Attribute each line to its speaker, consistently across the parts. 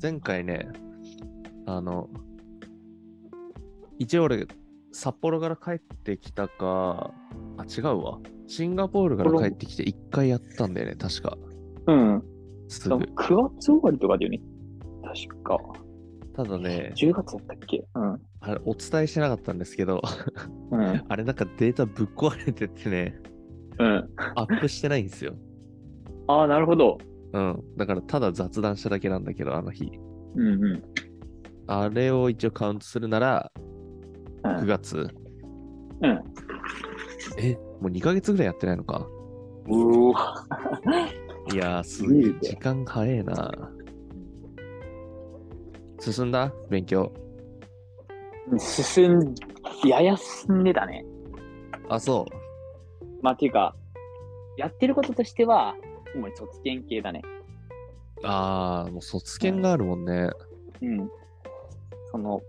Speaker 1: 前回ね、あの、一応俺、札幌から帰ってきたか、あ、違うわ。シンガポールから帰ってきて一回やったんだよね、確か。
Speaker 2: うん。
Speaker 1: す
Speaker 2: 多
Speaker 1: ぐ
Speaker 2: 分。9月終わりとかだよね。確か。
Speaker 1: ただね、
Speaker 2: 10月だったっけうん。
Speaker 1: あれ、お伝えしてなかったんですけど、
Speaker 2: うん。
Speaker 1: あれなんかデータぶっ壊れててね、
Speaker 2: うん。
Speaker 1: アップしてないんですよ。
Speaker 2: ああ、なるほど。
Speaker 1: うん。だからただ雑談しただけなんだけど、あの日。
Speaker 2: うんうん。
Speaker 1: あれを一応カウントするなら、
Speaker 2: う
Speaker 1: 9
Speaker 2: ん、
Speaker 1: 月。
Speaker 2: うん。
Speaker 1: え、もう2ヶ月ぐらいやってないのか。
Speaker 2: うおー
Speaker 1: いやー、す
Speaker 2: すげ
Speaker 1: げ
Speaker 2: え
Speaker 1: え。時間早えな。進んだ勉強。
Speaker 2: 進ん、やや進んでたね。
Speaker 1: あ、そ
Speaker 2: まあ、っていうか、やってることとしては、主に卒検系だね。
Speaker 1: う。あー、もう卒検があるもんね。
Speaker 2: うん。その、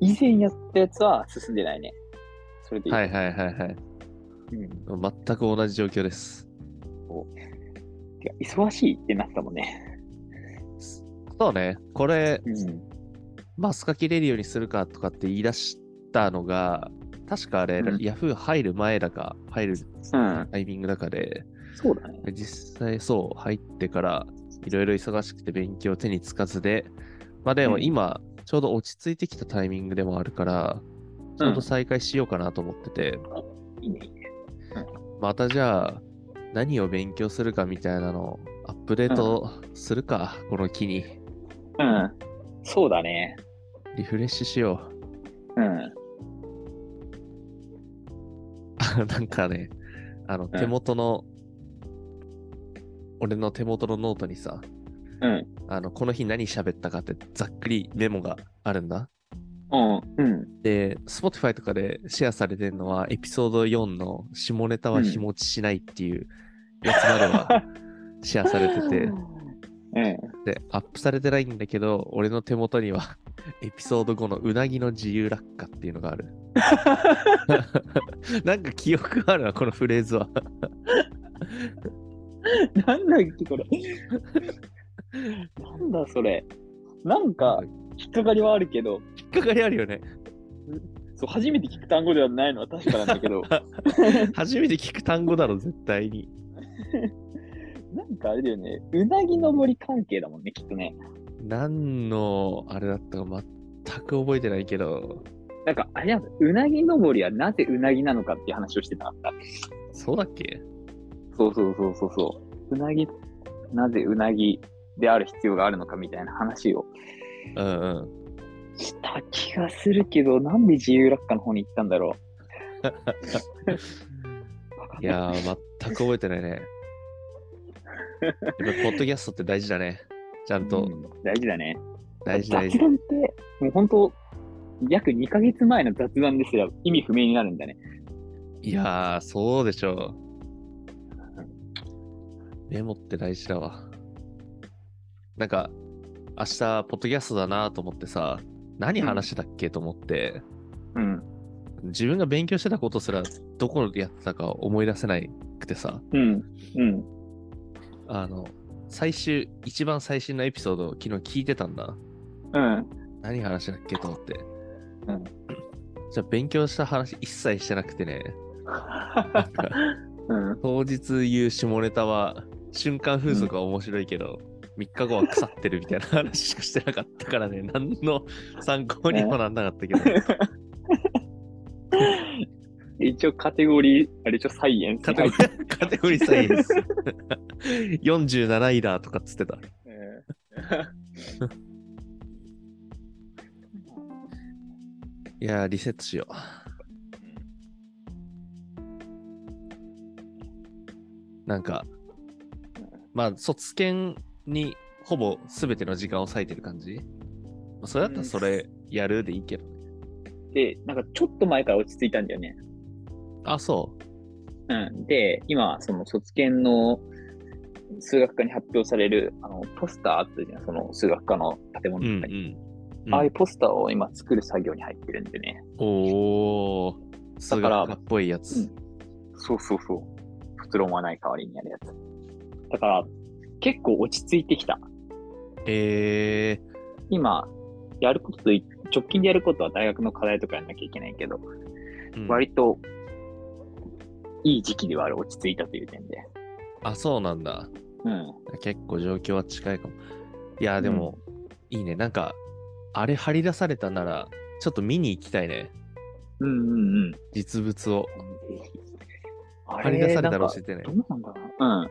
Speaker 2: 以前やったやつは進んでないね。それでいい。
Speaker 1: はいはいはいはい。
Speaker 2: うん、
Speaker 1: 全く同じ状況です。
Speaker 2: てか忙しいってなってたもんね。
Speaker 1: そうね、これ、
Speaker 2: うん。
Speaker 1: マスカ切れるようにするかとかって言い出したのが、確かあれ、
Speaker 2: うん
Speaker 1: Yahoo 入る前だか、入る
Speaker 2: うん。
Speaker 1: タイミングだかで、
Speaker 2: そうだね。
Speaker 1: 実際そう、入ってから、いろいろ忙しくて勉強手につかずで、まあでも
Speaker 2: うん
Speaker 1: 今、ちょうど落ち着いてきたタイミングでもあるから、ちょうど再開しようかなと思ってて、
Speaker 2: いいね、いいね。
Speaker 1: またじゃあ、何を勉強するかみたいなのをアップデートするか、この機に。
Speaker 2: うん。そうだね。
Speaker 1: リフレッシュしよう。
Speaker 2: うん。
Speaker 1: あ なんかね、あの、手元の、俺の手元のノートにさ、
Speaker 2: うん。
Speaker 1: あの、この日何喋ったかってざっくりメモがあるんだ。
Speaker 2: うん。うん。
Speaker 1: で、Spotify とかでシェアされてるのは、エピソード4の下ネタは日持ちしないっていうやつまで はシェアされてて、
Speaker 2: うん。
Speaker 1: で、アップされてないんだけど、俺の手元には エピソード5のうなぎの自由落下っていうのがあ る。なんか記憶あるわ、このフレーズは。
Speaker 2: なんだっけ、これ。なんだ、それ。なんか、引っかかりはあるけど、
Speaker 1: 引っかかりあるよね。
Speaker 2: そう、初めて聞く単語ではないのは確かなんだ けど、
Speaker 1: 初めて聞く単語だろ、絶対に。
Speaker 2: なんかあれだよね、うなぎ登り関係だもんね、きっとね。
Speaker 1: 何のあれだったか全く覚えてないけど、
Speaker 2: なんか、あれなんだ、うなぎ登りはなぜうなぎなのかっていう話をしてなかった。
Speaker 1: そうだっけ
Speaker 2: そうそうそうそうそう。うなぎ、なぜうなぎである必要があるのかみたいな話を
Speaker 1: うんうん。
Speaker 2: した気がするけど、なんで自由落下の方に行ったんだろ う。
Speaker 1: いやー、全く覚えてないね。やっぱ、ポッドキャストって大事だね。ちゃんと
Speaker 2: う。ん大事だね。
Speaker 1: 大事大
Speaker 2: 雑
Speaker 1: 事。
Speaker 2: 談って、もう本当、約2ヶ月前の雑談ですら意味不明になるんだね。
Speaker 1: いやー、そうでしょう。メモって大事だわ。なんか、明日、ポッドキャストだなと思ってさ、何話してたっけと思って、
Speaker 2: うん。
Speaker 1: 自分が勉強してたことすらどこでやってたか思い出せなくてさ
Speaker 2: うん。うん。
Speaker 1: あの最終一番最新のエピソードを昨日聞いてたんだ
Speaker 2: うん。
Speaker 1: 何話したっけと思って
Speaker 2: うん
Speaker 1: じゃあ勉強した話一切してなくてね
Speaker 2: うん。
Speaker 1: 当日言う下ネタは瞬間風速は面白いけど、3日後は腐ってるみたいな話しかしてなかったから ね何の参考にもなんなかったけど、
Speaker 2: 一応カテゴリー、あれ一応サイエンス。
Speaker 1: カテゴリーカテゴリーサイエン ス47位だとかっつってた
Speaker 2: うん
Speaker 1: いやーリセットしようなんか、まあ、卒検にほぼ全ての時間を割いてる感じ、まあ、それだったらそれやるでいいけど。
Speaker 2: で、なんかちょっと前から落ち着いたんだよね。
Speaker 1: あ、そう。
Speaker 2: うん。で、今、その卒検の数学科に発表される、あの、ポスターあったじゃん、その数学科の建物
Speaker 1: う
Speaker 2: の
Speaker 1: ん
Speaker 2: 中
Speaker 1: う
Speaker 2: に
Speaker 1: ん。うん
Speaker 2: ああいうポスターを今作る作業に入ってるんでね。
Speaker 1: おー、数
Speaker 2: だから
Speaker 1: 学科っぽいやつ。
Speaker 2: そうそうそう。卒論はない代わりにやるやつ。だから、結構落ち着いてきた。
Speaker 1: え
Speaker 2: 今、やることとい、直近でやることは大学の課題とかやんなきゃいけないけど、
Speaker 1: ーうん
Speaker 2: 割と、いい時期ではある、落ち着いたという点で。
Speaker 1: あ、そうなんだ。
Speaker 2: うん。
Speaker 1: 結構状況は近いかも。いや、でも、いいね。なんか、あれ張り出されたなら、ちょっと見に行きたいね。
Speaker 2: うんうんうん。
Speaker 1: 実物を。
Speaker 2: あ
Speaker 1: 張り出されたら
Speaker 2: なん
Speaker 1: 教
Speaker 2: か
Speaker 1: えてね
Speaker 2: ど。うなんだろうな。うん。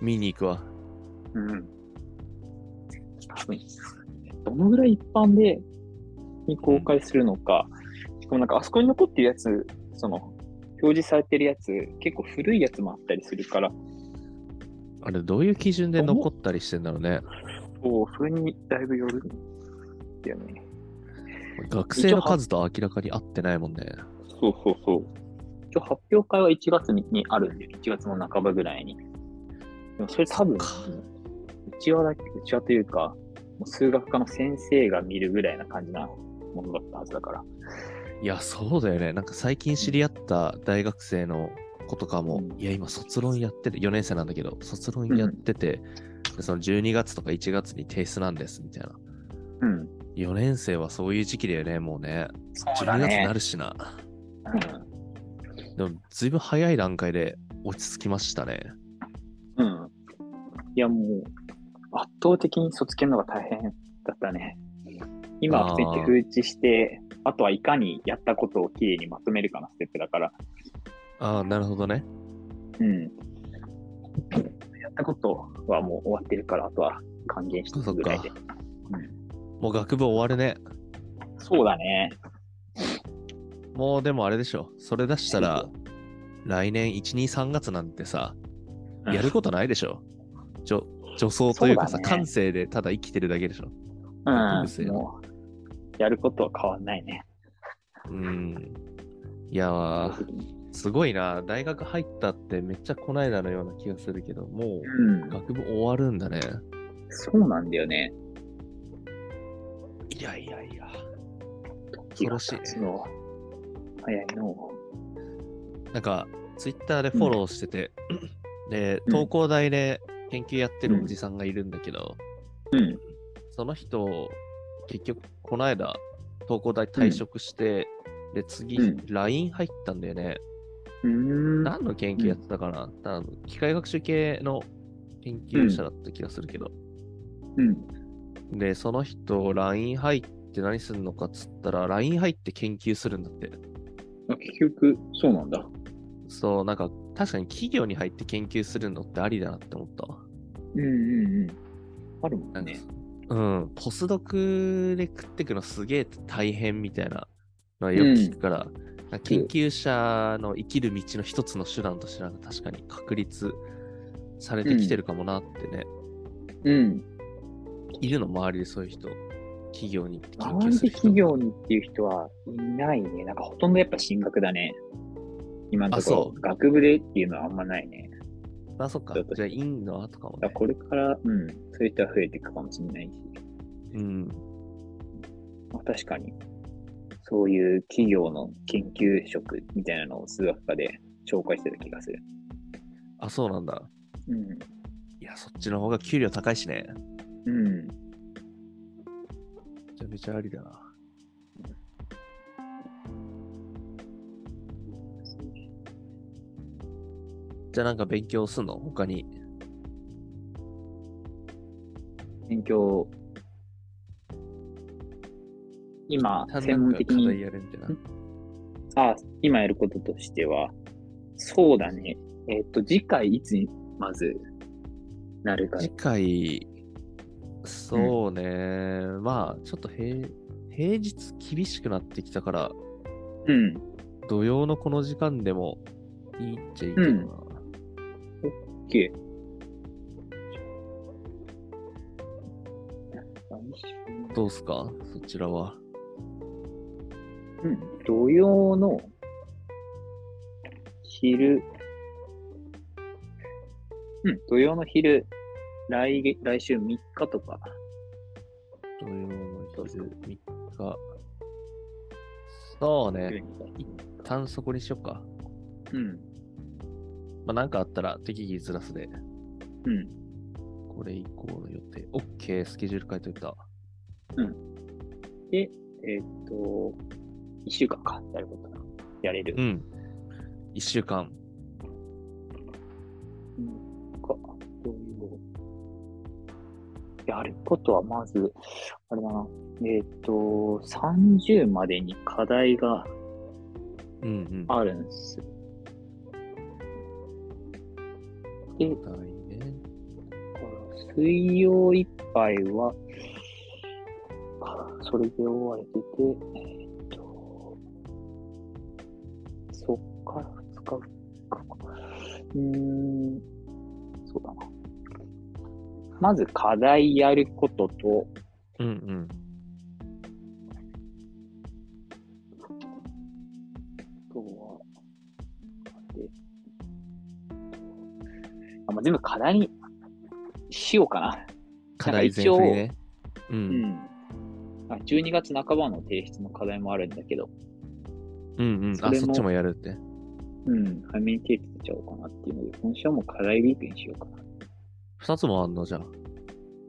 Speaker 1: 見に行くわ。
Speaker 2: うん。多分、どのぐらい一般でに公開するのか、しかもなんかあそこに残ってるやつ、その、表示されてるやつ、結構古いやつもあったりするから、
Speaker 1: あれ、どういう基準で残ったりしてんだろうね。
Speaker 2: そう、それにだいぶよるんだよね。
Speaker 1: 学生の数と明らかに合ってないもんね。
Speaker 2: そうそうそう。一応発表会は1月ににあるんで、1月の半ばぐらいに。でもそれ多分、う
Speaker 1: そっか
Speaker 2: ちわだけ、うちわというか、もう数学科の先生が見るぐらいな感じなものだったはずだから。
Speaker 1: いや、そうだよね。なんか最近知り合った大学生の子とかも、
Speaker 2: うん
Speaker 1: いや、今卒論やってて、4年生なんだけど、卒論やってて、でその12月とか1月に提出なんです、みたいな。
Speaker 2: うん。
Speaker 1: 4年生はそういう時期だよね、もうね。
Speaker 2: そうだ
Speaker 1: 12月に
Speaker 2: ね
Speaker 1: な。るしな。
Speaker 2: うん
Speaker 1: でも、ずいぶん早い段階で落ち着きましたね。
Speaker 2: うん。いや、もう、圧倒的に卒検の方が大変だったね。今は普通に手打ちして、あとはいかにやったことをきれいにまとめるかなステップだから、
Speaker 1: ああ、なるほどね。
Speaker 2: うん。やったことはもう終わってるから、あとは還元して
Speaker 1: そっか
Speaker 2: るぐらいで。
Speaker 1: もう学部終わるね。
Speaker 2: そうだね。
Speaker 1: もうでもあれでしょ。それ出したら
Speaker 2: そ、
Speaker 1: 来年1、2、3月なんてさ、
Speaker 2: うん
Speaker 1: やることないでしょ。じょ女装というか
Speaker 2: そ
Speaker 1: さ、
Speaker 2: うだね
Speaker 1: 感性でただ生きてるだけでしょ。
Speaker 2: う
Speaker 1: 学生
Speaker 2: ん。
Speaker 1: の
Speaker 2: もう、やることは変わんないね。
Speaker 1: うん。いやー、すごいな。大学入ったってめっちゃこないだのような気がするけど、もう
Speaker 2: うん。
Speaker 1: 学部終わるんだね。
Speaker 2: そうなんだよね。
Speaker 1: いやいやいや。
Speaker 2: 恐
Speaker 1: ろしいね
Speaker 2: の早いのう。
Speaker 1: なんか、ツイッターでフォローしてて、で、
Speaker 2: うん
Speaker 1: 東工大で研究やってるおじさんがいるんだけど、
Speaker 2: うん。
Speaker 1: その人、結局、こないだ、東工大退職して、で、次、
Speaker 2: うん
Speaker 1: LINE 入ったんだよね。
Speaker 2: うーん。
Speaker 1: 何の研究やってたかな、多分機械学習系の研究者だった気がするけど、
Speaker 2: うん。
Speaker 1: で、その人、LINE 入って何するのかっつったら、LINE 入って研究するんだって。
Speaker 2: あ結局、そうなんだ。
Speaker 1: そう、なんか、確かに企業に入って研究するのってありだなって思ったわ。
Speaker 2: うんうんうん。あるも
Speaker 1: なんんか
Speaker 2: ね。、
Speaker 1: うん、ポスドクで食ってくのすげえ大変みたいなのはよく聞くから、なんか研究者の生きる道の一つの手段としてなんか確かに確立されてきてるかもなってね、
Speaker 2: うん。
Speaker 1: いるの周りでそういう人、企業に行って研
Speaker 2: 周
Speaker 1: 究
Speaker 2: り
Speaker 1: す
Speaker 2: で
Speaker 1: る人。
Speaker 2: 企業にっていう人はいないね。なんかほとんどやっぱ進学だね。今のと
Speaker 1: あそ
Speaker 2: こ
Speaker 1: う
Speaker 2: ろ、学部でっていうのはあんまないね。
Speaker 1: あ、そっか。じゃあ、院の後かも
Speaker 2: だから
Speaker 1: ね。
Speaker 2: これから、うん、そういう人は増えていくかもしれないし、
Speaker 1: うん。
Speaker 2: まあ、確かに、そういう企業の研究職みたいなのを数学科で紹介してた気がする。
Speaker 1: あ、そうなんだ。
Speaker 2: うん。
Speaker 1: いや、そっちの方が給料高いしね。
Speaker 2: うん。
Speaker 1: めちゃめちゃありだな。じゃあなんか勉強すんの他に。
Speaker 2: 勉強、今、専門的
Speaker 1: 課題
Speaker 2: に
Speaker 1: やるみたいな。
Speaker 2: あ、今やることとしては、そうだね。えっ、と、次回いつにまずなるか。
Speaker 1: 次回、そうね、まあちょっと平平日厳しくなってきたから、
Speaker 2: うん。
Speaker 1: 土曜のこの時間でもいいっちゃいいけどな。
Speaker 2: OK。
Speaker 1: どうすかそちらは。
Speaker 2: うん。土曜の昼、うん、土曜の昼、来月来週3日とか、
Speaker 1: 土曜の昼3日。そうね。単そこにしよっか。
Speaker 2: うん、
Speaker 1: まあ、なんかあったら適宜ずらすで。
Speaker 2: うん。
Speaker 1: これ以降の予定。OK、スケジュール書いといた。
Speaker 2: で、えーっと、1週間か、やることな。やれる。
Speaker 1: うん。1週間。
Speaker 2: うんか、どういう。やることはまず、あれだな。えーっと、30までに課題が
Speaker 1: うんうん。
Speaker 2: あるんです。で、
Speaker 1: 課題ね。
Speaker 2: 水曜いっぱいは、それで終われてて、えーっと、そっから2日、うーん、そうだな。まず課題やることと、
Speaker 1: うんうん。
Speaker 2: あとは、であまあ、全部課題にしようかな。
Speaker 1: 課題全振りね。う。
Speaker 2: うんん。あ12月半ばの提出の課題もあるんだけど、
Speaker 1: うんうん。
Speaker 2: そ
Speaker 1: あ、
Speaker 2: れも
Speaker 1: そっちもやるって。
Speaker 2: うん、早めに手つけちゃおうかなっていうので、今週はもう課題リークにしようかな。
Speaker 1: 2つもあんのじゃあ。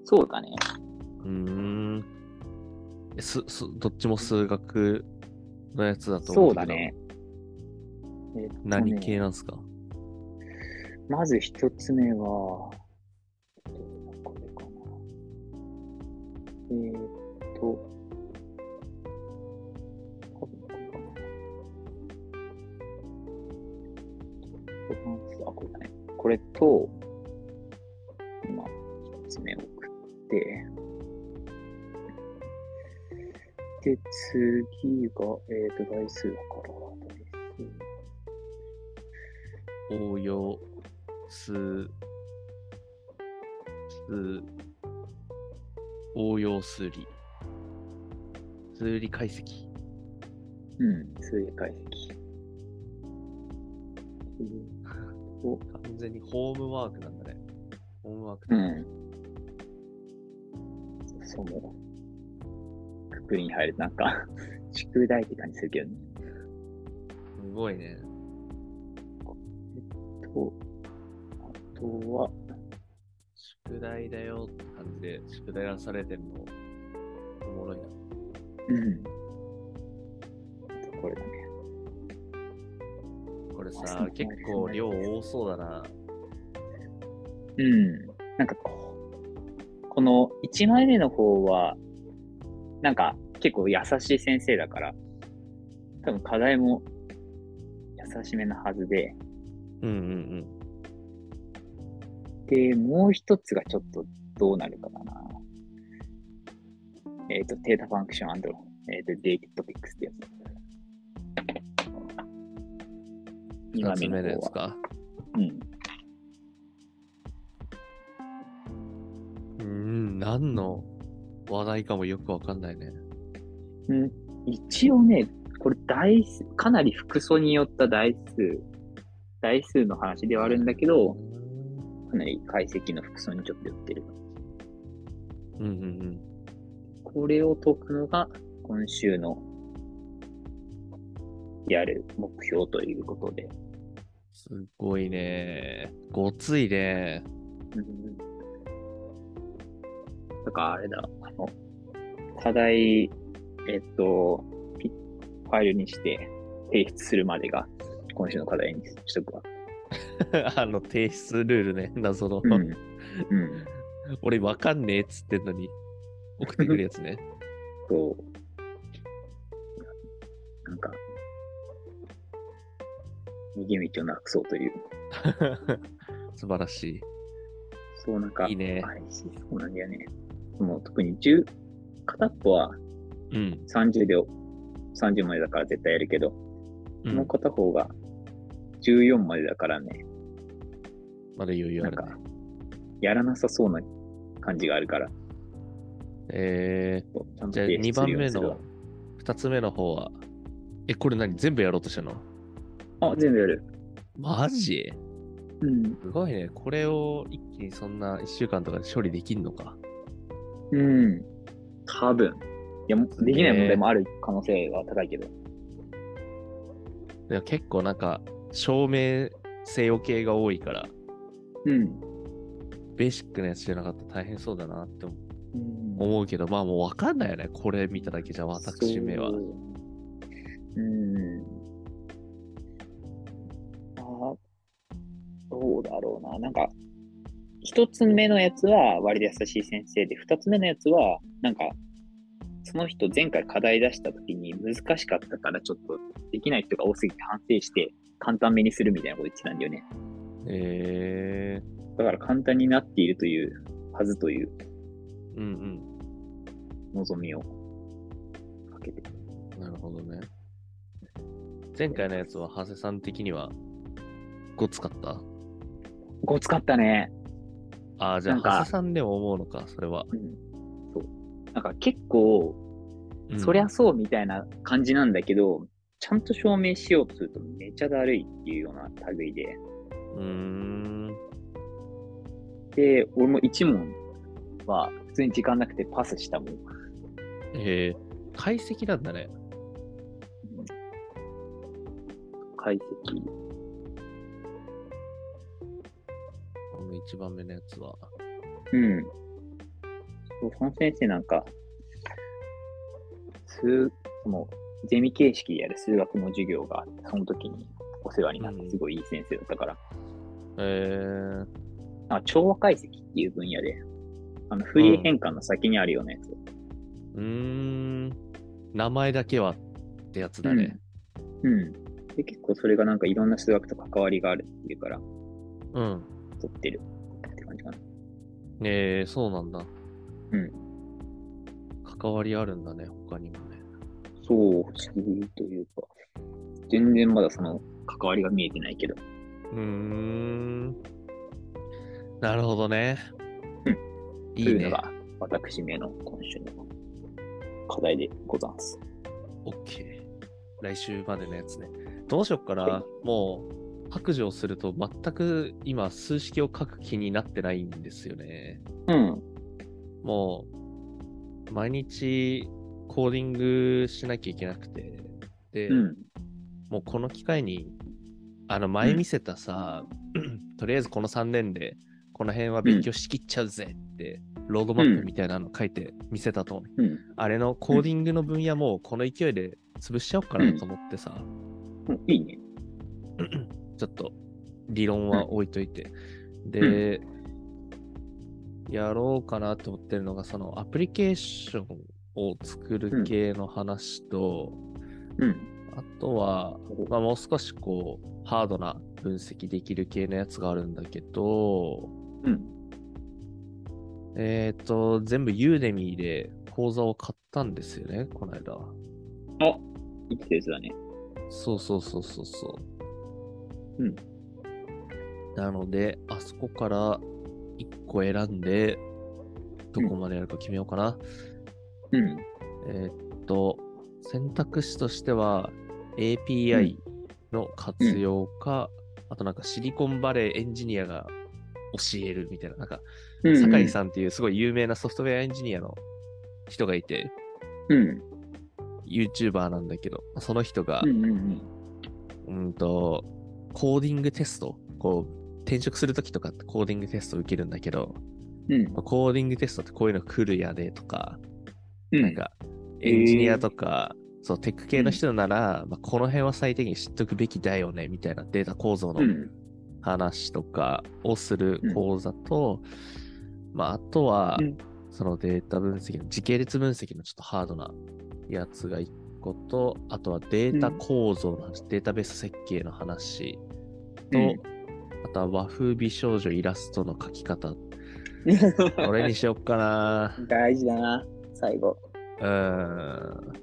Speaker 2: そうだね。
Speaker 1: うーん。えす、す、どっちも数学のやつだと
Speaker 2: そ
Speaker 1: 思け
Speaker 2: う
Speaker 1: ど
Speaker 2: だね。えっとね
Speaker 1: 何系なんすか
Speaker 2: まず一つ目は、これかな。えーっと、多分これかな。あ、これだね。これと、今、一つ目送って、で、次が、えーっと、台数だから、台数。
Speaker 1: 応用、数、数、応用数理。数理解析。
Speaker 2: うん、数理解析。
Speaker 1: 完全にホームワークなんだね。ホームワーク。
Speaker 2: うん。そうもう、くくりに入るとなんか、 宿題って感じするけどね。
Speaker 1: すごいね。
Speaker 2: と、あとは、
Speaker 1: 宿題だよって感じで、宿題がされてるの、おもろいな。
Speaker 2: うん。あとこれだね。
Speaker 1: これ
Speaker 2: あそう
Speaker 1: さ
Speaker 2: ね、
Speaker 1: 結構量多そうだな。
Speaker 2: うん。なんかこう、この1枚目の方は、なんか結構優しい先生だから、多分課題も優しめなはずで、
Speaker 1: うんうん
Speaker 2: で、もう一つがちょっとどうなるかだな。えっ、と、データファンクションえっ、と、デイテッドピックスってやつ。
Speaker 1: うん。
Speaker 2: 今
Speaker 1: 二つ目のやつ
Speaker 2: は。
Speaker 1: か。
Speaker 2: うん。
Speaker 1: うん、何の話題かもよくわかんないね。
Speaker 2: うん、一応ね、これ台数、かなり複素によった台数、台数の話ではあるんだけど、かなり解析の複素にちょっと寄ってる。
Speaker 1: うんうん
Speaker 2: これを解くのが今週のやる目標ということで。
Speaker 1: すごいね。ごついね。
Speaker 2: だからあれだ、あの、課題、えっと、ピファイルにして提出するまでが今週の課題にしとくわ。
Speaker 1: あの、提出ルールね。謎の。
Speaker 2: うん。うん。
Speaker 1: 俺わかんねえっつってんのに、送ってくるやつ ね。
Speaker 2: そう。なんか、逃げ道をなくそうという、
Speaker 1: 素晴らしい。
Speaker 2: そうなんか、
Speaker 1: いいね
Speaker 2: あれしそうなんだよね。もう特に10、片っぽは
Speaker 1: うん。
Speaker 2: 30秒、30までだから絶対やるけど、
Speaker 1: う、
Speaker 2: もうん片方が14までだからね、
Speaker 1: まだ余裕あ
Speaker 2: なん
Speaker 1: る
Speaker 2: か
Speaker 1: ね。、
Speaker 2: やらなさそうな感じがあるから、
Speaker 1: え
Speaker 2: ちゃん
Speaker 1: ー、
Speaker 2: と
Speaker 1: じゃあ
Speaker 2: 提
Speaker 1: 2
Speaker 2: 出す
Speaker 1: 番
Speaker 2: るよう
Speaker 1: 目
Speaker 2: にするわ
Speaker 1: の、2つ目の方は、え、これ何全部やろうとしたの
Speaker 2: あ、全部やる。
Speaker 1: マジ
Speaker 2: う
Speaker 1: す
Speaker 2: ん。
Speaker 1: ごいね。これを一気にそんな1週間とかで処理できんのか。
Speaker 2: うん。多分。いや、もうできない問
Speaker 1: ね
Speaker 2: 題もある可能性は高いけど。
Speaker 1: いや結構なんか、証明性用系が多いから、
Speaker 2: うん。
Speaker 1: ベーシックなやつじゃなかったら大変そうだなって思う
Speaker 2: うん
Speaker 1: 思うけど、まあもう分かんないよね。これ見ただけじゃ私めは
Speaker 2: そ。ううん。あーどうだろうな。なんか、一つ目のやつは割と優しい先生で、二つ目のやつは、なんか、その人前回課題出した時に難しかったからちょっとできない人が多すぎて反省して簡単めにするみたいなこと言ってたんだよね。
Speaker 1: え
Speaker 2: だから簡単になっているというはずという
Speaker 1: ー、うん
Speaker 2: 望みをかけて。
Speaker 1: うん。なるほどね。前回のやつは、長谷さん的には5使った
Speaker 2: 5使ったね。
Speaker 1: ああ、じゃあ、
Speaker 2: なん
Speaker 1: 長
Speaker 2: か
Speaker 1: 谷さんでも思うのか、それは。
Speaker 2: うんそう。なんか結構、
Speaker 1: うん
Speaker 2: そりゃそうみたいな感じなんだけど、ちゃんと証明しようとするとめちゃだるいっていうような類で。
Speaker 1: うーん。
Speaker 2: で、俺も1問は普通に時間なくてパスしたもん。うん
Speaker 1: えー、解析なんだね。
Speaker 2: 解析。
Speaker 1: この1番目のやつは。
Speaker 2: うん。そうその先生なんか、数、その、ゼミ形式でやる数学の授業があって、その時にお世話になって、すごいいい先生だったから、
Speaker 1: え
Speaker 2: あ調和解析っていう分野で、あのフリー変換の先にあるようなやつ。
Speaker 1: ー、うーん。名前だけはってやつだね。
Speaker 2: うん。うんで結構それがなんかいろんな数学と関わりがあるっていうから、
Speaker 1: うん。
Speaker 2: 取ってるって感じかな。
Speaker 1: えー、そうなんだ。
Speaker 2: うん。
Speaker 1: 関わりあるんだね、他にもね。
Speaker 2: そう、不思議というか、全然まだその関わりが見えてないけど。
Speaker 1: うーん。なるほどね。
Speaker 2: うん。
Speaker 1: い
Speaker 2: と
Speaker 1: い
Speaker 2: いうの
Speaker 1: ね。
Speaker 2: が、私めの今週の課題でござんす。
Speaker 1: オッケー。来週までのやつね。どうしよっかな。もう、白状すると全く今、数式を書く気になってないんですよね。
Speaker 2: うん。
Speaker 1: もう、毎日コーディングしなきゃいけなくて。で、
Speaker 2: うん。
Speaker 1: もうこの機会に、あの前見せたさ、とりあえずこの3年で、この辺は勉強しきっちゃうぜって、ロードマップみたいなの書いて見せたと、
Speaker 2: うん。
Speaker 1: あれのコーディングの分野もこの勢いで潰しちゃおうかなと思ってさ、
Speaker 2: うんいいね。
Speaker 1: ちょっと理論は置いといて。で、やろうかなと思ってるのが、そのアプリケーションを作る系の話と、
Speaker 2: うん。
Speaker 1: あとは、まあ、もう少しこう、ハードな分析できる系のやつがあるんだけど、
Speaker 2: うん。
Speaker 1: えっ、と、全部ユーデミーで講座を買ったんですよね、この間。
Speaker 2: あ、生きてるやつだね。
Speaker 1: そうそうそうそうそう。
Speaker 2: うん。
Speaker 1: なので、あそこから1個選んで、どこまでやるか決めようかな。
Speaker 2: うん。
Speaker 1: えーっと、選択肢としては API の活用か、あとなんかシリコンバレーエンジニアが教えるみたいな、なんか、
Speaker 2: うん
Speaker 1: 酒井さんっていうすごい有名なソフトウェアエンジニアの人がいて、
Speaker 2: うん。
Speaker 1: YouTuber なんだけど、その人が
Speaker 2: う、ん。うん。
Speaker 1: うんと、コーディングテスト、こう、転職するときとかってコーディングテスト受けるんだけど、
Speaker 2: うん。
Speaker 1: コーディングテストってこういうの来るやでとか、
Speaker 2: うん。
Speaker 1: なんか、エンジニアとか、そう、テック系の人なら、まあ、この辺は最低限知っとくべきだよね、みたいなデータ構造
Speaker 2: う
Speaker 1: の
Speaker 2: ん。
Speaker 1: 話とかをする講座と、まあ、あとは、
Speaker 2: うん
Speaker 1: そのデータ分析の、時系列分析のちょっとハードなやつが1個と、あとはデータ構造の話、データベース設計の話と、
Speaker 2: うん
Speaker 1: あとは和風美少女イラストの描き方。どれにしよっかな。
Speaker 2: 大事だな、最後。
Speaker 1: うーん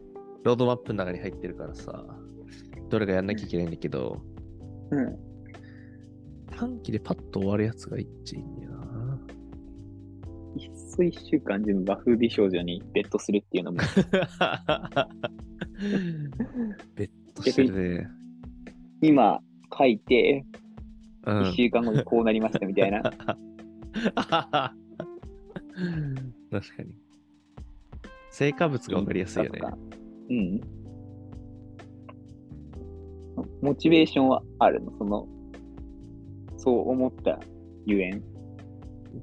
Speaker 1: ロードマップの中に入ってるからさ、どれかやんなきゃいけないんだけど、
Speaker 2: うん。
Speaker 1: 短期でパッと終わるやつが一いいんだよな。
Speaker 2: いっそ一週間全部和風美少女にベットするっ ていうのも、
Speaker 1: ベッドしてるね。
Speaker 2: 今書いて、
Speaker 1: う
Speaker 2: 一
Speaker 1: ん。
Speaker 2: 週間後にこうなりましたみたいな。
Speaker 1: 確かに。成果物がわかりやすいよね
Speaker 2: な。んかうん。モチベ ーションはあるのその、そう思ったゆえん。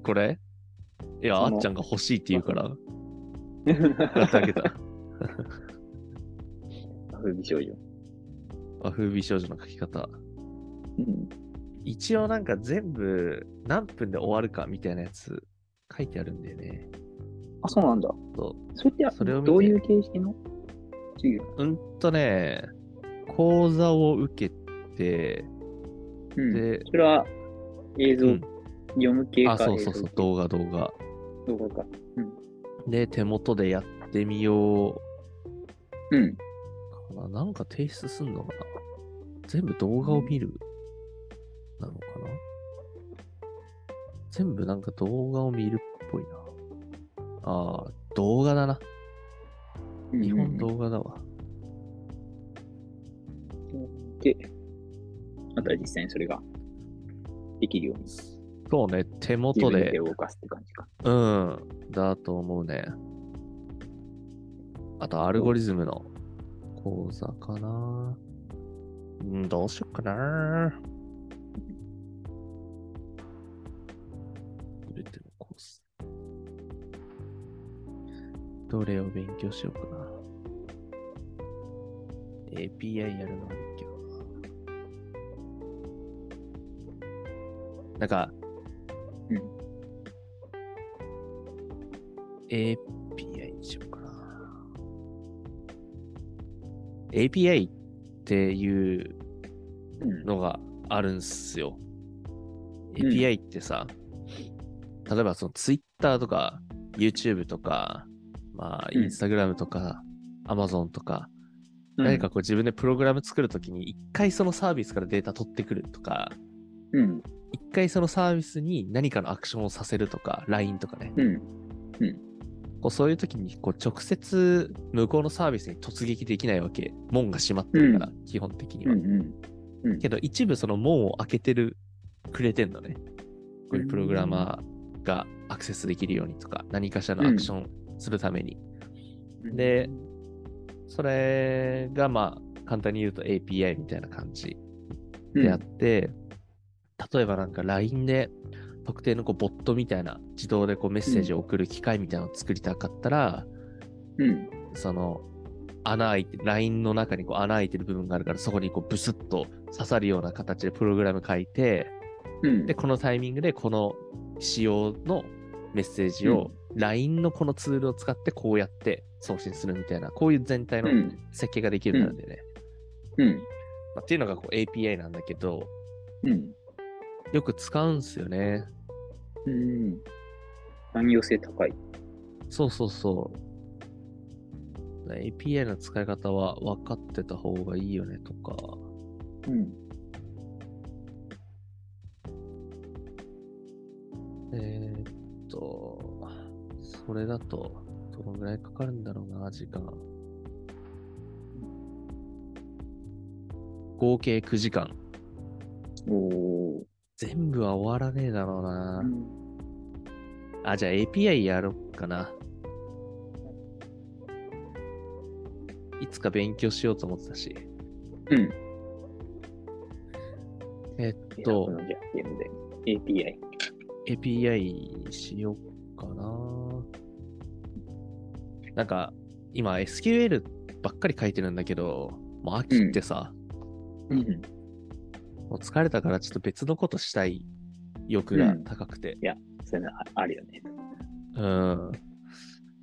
Speaker 1: これいや、あ
Speaker 2: その
Speaker 1: っちゃんが欲しいって言うから、買ってあげた。
Speaker 2: 風美少女。
Speaker 1: 和風美少女の書き方。
Speaker 2: うん。
Speaker 1: 一応なんか全部何分で終わるかみたいなやつ書いてあるんだよね。
Speaker 2: あ、そうなんだ。
Speaker 1: そ
Speaker 2: それって、
Speaker 1: それを見て
Speaker 2: どういう形式の授業
Speaker 1: ううんとね、講座を受けて、
Speaker 2: うん。
Speaker 1: で、
Speaker 2: それは映像、
Speaker 1: うん
Speaker 2: 読む系か
Speaker 1: あ、そうそうそう
Speaker 2: 映、像
Speaker 1: 動画動画。
Speaker 2: 系動画か。
Speaker 1: で、手元でやってみよ
Speaker 2: うん。
Speaker 1: うかな。なんか提出すんのかな全部動画を見るなのかな全部なんか動画を見るっぽいな。ああ、動画だな。
Speaker 2: うん
Speaker 1: 日本動画だわ。
Speaker 2: で、あとは実際にそれができるように、
Speaker 1: そうね、手
Speaker 2: 自
Speaker 1: 元
Speaker 2: 分で
Speaker 1: で、
Speaker 2: 動かすって感じか。
Speaker 1: うん、だと思うね。あと、アルゴリズムの講座かな。うん、どうしよっかな。どれってのコース。どれを勉強しようかな。API やるのもいいけどな。なんか、API にしようかな。API っていう
Speaker 2: うん。
Speaker 1: のがあるんすよ。API ってさ、例えばその Twitter とか YouTube とか、まあ
Speaker 2: うん
Speaker 1: Instagram とか Amazon とか、何かこう自分でプログラム作るときに一回そのサービスからデータ取ってくるとか、
Speaker 2: うん。
Speaker 1: 一回そのサービスに何かのアクションをさせるとか、LINE とかね。
Speaker 2: うん。
Speaker 1: こうそういう時にこう直接向こうのサービスに突撃できないわけ門が閉まってるから、基本的に
Speaker 2: う
Speaker 1: は、
Speaker 2: ん。うん。
Speaker 1: けど一部その門を開けてるくれてんのねこういうプログラマーがアクセスできるようにとか何かしらのアクションするために、でそれがまあ簡単に言うと API みたいな感じ
Speaker 2: うん、
Speaker 1: であって、例えばなんか LINE で特定のこうボットみたいな自動でこうメッセージを送る機械みたいなのを作りたかったら、
Speaker 2: うん。
Speaker 1: その穴開いて、ラインの中にこう穴開いてる部分があるから、そこにこうブスッと刺さるような形でプログラム書いて、
Speaker 2: うん。
Speaker 1: で、このタイミングでこの仕様のメッセージを LINE のこのツールを使ってこうやって送信するみたいな、こういう全体
Speaker 2: う
Speaker 1: の
Speaker 2: ん。
Speaker 1: 設計ができるようになるんでね。
Speaker 2: うん。
Speaker 1: まあっていうのがこう API なんだけど、
Speaker 2: うん。
Speaker 1: よく使うんすよね。
Speaker 2: うん。汎用性高い。
Speaker 1: そうそうそう。API の使い方は分かってた方がいいよねとか。
Speaker 2: うん。
Speaker 1: えーっと、それだと、どのぐらいかかるんだろうな、時間。合計9時間。
Speaker 2: おー。
Speaker 1: 全部は終わらねえだろう
Speaker 2: う
Speaker 1: な。
Speaker 2: ん
Speaker 1: あ、じゃあ API やろっかな。いつか勉強しようと思ってたし。
Speaker 2: うん。
Speaker 1: えっと
Speaker 2: 選ぶ、のじゃあゲームで。API。
Speaker 1: API にしようかな。なんか、今 SQL ばっかり書いてるんだけど、もう秋ってさ、
Speaker 2: うん。
Speaker 1: もう疲れたからちょっと別のことしたい欲が高くて。
Speaker 2: そういうのああるよね。
Speaker 1: うん。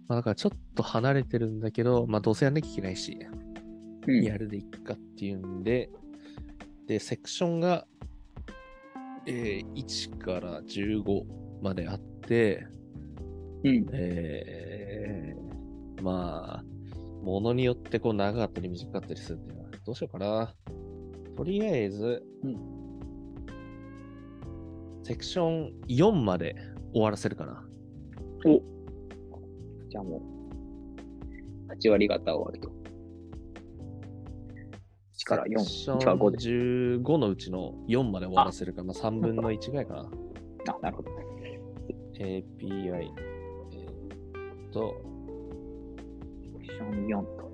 Speaker 1: まあ、だからちょっと離れてるんだけど、まあどうせやんなきゃいけないし、
Speaker 2: うん。
Speaker 1: やるでいっかっていうんで、で、セクションが、えー1から15まであって、
Speaker 2: うん。
Speaker 1: えーまあ、ものによってこう長かったり短かったりするっていうのは、どうしようかな。とりあえず、
Speaker 2: う
Speaker 1: セクション4まで終わらせるかな。
Speaker 2: おじゃあもう、8割方終わると。1から
Speaker 1: セ
Speaker 2: 4
Speaker 1: クション
Speaker 2: 1から5
Speaker 1: 15のうちの4まで終わらせるか、まあ3分の1ぐらいかな。
Speaker 2: あ、なるほど。
Speaker 1: API、えーっと、
Speaker 2: セクション4と。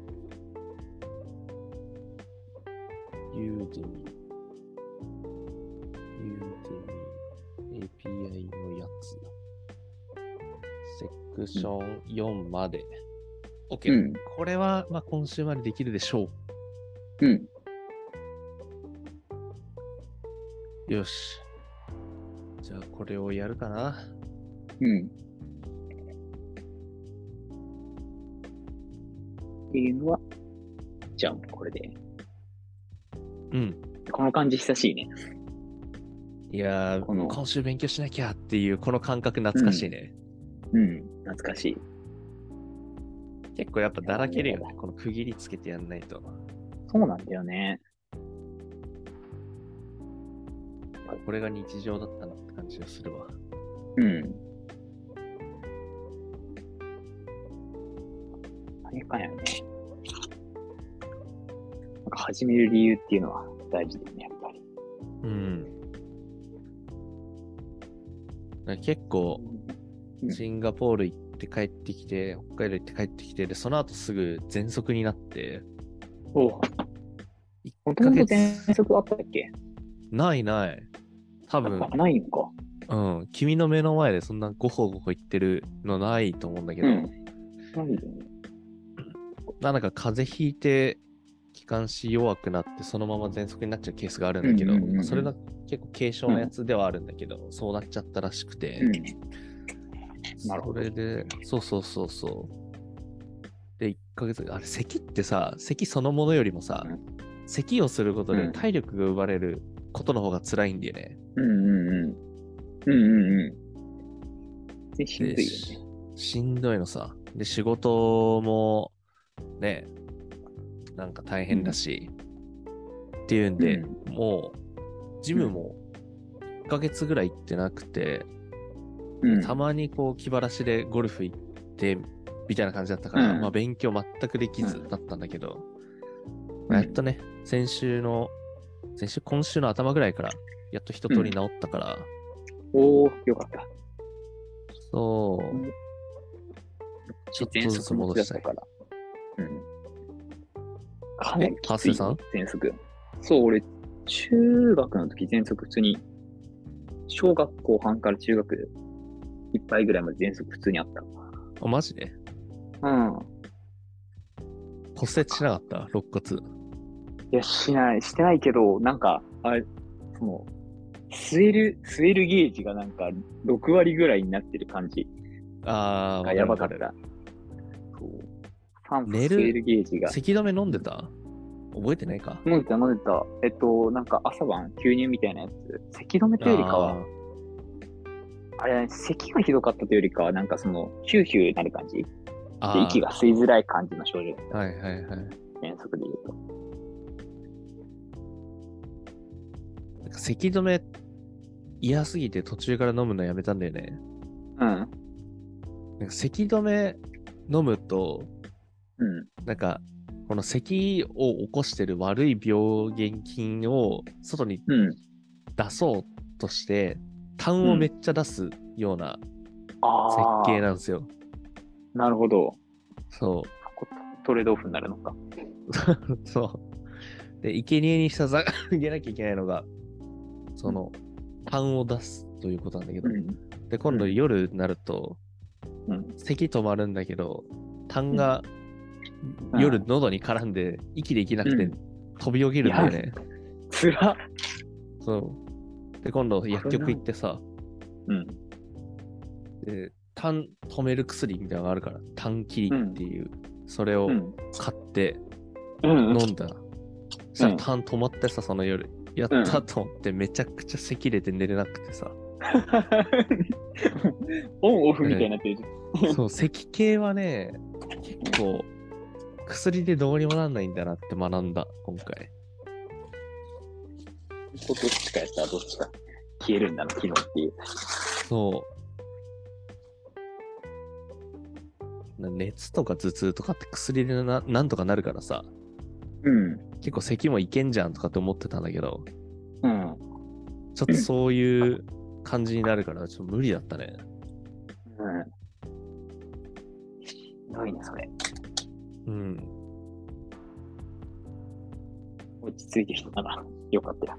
Speaker 1: ユーデミ、ユーデミ、API のやつ。セクション4まで。OK、
Speaker 2: うん。
Speaker 1: これは、まあ、今週までできるでしょ
Speaker 2: うん。
Speaker 1: う。よし。じゃあ、これをやるかな。
Speaker 2: うん。っていうのは、じゃあもうこれで。
Speaker 1: うん。
Speaker 2: この感じ久しいね。
Speaker 1: いやー
Speaker 2: この
Speaker 1: 今週勉強しなきゃっていう、この感覚懐かしいね。
Speaker 2: うん。懐かしい。
Speaker 1: 結構やっぱだらけるよね。この区切りつけてやんないと。
Speaker 2: そうなんだよね。
Speaker 1: これが日常だったなって感じがするわ。
Speaker 2: うん。あれかよね。なんか始める理由っていうのは大事だよね、やっぱり。
Speaker 1: うん。結構、
Speaker 2: うん
Speaker 1: シンガポール行って帰ってきて、北海道行って帰ってきて、で、その後すぐ喘息になって、
Speaker 2: おう。
Speaker 1: 1
Speaker 2: もと
Speaker 1: ヶ
Speaker 2: もと
Speaker 1: 月
Speaker 2: 転職あったっけ
Speaker 1: ないない。多 分、
Speaker 2: あないのか。
Speaker 1: うん、君の目の前でそんなゴホゴホ言ってるのないと思うんだけど、
Speaker 2: うんないよね。
Speaker 1: なんか風邪ひいて、気管支弱くなって、そのまま喘息になっちゃうケースがあるんだけど、
Speaker 2: うんうんうんうん
Speaker 1: まあそれが結構軽症のやつではあるんだけど、そうなっちゃったらしくて、
Speaker 2: うなるほど
Speaker 1: それで、そうそうそうそう。で、1ヶ月、あれ、咳ってさ、咳そのものよりもさ、
Speaker 2: うん
Speaker 1: 咳をすること
Speaker 2: う
Speaker 1: で
Speaker 2: ん
Speaker 1: 体力が奪われることの方が辛いんだよね。
Speaker 2: ん。うんうんうん。うんうんうん。で、しんど
Speaker 1: で
Speaker 2: い
Speaker 1: し
Speaker 2: よね。
Speaker 1: しんどいのさ。で、仕事も、ね、なんか大変だし、っていうんで、もう、ジムも1ヶ月ぐらい行ってなくて、
Speaker 2: うん。
Speaker 1: たまにこう気晴らしでゴルフ行ってみたいな感じだったから、
Speaker 2: うん
Speaker 1: まあ勉強全くできずだったんだけど、
Speaker 2: うん
Speaker 1: やっとね、先週の、先週、今週の頭ぐらいから、やっと一通り治ったから、
Speaker 2: おお、よかった。
Speaker 1: そう、
Speaker 2: うん
Speaker 1: ちょっとずつ戻したい。
Speaker 2: ら。うん。かなり
Speaker 1: えハッセンさん
Speaker 2: 喘息。そう、俺、中学の時、喘息普通に、小学校半から中学いっぱいぐらいまで喘息普通にあっ
Speaker 1: あ、マジで
Speaker 2: た。うん。
Speaker 1: 骨折しなかった肋骨。
Speaker 2: いや、しない、してないけど、なんか、あれ、その、吸える、吸えるゲージがなんか、6割ぐらいになってる感じ
Speaker 1: あ
Speaker 2: が
Speaker 1: あ、
Speaker 2: やばかっ
Speaker 1: わる
Speaker 2: た。そう。酸素
Speaker 1: 寝
Speaker 2: 吸
Speaker 1: る
Speaker 2: えるゲージが。
Speaker 1: 咳止め飲んでた覚えてないか
Speaker 2: 飲んでた、飲んでた。えっと、なんか朝晩、牛乳みたいなやつ。咳止めというよりか
Speaker 1: あ
Speaker 2: は、
Speaker 1: ー
Speaker 2: あれ、咳がひどかったというよりかは、なんかその、ヒューヒューなる感じ。で、
Speaker 1: あー
Speaker 2: 息が吸いづらい感じの症状。
Speaker 1: はいはいはい。
Speaker 2: 遠足で言うと。
Speaker 1: なんか咳止め嫌すぎて途中から飲むのやめたんだよね。
Speaker 2: うん。
Speaker 1: なんか咳止め飲むと、
Speaker 2: うん。
Speaker 1: なんかこの咳を起こしてる悪い病原菌を外に
Speaker 2: うん。
Speaker 1: 出そうとして、痰をめっちゃ出すような設
Speaker 2: ああ。
Speaker 1: 計なんですよ。
Speaker 2: なるほど。
Speaker 1: そう。
Speaker 2: こトレードオフになるのか。
Speaker 1: そう。で、生贄にさざ げなきゃいけないのが、その、痰を出すということなんだけど、
Speaker 2: うん。
Speaker 1: で、今度
Speaker 2: うん
Speaker 1: 夜になると、
Speaker 2: うん。
Speaker 1: 咳止まるんだけど、痰が
Speaker 2: うん
Speaker 1: 夜喉に絡んで、息できなく
Speaker 2: う
Speaker 1: て
Speaker 2: ん
Speaker 1: 飛び起きるんだよね。
Speaker 2: つらっ。
Speaker 1: そう。で、今度薬局行ってさ、
Speaker 2: うん。
Speaker 1: で痰止める薬みたいなのがあるから、痰切りっていう、それを
Speaker 2: うん。
Speaker 1: 買って、
Speaker 2: うん。
Speaker 1: 飲んだら。そしたら痰止まってさ、その夜。やったと思って、めちゃくちゃ咳出て寝れなくてさ。
Speaker 2: オンオフみたいになってる。
Speaker 1: そう、咳系はね、結構、薬でどうにもなんないんだなって学んだ、今回。
Speaker 2: どっちかやったらどっちか消えるんだな、機能っていう。
Speaker 1: そう。な熱とか頭痛とかって薬でななんとかなるからさ、
Speaker 2: うん。
Speaker 1: 結構咳もいけんじゃんとかって思ってたんだけど、
Speaker 2: うん。
Speaker 1: ちょっとそういう感じになるから、ちょっと無理だったね。
Speaker 2: うん。ひどいね、それ。
Speaker 1: うん。
Speaker 2: 落ち着いてきたな。よかったよ。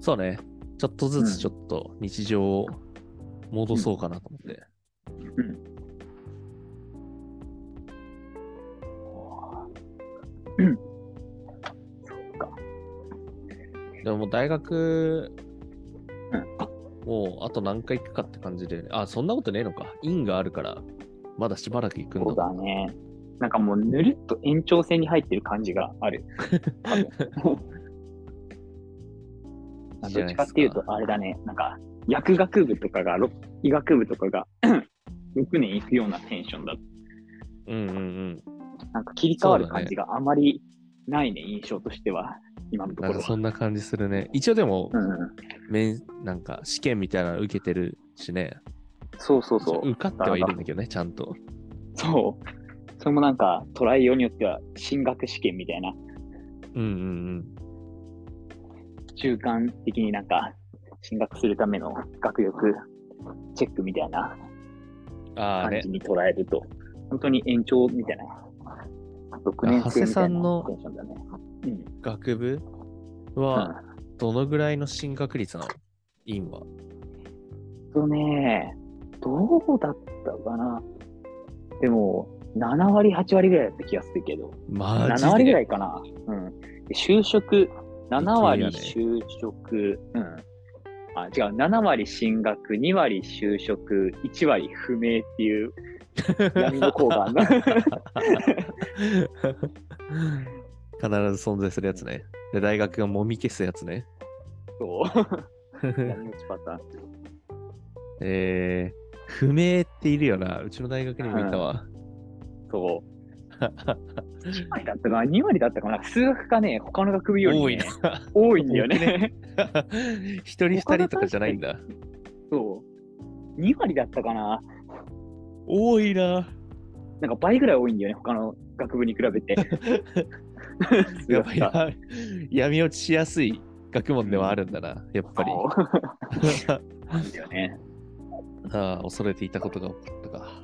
Speaker 1: そうね。ちょっとずつちょっと日常を戻そうかなと思って。
Speaker 2: うん。
Speaker 1: でももう大学、
Speaker 2: うん
Speaker 1: もうあと何回行くかって感じで、あ、そんなことねえのか。院があるから、まだしばらく行くん
Speaker 2: そう
Speaker 1: だ。
Speaker 2: だね。なんかもうぬるっと延長線に入ってる感じが ある。多分
Speaker 1: いいじ
Speaker 2: ど
Speaker 1: ゃない
Speaker 2: っち
Speaker 1: で
Speaker 2: か
Speaker 1: すか
Speaker 2: っていうと、あれだね、なんか薬学部とかが、ろ医学部とかが 6年行くようなテンションだ。
Speaker 1: うんうんうん。
Speaker 2: なんか切り替わる
Speaker 1: そうだね
Speaker 2: 感じがあまりないね、印象としては、今のとこ
Speaker 1: なん
Speaker 2: ろ
Speaker 1: か
Speaker 2: は。
Speaker 1: そんな感じするね。一応でも、
Speaker 2: うんうん、
Speaker 1: 面なんか試験みたいなの受けてるしね。
Speaker 2: そうそうそう。
Speaker 1: 受かってはいるんだけどね、ちゃんと。
Speaker 2: そう。それもなんか、トライようによっては、進学試験みたいな、
Speaker 1: うんうん
Speaker 2: 中間的になんか、進学するための学力チェックみたいな
Speaker 1: うん。ああ
Speaker 2: 感
Speaker 1: ね
Speaker 2: じ、に捉えると、本当に延長みたいな。6年生みたいなテンションだね。うん
Speaker 1: 学部
Speaker 2: うん
Speaker 1: は、どのぐらいの進学率なの院は。
Speaker 2: えっとね、どうだったかな。でも、7割、8割ぐらいだった気がするけど、
Speaker 1: マジで。
Speaker 2: 7割ぐらいかな。うん。で就職、7割
Speaker 1: いき
Speaker 2: 就職、うん。あ、違う、7割進学、2割就職、1割不明っていう闇の効果あんな
Speaker 1: 必ず存在するやつね。で、大学がもみ消すやつ ね。
Speaker 2: そう。闇落ちパターン。
Speaker 1: えー、不明っているよな。うちの大学にもいたわ。
Speaker 2: そう。1割だったかな ?2 割だったかな数学がね、他の学部より、ね、
Speaker 1: 多いな。
Speaker 2: 多いんだよ
Speaker 1: 多
Speaker 2: ね。
Speaker 1: 一人二人とかじゃないんだ。
Speaker 2: そう。2割だったかな
Speaker 1: 多いな。
Speaker 2: なんか倍ぐらい多いんだよね、他の学部に比べて。
Speaker 1: やっぱや闇落ちしやすい学問ではあるんだな、やっぱり。
Speaker 2: そうなんだよね。
Speaker 1: ああ、恐れていたことが起こったか。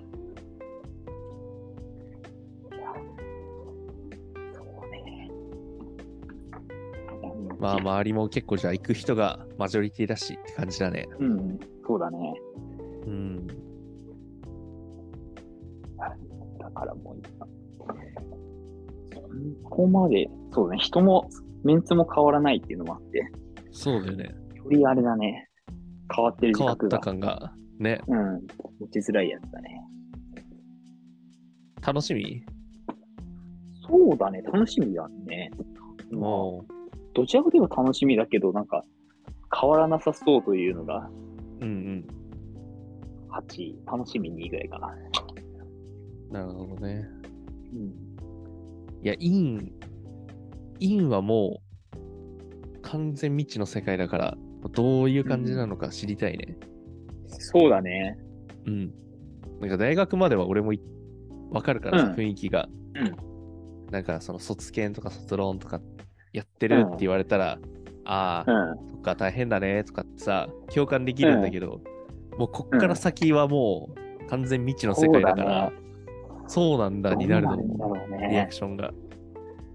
Speaker 2: そうね。
Speaker 1: まあ、周りも結構じゃあ行く人がマジョリティだしって感じだね。
Speaker 2: うん、そうだね。
Speaker 1: うん。
Speaker 2: だからもう今、そこまで、そうね、人も、メンツも変わらないっていうのもあって、よ
Speaker 1: そうだよね。
Speaker 2: りあれだね、変わってる自
Speaker 1: 変わっ
Speaker 2: 覚
Speaker 1: た
Speaker 2: が。
Speaker 1: 感が。ね。
Speaker 2: うん、持ちづらいやつだね。
Speaker 1: 楽しみ
Speaker 2: そうだね、楽しみだね。
Speaker 1: もう。
Speaker 2: どちらかといえば楽しみだけど、なんか、変わらなさそうというのが
Speaker 1: うん
Speaker 2: 8位、楽しみ2位ぐらいかな。
Speaker 1: うん。なるほどね。
Speaker 2: うん。
Speaker 1: いや、イン、インはもう完全未知の世界だから、どういう感じなのか知りたいね。
Speaker 2: そうだね。
Speaker 1: うん。なんか大学までは俺もいわかるからさ、
Speaker 2: うん
Speaker 1: 雰囲気が。
Speaker 2: うん
Speaker 1: なんかその卒検とか卒論とかやってるって言われたら、あ
Speaker 2: う
Speaker 1: あ、
Speaker 2: ん。
Speaker 1: そっか大変だねとかってさ、共感できるんだけど、もうこっから先はもう完全未知の世界だから、そうなんだになるの
Speaker 2: どうなんだろう
Speaker 1: リア
Speaker 2: ね
Speaker 1: ク。ションが。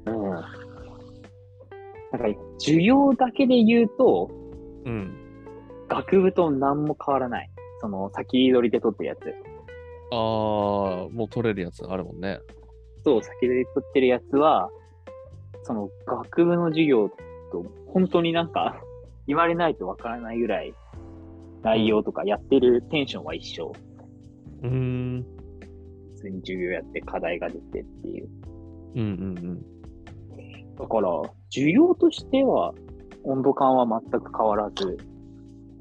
Speaker 2: うん。なんか、授業だけで言うと、
Speaker 1: うん。
Speaker 2: 学部と何も変わらない。その、先取りで取ってるやつ。
Speaker 1: ああ、もう取れるやつあるもんね。
Speaker 2: そう、先取りで取ってるやつは、その、学部の授業と、本当になんか、言われないとわからないぐらい、内容とかやってるテンションは一緒。
Speaker 1: うーん。
Speaker 2: 普通に授業やって課題が出てっていう。
Speaker 1: うんうん
Speaker 2: だから、需要としては、温度感は全く変わらず、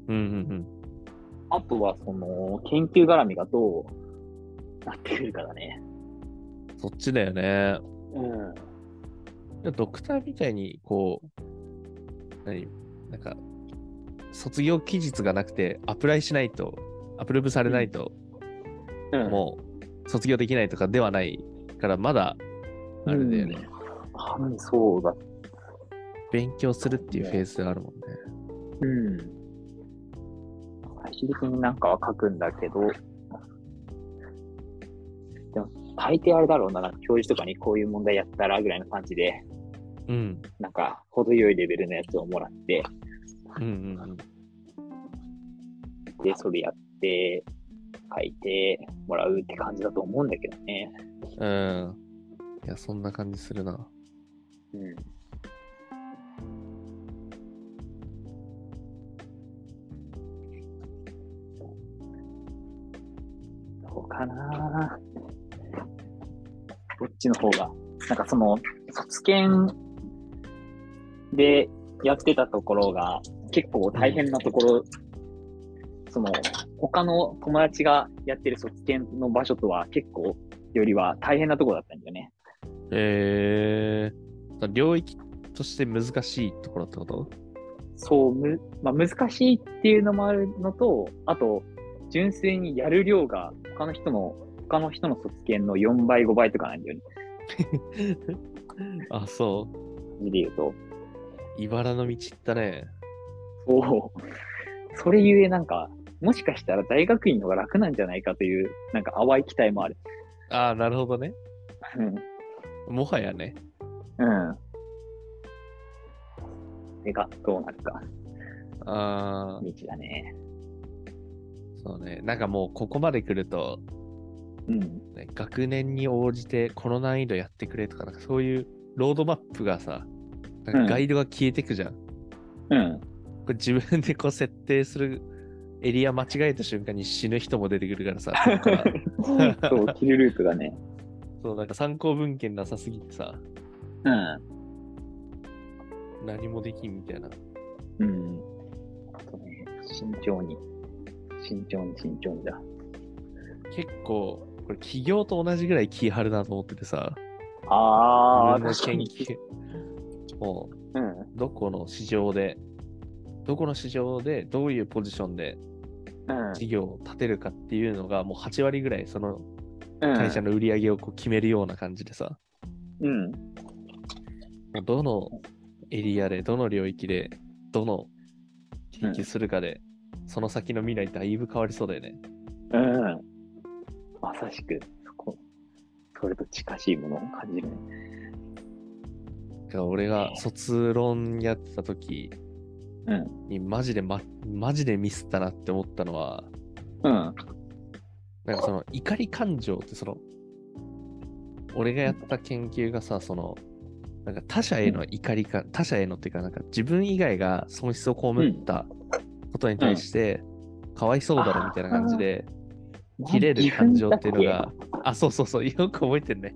Speaker 1: うん。うんうん
Speaker 2: あとは、その、研究絡みがどうなってくるかだね。
Speaker 1: うん。そっちだよね。
Speaker 2: うん。
Speaker 1: いやドクターみたいに、こう、何なんか、卒業期日がなくて、アプライしないと、アプローブされないと、
Speaker 2: うん、
Speaker 1: もう、卒業できないとかではないから、まだ、あれだよね、
Speaker 2: あそうだ。
Speaker 1: 勉強するっていうフェーズがあるもんね。
Speaker 2: うん。最終的になんかは書くんだけど、でも、大抵あれだろうな、なんか教授とかにこういう問題やったらぐらいの感じで、
Speaker 1: うん。
Speaker 2: なんか、程よいレベルのやつをもらって、
Speaker 1: うんうんうん。
Speaker 2: で、それやって、書いてもらうって感じだと思うんだけどね。
Speaker 1: うん。いや、そんな感じするな。
Speaker 2: うん。どうかなどっちの方が、なんかその、卒検でやってたところが、結構大変なところ、その、他の友達がやってる卒検の場所とは結構、よりは大変なところだったんだよね。
Speaker 1: えー、領域として難しいところってこと
Speaker 2: そう、むまあ、難しいっていうのもあるのと、あと、純粋にやる量が他の人の、他の人の卒検の4倍、5倍とかなんだよね。
Speaker 1: あ、そう。
Speaker 2: マジで言うと。
Speaker 1: 茨の道行ったね。
Speaker 2: そう。それゆえなんか、もしかしたら大学院の方が楽なんじゃないかという、なんか淡い期待もある。
Speaker 1: ああ、なるほどね。
Speaker 2: うん。
Speaker 1: もはやね。
Speaker 2: うん。てか、どうなるか。
Speaker 1: ああ、
Speaker 2: 道だね。
Speaker 1: そうね。なんかもうここまで来ると、
Speaker 2: うん。
Speaker 1: ね学年に応じてこの難易度やってくれとか、なんかそういうロードマップがさ、なんかガイドが消えてくじゃん。
Speaker 2: うん。
Speaker 1: これ自分でこう設定するエリア間違えた瞬間に死ぬ人も出てくるからさ、ここから
Speaker 2: そう、キルループがね。
Speaker 1: そうなんか参考文献なさすぎてさ、
Speaker 2: うん。
Speaker 1: 何もできんみたいな。
Speaker 2: うん。あとね、慎重に、慎重に慎重にだ。
Speaker 1: 結構、これ起業と同じぐらい気張るなと思っててさ、
Speaker 2: あ
Speaker 1: 自分の研究もう
Speaker 2: うん。
Speaker 1: どこの市場で、どこの市場でどういうポジションで
Speaker 2: うん。
Speaker 1: 事業を立てるかっていうのがもう8割ぐらいその会社
Speaker 2: の。
Speaker 1: の売り上げをこう決めるような感じでさ、
Speaker 2: うん。
Speaker 1: どのエリアで、どの領域で、どの研究するかで、その先の未来だいぶ変わりそうだよね。
Speaker 2: うん。まさしく、そこ、それと近しいものを感じるね。
Speaker 1: だから俺が卒論やってた時
Speaker 2: うん。
Speaker 1: にマジで、ま、マジでミスったなって思ったのは、
Speaker 2: うん。
Speaker 1: なんかその怒り感情ってその、俺がやった研究がさ、その、なんか他者への怒りか、他者へのっていうか、なんか自分以外が損失を被ったことに対して、かわいそうだろみたいな感じで、切れる感情っていうのが、あ、そうそうそう、よく覚えてるね。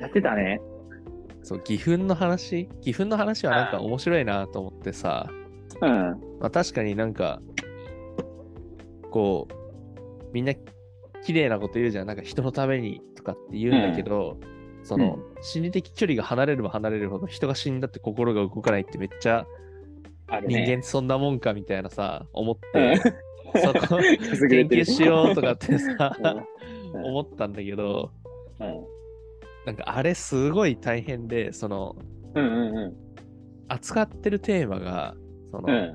Speaker 2: やってたね。
Speaker 1: そう、義憤の話義憤の話はなんか面白いなと思ってさ、
Speaker 2: うん。
Speaker 1: まあ、確かになんか、こう、みんな綺麗なこと言うじゃん、なんか人のためにとかって言うんだけど、その、心理的距離が離れれば離れるほど人が死んだって心が動かないってめっちゃ
Speaker 2: ある
Speaker 1: 人間っ
Speaker 2: ね。
Speaker 1: てそんなもんかみたいなさ、思って、そこ研
Speaker 2: く すぐれてる
Speaker 1: 究しようとかってさ、
Speaker 2: うん
Speaker 1: 思ったんだけど、
Speaker 2: うん。
Speaker 1: なんかあれすごい大変で、その、
Speaker 2: うんうんうん。
Speaker 1: 扱ってるテーマが、その、
Speaker 2: うん。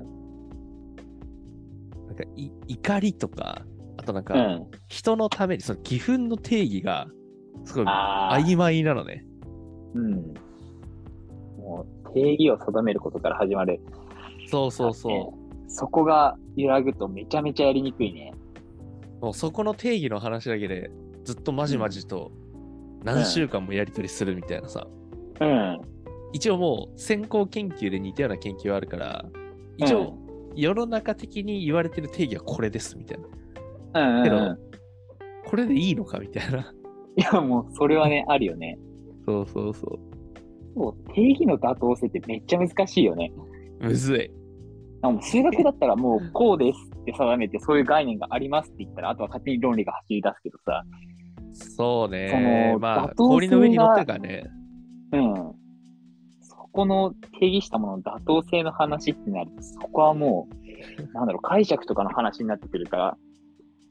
Speaker 1: なんかい怒りとか、あとなんか、
Speaker 2: うん。
Speaker 1: 人のために、その義憤の定義が、すごい
Speaker 2: ああ。
Speaker 1: 曖昧なのね。
Speaker 2: うん。もう、定義を定めることから始まる。。
Speaker 1: そうそうそう
Speaker 2: そこが揺らぐとめちゃめちゃやりにくいね。
Speaker 1: う。もうそこの定義の話だけで、ずっとまじまじと何週間もやり取りするみたいなさ。
Speaker 2: うん。
Speaker 1: 一応もう先行研究で似たような研究はあるから、一応世の中的に言われてる定義はこれですみたいな。
Speaker 2: うん、うん
Speaker 1: け
Speaker 2: う
Speaker 1: ど
Speaker 2: ん。
Speaker 1: これでいいのかみたいな。
Speaker 2: いや、もう、それはね、あるよね。
Speaker 1: そうそうそう。
Speaker 2: そう、定義の妥当性ってめっちゃ難しいよね。
Speaker 1: むずい。
Speaker 2: あもう数学だったらもう、こうですって定めて、そういう概念がありますって言ったら、あとは勝手に論理が走り出すけどさ。
Speaker 1: そう
Speaker 2: そ
Speaker 1: ね。
Speaker 2: の
Speaker 1: まあ
Speaker 2: 妥、当性が
Speaker 1: 氷の上に乗ってるからね。
Speaker 2: うん。そこの定義したものの妥当性の話ってなると、そこはもう、なんだろう、解釈とかの話になってくるから、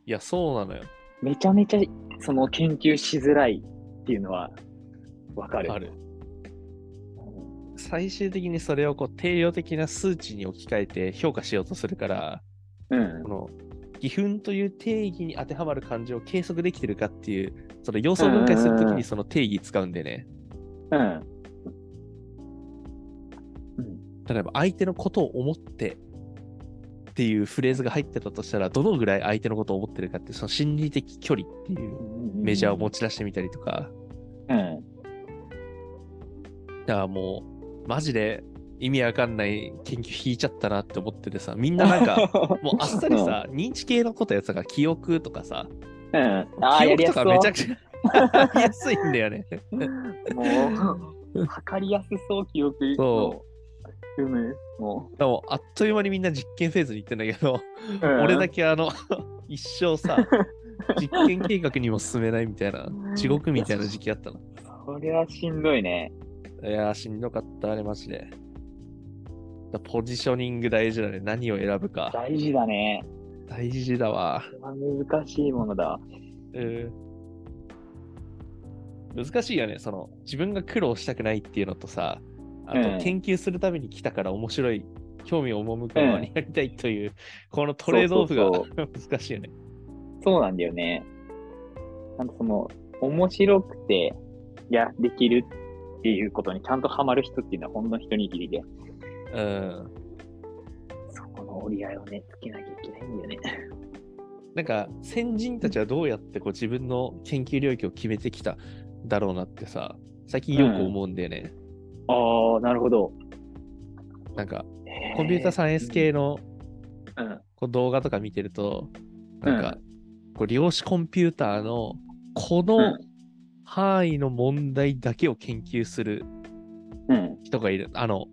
Speaker 1: いや、そうなのよ。
Speaker 2: めちゃめちゃ、その研究しづらいっていうのは、わかる。
Speaker 1: ある。最終的にそれをこう定量的な数値に置き換えて評価しようとするから、
Speaker 2: うん
Speaker 1: こ。の義憤という定義に当てはまる感情を計測できてるかっていう、その要素分解するときにその定義使うんでね、
Speaker 2: うん。
Speaker 1: 例えば相手のことを思ってっていうフレーズが入ってたとしたら、どのぐらい相手のことを思ってるかって、その心理的距離っていうメジャーを持ち出してみたりとか、
Speaker 2: うん。
Speaker 1: だからもう、マジで意味わかんない研究引いちゃったなって思っててさ、みんななんか、もうあっさりさ、認知系のことやつだから、記憶とかさ、
Speaker 2: うん。ああ、
Speaker 1: 記
Speaker 2: や
Speaker 1: 憶
Speaker 2: り
Speaker 1: と
Speaker 2: やす
Speaker 1: か
Speaker 2: そう。
Speaker 1: めちゃくちゃやりやすいんだ よね。
Speaker 2: もう、測りやすそう、記憶
Speaker 1: そ
Speaker 2: の有無。も
Speaker 1: でもあっという間にみんな実験フェーズに行ってんだけど、
Speaker 2: う、うん
Speaker 1: 俺だけあの 一生 さ実験計画にも進めないみたいな地獄みたいな時期あったの
Speaker 2: それはしんどいね。
Speaker 1: いやーしんどかったあれマジでだポジショニング大事だね何を選ぶか
Speaker 2: 大事だね。
Speaker 1: 大事だわ
Speaker 2: これは難しいものだ。
Speaker 1: うん難しいよねその自分が苦労したくないっていうのとさあと、
Speaker 2: うん
Speaker 1: 研究するために来たから面白い興味を赴くままにやりたいという、このトレードオフが
Speaker 2: そう
Speaker 1: 難しいよね
Speaker 2: そうなんだよね。なんかその、面白くて、いや、できるっていうことにちゃんとハマる人っていうのはほんの一握りで、
Speaker 1: うん
Speaker 2: そこの折り合いをね、つけなきゃいけないんだよね。
Speaker 1: なんか先人たちはどうやってこう自分の研究領域を決めてきただろうなってさ最近よく思うんだよね、
Speaker 2: ああ、なるほど。
Speaker 1: なんかコンピューターサイエンス系の
Speaker 2: うん。
Speaker 1: こう動画とか見てると
Speaker 2: うん
Speaker 1: なんかこう量子コンピューターのこ
Speaker 2: う
Speaker 1: の
Speaker 2: ん
Speaker 1: 範囲の問題だけを研究する
Speaker 2: うん。
Speaker 1: 人がいるあの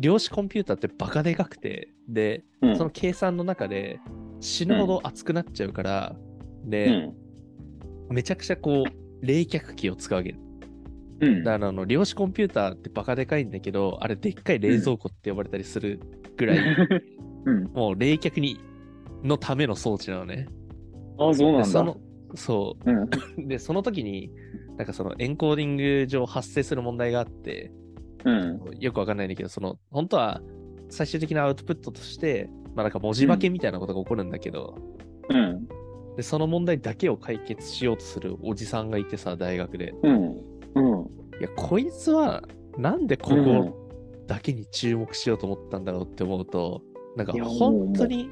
Speaker 1: 量子コンピューターってバカでかくてで
Speaker 2: うん。
Speaker 1: その計算の中で死ぬほど熱くなっちゃうから
Speaker 2: う
Speaker 1: で
Speaker 2: ん。
Speaker 1: めちゃくちゃこう冷却器を使うわけ
Speaker 2: うん。
Speaker 1: だからあの量子コンピューターってバカでかいんだけどあれでっかい冷蔵庫って呼ばれたりするぐらい、
Speaker 2: うん。
Speaker 1: もう冷却にのための装置なのね。
Speaker 2: ああ、そう
Speaker 1: で
Speaker 2: なん
Speaker 1: そ
Speaker 2: だ
Speaker 1: の。そ
Speaker 2: うん。
Speaker 1: うでその時になんかそのエンコーディング上発生する問題があって
Speaker 2: うん。
Speaker 1: よくわかんないんだけどその本当は最終的なアウトプットとして、まあ、なんか文字化けみたいなことが起こるんだけど、
Speaker 2: うん。
Speaker 1: でその問題だけを解決しようとするおじさんがいてさ大学で
Speaker 2: うん。うん。
Speaker 1: いやこいつはなんでここをだけに注目しようと思ったんだろうって思うとなんか
Speaker 2: いや
Speaker 1: 本当に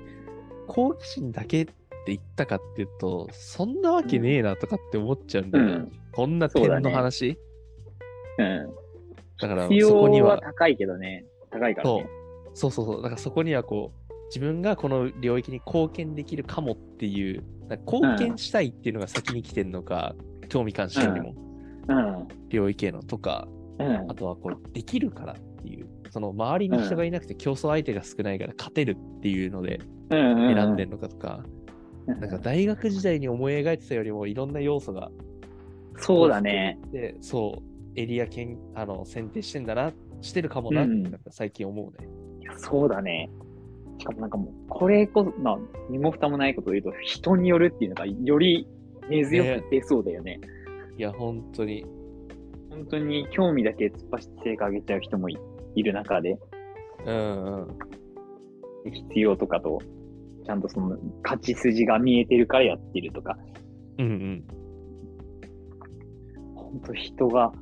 Speaker 1: 好奇心だけって言ったかっていうとそんなわけねえなとかって思っちゃうんだ
Speaker 2: う
Speaker 1: よ、
Speaker 2: ん。
Speaker 1: こんな
Speaker 2: そうだ
Speaker 1: 点
Speaker 2: ね
Speaker 1: の話
Speaker 2: うん。
Speaker 1: だ,、から
Speaker 2: 必
Speaker 1: そこに
Speaker 2: 要
Speaker 1: は
Speaker 2: は高いけどね。高いから
Speaker 1: そ
Speaker 2: ね。
Speaker 1: うそうそうそうだからそこにはこう自分がこの領域に貢献できるかもっていうなんか貢献したいっていうのが先に来てるのか、興味関心よりも
Speaker 2: うん。
Speaker 1: 領域へのとか、
Speaker 2: うん
Speaker 1: あ。とはこうできるからっていうその周りに人がいなくて競争相手が少ないから勝てるっていうので
Speaker 2: うん。
Speaker 1: 選んでるのかとか、
Speaker 2: うん。
Speaker 1: なんか大学時代に思い描いてたよりもいろんな要素が
Speaker 2: そうだね。
Speaker 1: でそうエリアけんあの選定してんだなしてるかもな,、
Speaker 2: うん
Speaker 1: なんか最近思うね
Speaker 2: いやそうだね。しかもなんかもう、これこそ、まあ、身も蓋もないことを言うと、人によるっていうのが、より根強く出そうだよね。
Speaker 1: いや本当に
Speaker 2: 本当に興味だけ突っ走って成果上げちゃう人もいいる中で、
Speaker 1: うんうん
Speaker 2: 必要とかと、ちゃんとその、勝ち筋が見えてるからやってるとか、
Speaker 1: うん
Speaker 2: 本当人が、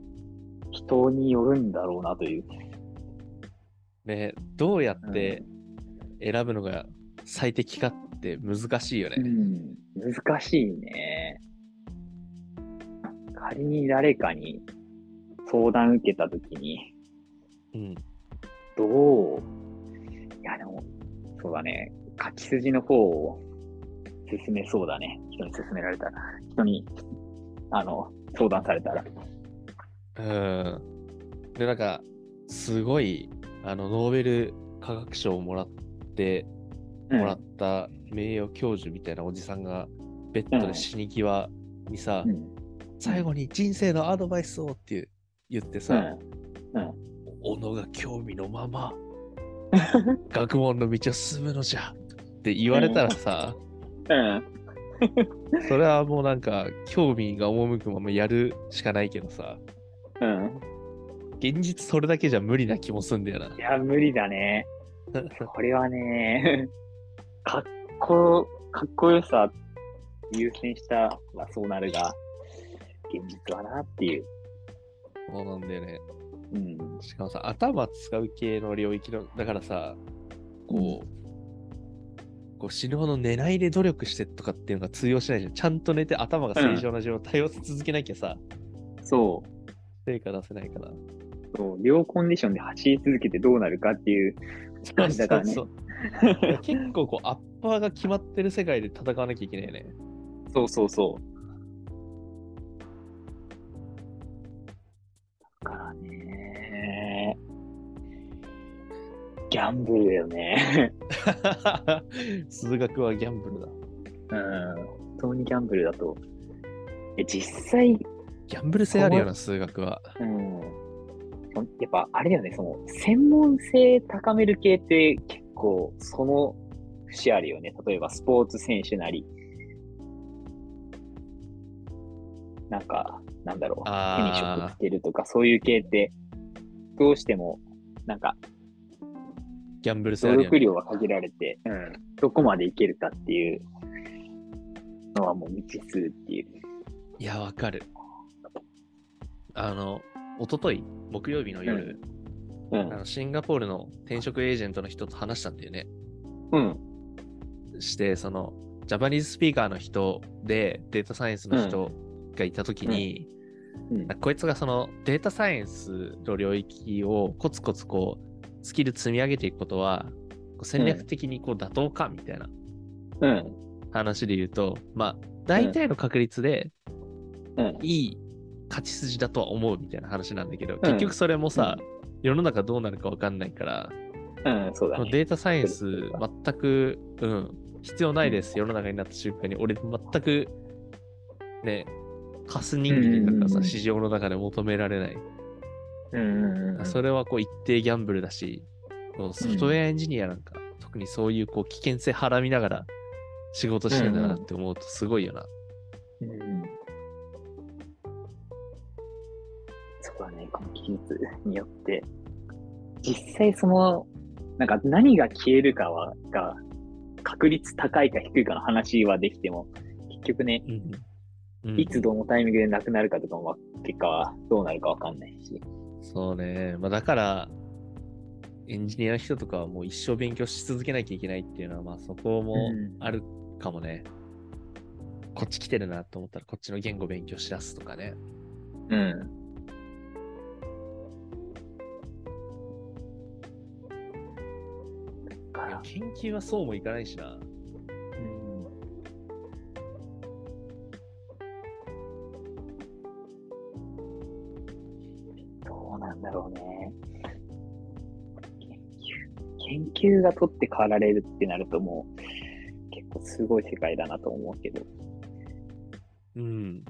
Speaker 2: 人によるんだろうなという。
Speaker 1: うんねどうやって選ぶのが最適かって難しいよね、
Speaker 2: うん、難しいね。仮に誰かに相談受けたときに、
Speaker 1: うん、
Speaker 2: どう、いやでも、そうだね、書き筋の方を進めそうだね。人に勧められたら、人に、あの、相談されたら。
Speaker 1: うん。で、なんか、すごい、あの、ノーベル化学賞をもらって、
Speaker 2: うん
Speaker 1: もらった名誉教授みたいなおじさんが、ベッドで死に際にさ、
Speaker 2: うん。
Speaker 1: 最後に人生のアドバイスをっていう言って
Speaker 2: う
Speaker 1: さ、
Speaker 2: ん。
Speaker 1: 己が興味のま ま、学問の道を進むのじゃって言われたらさ、
Speaker 2: うん。
Speaker 1: それはもうなんか、興味が赴くままやるしかないけどさ、
Speaker 2: うん。
Speaker 1: 現実それだけじゃ無理な気もすんだよな。
Speaker 2: いや、無理だ ね。これはね、 かっこ、かっこよさ優先したらそうなるが、現実はなっていう。
Speaker 1: そうなんだよね。
Speaker 2: うん。
Speaker 1: しかもさ、頭使う系の領域の、だからさ、こう、こう死ぬほど寝ないで努力してとかっていうのが通用しないじゃん。ちゃんと寝て頭が正常な状態を続けなきゃさ、
Speaker 2: そ
Speaker 1: 成果出せないから。
Speaker 2: うそう、両コンディションで走り続けてどうなるかっていう感じだからね。
Speaker 1: そうそう結構こうアッパーが決まってる世界で戦わなきゃいけないよね。
Speaker 2: そうそうそう。だからね。ギャンブルだよね。
Speaker 1: 数学はギャンブルだ。
Speaker 2: うん。本当にギャンブルだと。え実際、
Speaker 1: ギャンブル性あるような数学は。
Speaker 2: うん。そやっぱあれだよね、その、専門性高める系って結構、その節あるよね。例えばスポーツ選手なり。なんか、なんだろう。手に職
Speaker 1: あ
Speaker 2: つけるとか、そういう系って、どうしても、なんか、
Speaker 1: ーギャンブル性ある
Speaker 2: 努
Speaker 1: よ
Speaker 2: 力
Speaker 1: ね。
Speaker 2: 量が限られて、うん、どこまでいけるかっていうのはもう未知数っていう。
Speaker 1: いや、わかる。あの、一昨日木曜日の夜、
Speaker 2: う
Speaker 1: あ
Speaker 2: ん。
Speaker 1: のシンガポールの転職エージェントの人と話したんだよね。
Speaker 2: うん。
Speaker 1: して、その、ジャパニーズスピーカーの人で、データサイエンスの人がいたときに、
Speaker 2: うん。
Speaker 1: こいつがそのデータサイエンスの領域をコツコツこうスキル積み上げていくことはこう戦略的にこう妥当かみたいな
Speaker 2: うん。
Speaker 1: 話で言うと、まあ大体の確率で
Speaker 2: うん。
Speaker 1: いい勝ち筋だとは思うみたいな話なんだけど、
Speaker 2: ん
Speaker 1: 結局それもさ、世の中どうなるか分かんないから、
Speaker 2: うん。そうだ
Speaker 1: この
Speaker 2: ね。
Speaker 1: データサイエンス全く、うん、必要ないです、世の中になった瞬間に俺全くねカス人間だから
Speaker 2: うんうんう
Speaker 1: さ
Speaker 2: ん
Speaker 1: 市場の中で求められない
Speaker 2: うんうんうん。
Speaker 1: それはこう一定ギャンブルだし、こうソフトウェアエンジニアなんか、特にそういうこう危険性はらみながら仕事してんだなって思うとすごいよな。
Speaker 2: うんそうだね、この技術によって、実際その、なんか何が消えるかは、が、確率高いか低いかの話はできても、結局ね、
Speaker 1: うんうん
Speaker 2: いつどのタイミングでなくなるかとかも、結果はどうなるかわかんないし。
Speaker 1: そうね。まあ、だから、エンジニアの人とかはもう一生勉強し続けなきゃいけないっていうのは、まあそこも
Speaker 2: うん
Speaker 1: あるかもね。こっち来てるなと思ったらこっちの言語勉強しだすとかね。
Speaker 2: うん。だから
Speaker 1: 研究はそうもいかないしな。
Speaker 2: どうなんだろうね。研究研究が取って代わられるってなるともう結構すごい世界だなと思うけど。
Speaker 1: うん。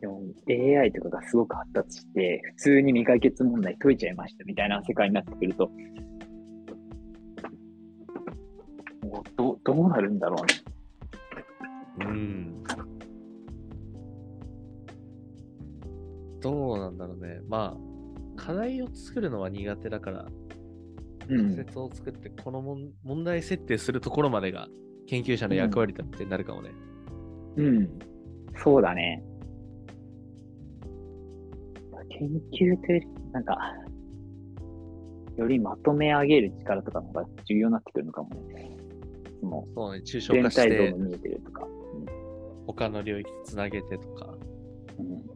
Speaker 2: でも AI とかがすごく発達して普通に未解決問題解いちゃいましたみたいな世界になってくるともうどどうなるんだろうね。
Speaker 1: うん。どうなんだろうね。まあ、課題を作るのは苦手だから、仮説を作って、このもん問題設定するところまでが研究者の役割だってなるかもね。
Speaker 2: うん。そうだね。研究というより、なんか、よりまとめ上げる力とかの方が重要になってくるのかもね。その
Speaker 1: そうね、抽象
Speaker 2: 全
Speaker 1: 化し
Speaker 2: 体像
Speaker 1: て
Speaker 2: が、見えてるとか。
Speaker 1: 他の領域つなげてとか。
Speaker 2: うん。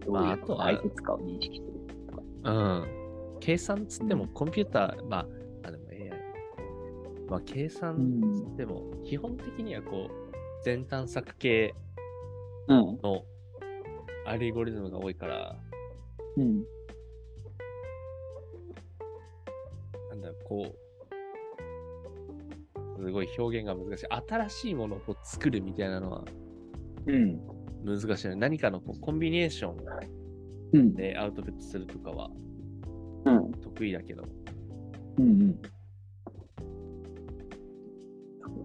Speaker 2: ど
Speaker 1: ま
Speaker 2: う
Speaker 1: ああ
Speaker 2: いう
Speaker 1: と
Speaker 2: こと
Speaker 1: は
Speaker 2: が大切かを認識する。
Speaker 1: うん。計算つっても
Speaker 2: う
Speaker 1: コンピューター、まあ、あ、でも AI。まあ、計算つっても、基本的にはこう、全探索系
Speaker 2: うん。
Speaker 1: のアルゴリズムが多いから、
Speaker 2: うん。
Speaker 1: なんだろう、こう、すごい表現が難しい。新しいものをこう作るみたいなのは
Speaker 2: うん。
Speaker 1: 難しいね。何かのこうコンビネーション
Speaker 2: うん。
Speaker 1: でアウトプットするとかは
Speaker 2: うん。
Speaker 1: 得意だけど、
Speaker 2: うん。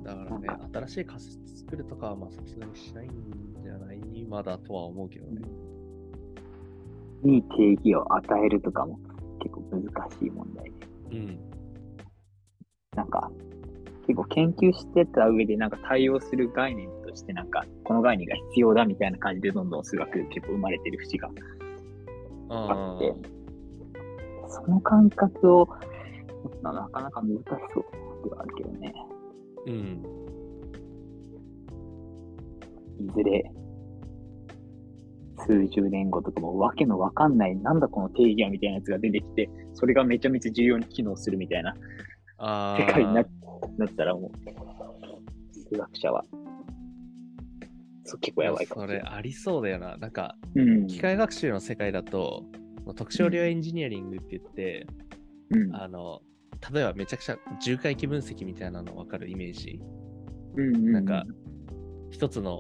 Speaker 1: だからね、新しい仮説作るとかはまあさすがにしないんじゃないまだとは思うけどね。
Speaker 2: いい定義を与えるとかも結構難しい問題で。
Speaker 1: うん。
Speaker 2: なんか、結構研究してた上で、なんか対応する概念として、なんか、この概念が必要だみたいな感じで、どんどん数学結構生まれてる節が
Speaker 1: あ
Speaker 2: あって、その感覚をななかなか難しそうではあるけどね。
Speaker 1: うん。
Speaker 2: いずれ、数十年後とかもわけのわかんない、なんだこの定義はみたいなやつが出てきて、それがめちゃめちゃ重要に機能するみたいな
Speaker 1: あ
Speaker 2: 世界にな
Speaker 1: あ
Speaker 2: っ、なったらもう、数学者は、そう結構やばいかも
Speaker 1: そ
Speaker 2: しれ
Speaker 1: れ
Speaker 2: ない。
Speaker 1: ありそうだよな。なんか、
Speaker 2: うん。
Speaker 1: 機械学習の世界だと、もう特徴量エンジニアリングって言って、
Speaker 2: うん。
Speaker 1: あの、例えばめちゃくちゃ重回帰分析みたいなの分かるイメージ。
Speaker 2: うん
Speaker 1: なんか、一つの、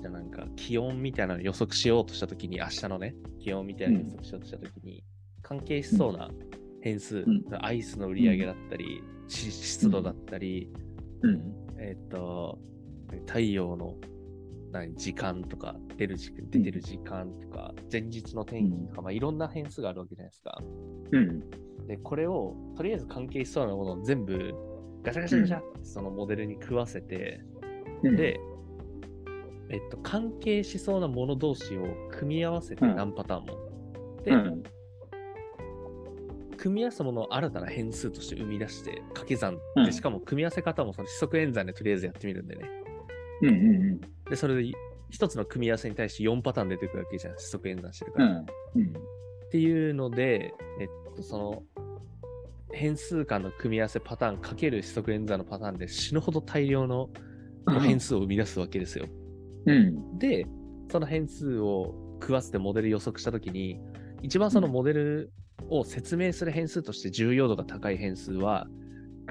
Speaker 1: じゃあなんか気温みたいなの予測しようとしたときに、明日のね、気温みたいなの予測しようとしたときに、関係しそうな変数、
Speaker 2: ん
Speaker 1: アイスの売り上げだったり、し湿度だったり、
Speaker 2: うん。
Speaker 1: えっ、と、太陽の何時間とか、出る時出てる時間とか、前日の天気とか、まあ、いろんな変数があるわけじゃないですか。
Speaker 2: うん。
Speaker 1: で、これをとりあえず関係しそうなものを全部ガチャガチャガチャってそのモデルに食わせて、
Speaker 2: うん、
Speaker 1: で、えっと、関係しそうなもの同士を組み合わせて
Speaker 2: うん
Speaker 1: 何パターンも。で、
Speaker 2: うん。
Speaker 1: 組み合わせたものを新たな変数として生み出して掛け算
Speaker 2: う
Speaker 1: で
Speaker 2: ん
Speaker 1: しかも組み合わせ方もその四則演算でとりあえずやってみるんでね。
Speaker 2: うん。うん。
Speaker 1: で、それで一つの組み合わせに対して4パターン出てくるわけじゃん、四則演算してるか
Speaker 2: う
Speaker 1: ら。
Speaker 2: ん。うん。
Speaker 1: っていうので、えっと、その変数間の組み合わせパターンかける四則演算のパターンで死ぬほど大量の変数を生み出すわけですよ。
Speaker 2: うん。
Speaker 1: で、その変数を食わせてモデル予測したときに、一番そのモデルを説明する変数として重要度が高い変数は、
Speaker 2: うん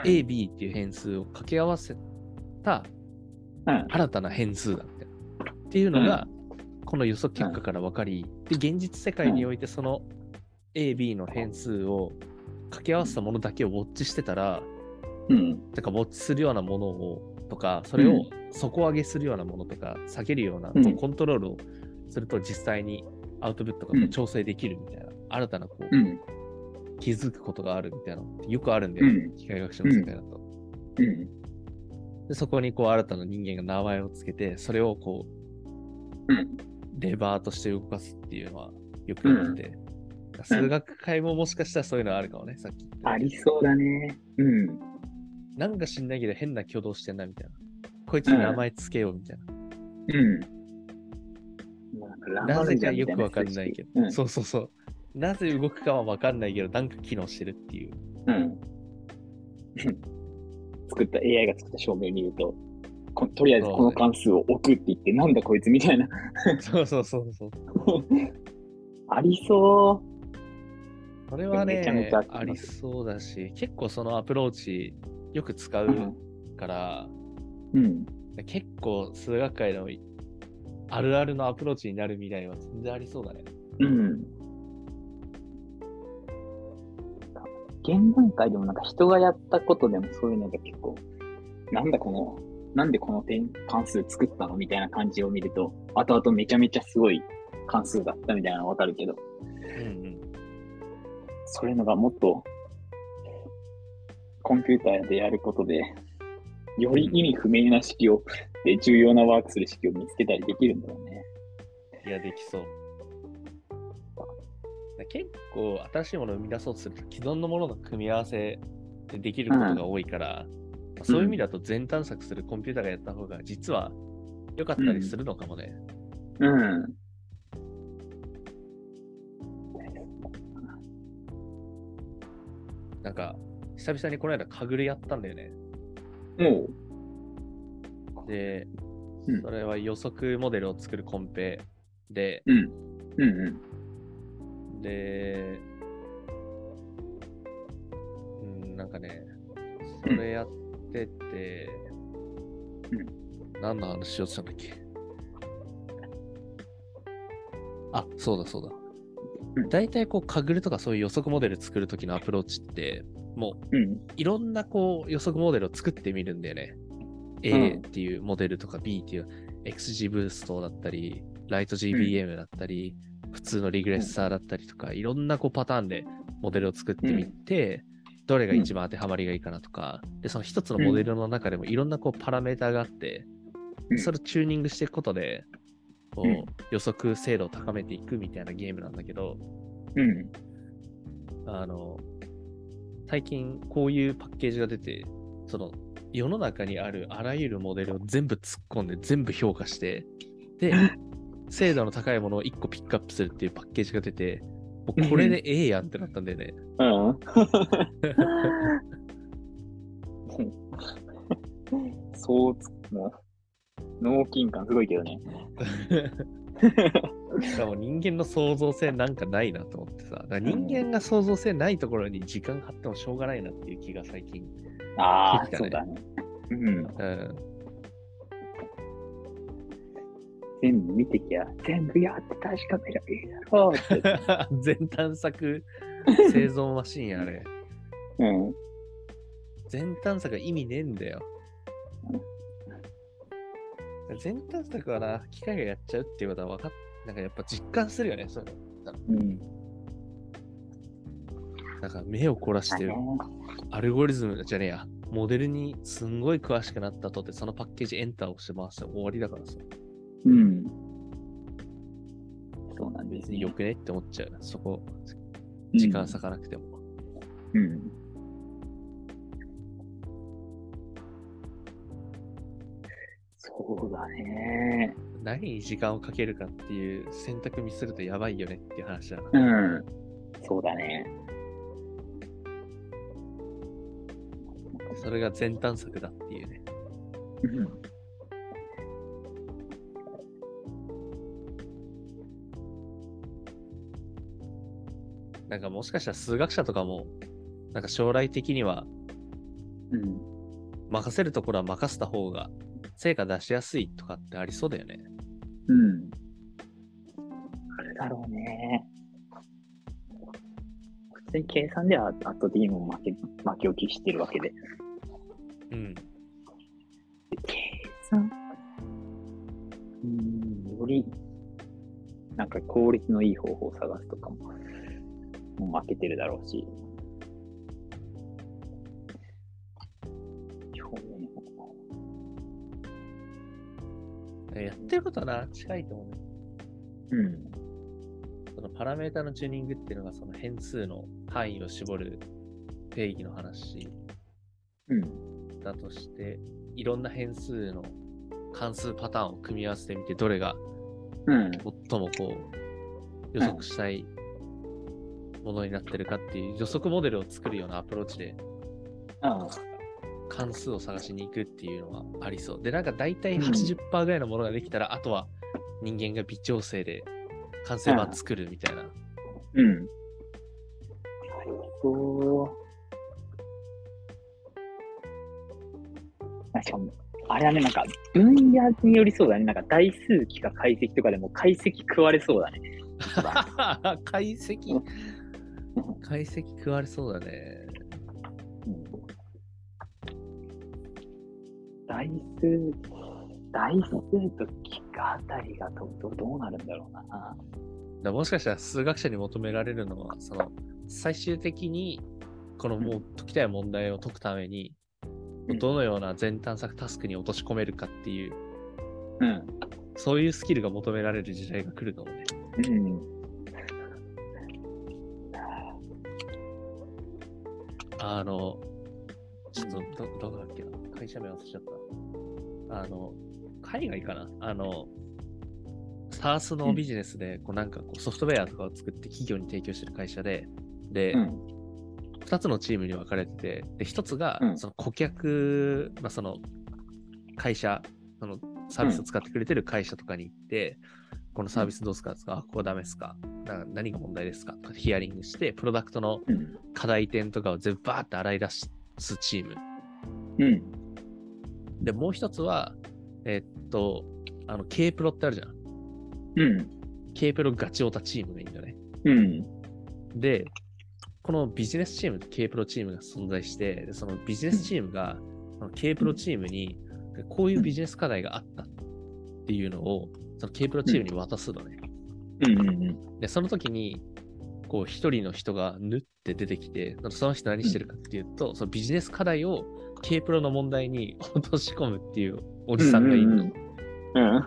Speaker 1: A、B っていう変数を掛け合わせた
Speaker 2: うん。
Speaker 1: 新たな変数だって。っていうのが、この予測結果から分かり、で、現実世界においてその A、B の変数を掛け合わせたものだけをウォッチしてたら、
Speaker 2: うん。
Speaker 1: てかウォッチするようなものをとか、それ
Speaker 2: う
Speaker 1: を
Speaker 2: ん
Speaker 1: 底上げするようなものとか、下げるような、
Speaker 2: うん
Speaker 1: コントロールをすると実際にアウトプット
Speaker 2: う
Speaker 1: が
Speaker 2: ん
Speaker 1: 調整できるみたいな、新たなこ
Speaker 2: う。
Speaker 1: うん気づくことがあるみたいなのってよくあるんだよ、
Speaker 2: うん
Speaker 1: 機械学習の世界だと。
Speaker 2: うん。
Speaker 1: でそこにこう新たな人間が名前をつけて、それをこう
Speaker 2: うん。
Speaker 1: レバーとして動かすっていうのはよくやってて、数学界ももしかしたらそういうのあるかもね、さっき言った
Speaker 2: ありそうだね。うん。
Speaker 1: なんか知んないけど変な挙動してんなみたいな。こいつに名前つけようみたいな。
Speaker 2: うん。
Speaker 1: なぜかよくわかんないけど、
Speaker 2: うん。
Speaker 1: そうそうそう。なぜ動くかはわかんないけど、なんか機能してるっていう。
Speaker 2: うん。作った AI が作った証明を見ると、ことりあえずこの関数を置くって言って、なんだこいつみたいな。
Speaker 1: そうそうそうそう。
Speaker 2: ありそ
Speaker 1: これはね
Speaker 2: めちゃめちゃ、
Speaker 1: ありそうだし、結構そのアプローチよく使
Speaker 2: う。うん
Speaker 1: う。から、
Speaker 2: うん。
Speaker 1: 結構数学界のあるあるのアプローチになる未来は全然ありそうだね。
Speaker 2: うん。現段階でもなんか人がやったことでもそういうのが結構、なんだこの、なんでこの点関数作ったのみたいな感じを見ると、後々めちゃめちゃすごい関数だったみたいなのわかるけど、
Speaker 1: うん
Speaker 2: そういうのがもっと、コンピューターでやることで、より意味不明な式を、で重要なワークする式を見つけたりできるんだろうね。
Speaker 1: うん。いや、できそう。結構新しいものを生み出そうとすると既存のものの組み合わせでできることが多いから、そういう意味だと全探索するコンピューターがやった方が実は良かったりするのかもね。
Speaker 2: うん。
Speaker 1: なんか久々にこの間かぐれやったんだよね。
Speaker 2: もう、
Speaker 1: で、
Speaker 2: うん
Speaker 1: それは予測モデルを作るコンペで、
Speaker 2: うん。うんうん。
Speaker 1: で、うん、なんかね、それやってて、何の話しようとしたんだっけあ、そうだそうだ
Speaker 2: う。ん
Speaker 1: 大体こう、かぐるとかそういう予測モデル作るときのアプローチって、もう
Speaker 2: うん。
Speaker 1: いろんなこう予測モデルを作ってみるんだよね。A っていうモデルとか B っていう XG ブーストだったり、ライト GBM だったり、普通のリグレッサーだったりとか、いろんなこうパターンでモデルを作ってみて、どれが一番当てはまりがいいかなとか、で、その一つのモデルの中でもいろんなこうパラメーターがあって、
Speaker 2: うん
Speaker 1: それをチューニングしていくことで、こ
Speaker 2: うん
Speaker 1: う予測精度を高めていくみたいなゲームなんだけど、
Speaker 2: うん。
Speaker 1: あの、最近こういうパッケージが出て、その世の中にあるあらゆるモデルを全部突っ込んで、全部評価して、 で、精度の高いものを1個ピックアップするっていうパッケージが出て、もうこれでええやんってなったんだよね。
Speaker 2: うん。 そうつもう、脳筋感すごいけどね。
Speaker 1: だからもう人間の創造性なんかないなと思ってさ、だから人間が創造性ないところに時間張ってもしょうがないなっていう気が最近。
Speaker 2: ああ、
Speaker 1: できたね
Speaker 2: そうだね。うん。
Speaker 1: うん、
Speaker 2: 全部見てきゃ、全部やって確かめりゃいいだろうって。
Speaker 1: 全探索製造マシンやあれ。
Speaker 2: うん。
Speaker 1: 全探索は意味ねえんだよ。全探索はな、機械がやっちゃうっていうことは分かっ、なんかやっぱ実感するよね、それ。
Speaker 2: うん。
Speaker 1: なんか目を凝らしてるアルゴリズムじゃねえや、モデルにすんごい詳しくなったとって、そのパッケージエンターを押して回して終わりだからさ、
Speaker 2: うん。そうなんです
Speaker 1: 別
Speaker 2: ね。
Speaker 1: によくねって思っちゃうな、そこ、
Speaker 2: うん
Speaker 1: 時間割かなくても。
Speaker 2: うん。そうだね。
Speaker 1: 何に時間をかけるかっていう選択見するとやばいよねっていう話だな。
Speaker 2: うん。そうだね。
Speaker 1: それが全探索だっていうね。なんかもしかしたら数学者とかも、なんか将来的には
Speaker 2: うん。
Speaker 1: 任せるところは任せた方が成果出しやすいとかってありそうだよね。
Speaker 2: うん。あれだろうね。普通に計算では圧倒的にもう負け負け置きしてるわけで。
Speaker 1: うん。
Speaker 2: 計算うん、より、なんか効率のいい方法を探すとかも、もう負けてるだろうし。表面を
Speaker 1: やってることはな、近いと思うね。
Speaker 2: うん。
Speaker 1: そのパラメータのチューニングっていうのがその変数の範囲を絞る定義の話
Speaker 2: うん。
Speaker 1: だとして、いろんな変数の関数パターンを組み合わせてみて、どれが
Speaker 2: うん。
Speaker 1: 最もこう予測したいものになってるかっていう予測モデルを作るようなアプローチで
Speaker 2: ああ。
Speaker 1: 関数を探しに行くっていうのはありそう。で、なんか大
Speaker 2: う
Speaker 1: 体
Speaker 2: ん
Speaker 1: 80%ぐらいのものができたら、あとは人間が微調整で完成版作るみたいな。
Speaker 2: うん。なるほど。なんかもうあれはね、なんか分野によりそうだね。なんか大数機か解析とかでも解析食われそうだね。
Speaker 1: 解析解析食われそうだね。
Speaker 2: うん大数、大数と機かあたりがどどどうなるんだろうな。
Speaker 1: だからもしかしたら数学者に求められるのは、その最終的にこのもう解きたい問題を解くために、
Speaker 2: うん
Speaker 1: どのような全探索タスクに落とし込めるかっていう、
Speaker 2: うん。
Speaker 1: そういうスキルが求められる時代が来るかもね。
Speaker 2: うん。
Speaker 1: あの、ちょっとど、どこだっけな会社名忘れちゃった。あの、海外かなあの、サースのビジネスで、こうなんかこうソフトウェアとかを作って企業に提供してる会社で、で、
Speaker 2: うん。
Speaker 1: 2つのチームに分かれてて、で、1つが
Speaker 2: う、ん
Speaker 1: その顧客、まあ、その、会社、そのサービスを使ってくれてる会社とかに行って、このサービスどうすかですかあ、ここダメですかな何が問題ですかとかヒアリングして、プロダクトの
Speaker 2: うん。
Speaker 1: 課題点とかを全部バーって洗い出すチーム。
Speaker 2: うん。
Speaker 1: で、もう一つは、えっと、あの、K プロってあるじゃん。
Speaker 2: うん。
Speaker 1: K プロガチオタチームがいいんだよね。
Speaker 2: うん。
Speaker 1: で、このビジネスチームと K プロチームが存在して、でそのビジネスチームが、その K プロチームに、こういうビジネス課題があったっていうのを、その K プロチームに渡すのね。
Speaker 2: うん。うん。
Speaker 1: で、その時に、こう、一人の人がぬって出てきて、その人何してるかっていうと、そのビジネス課題を K プロの問題に 落とし込むっていうおじさんがいるの。
Speaker 2: うん。う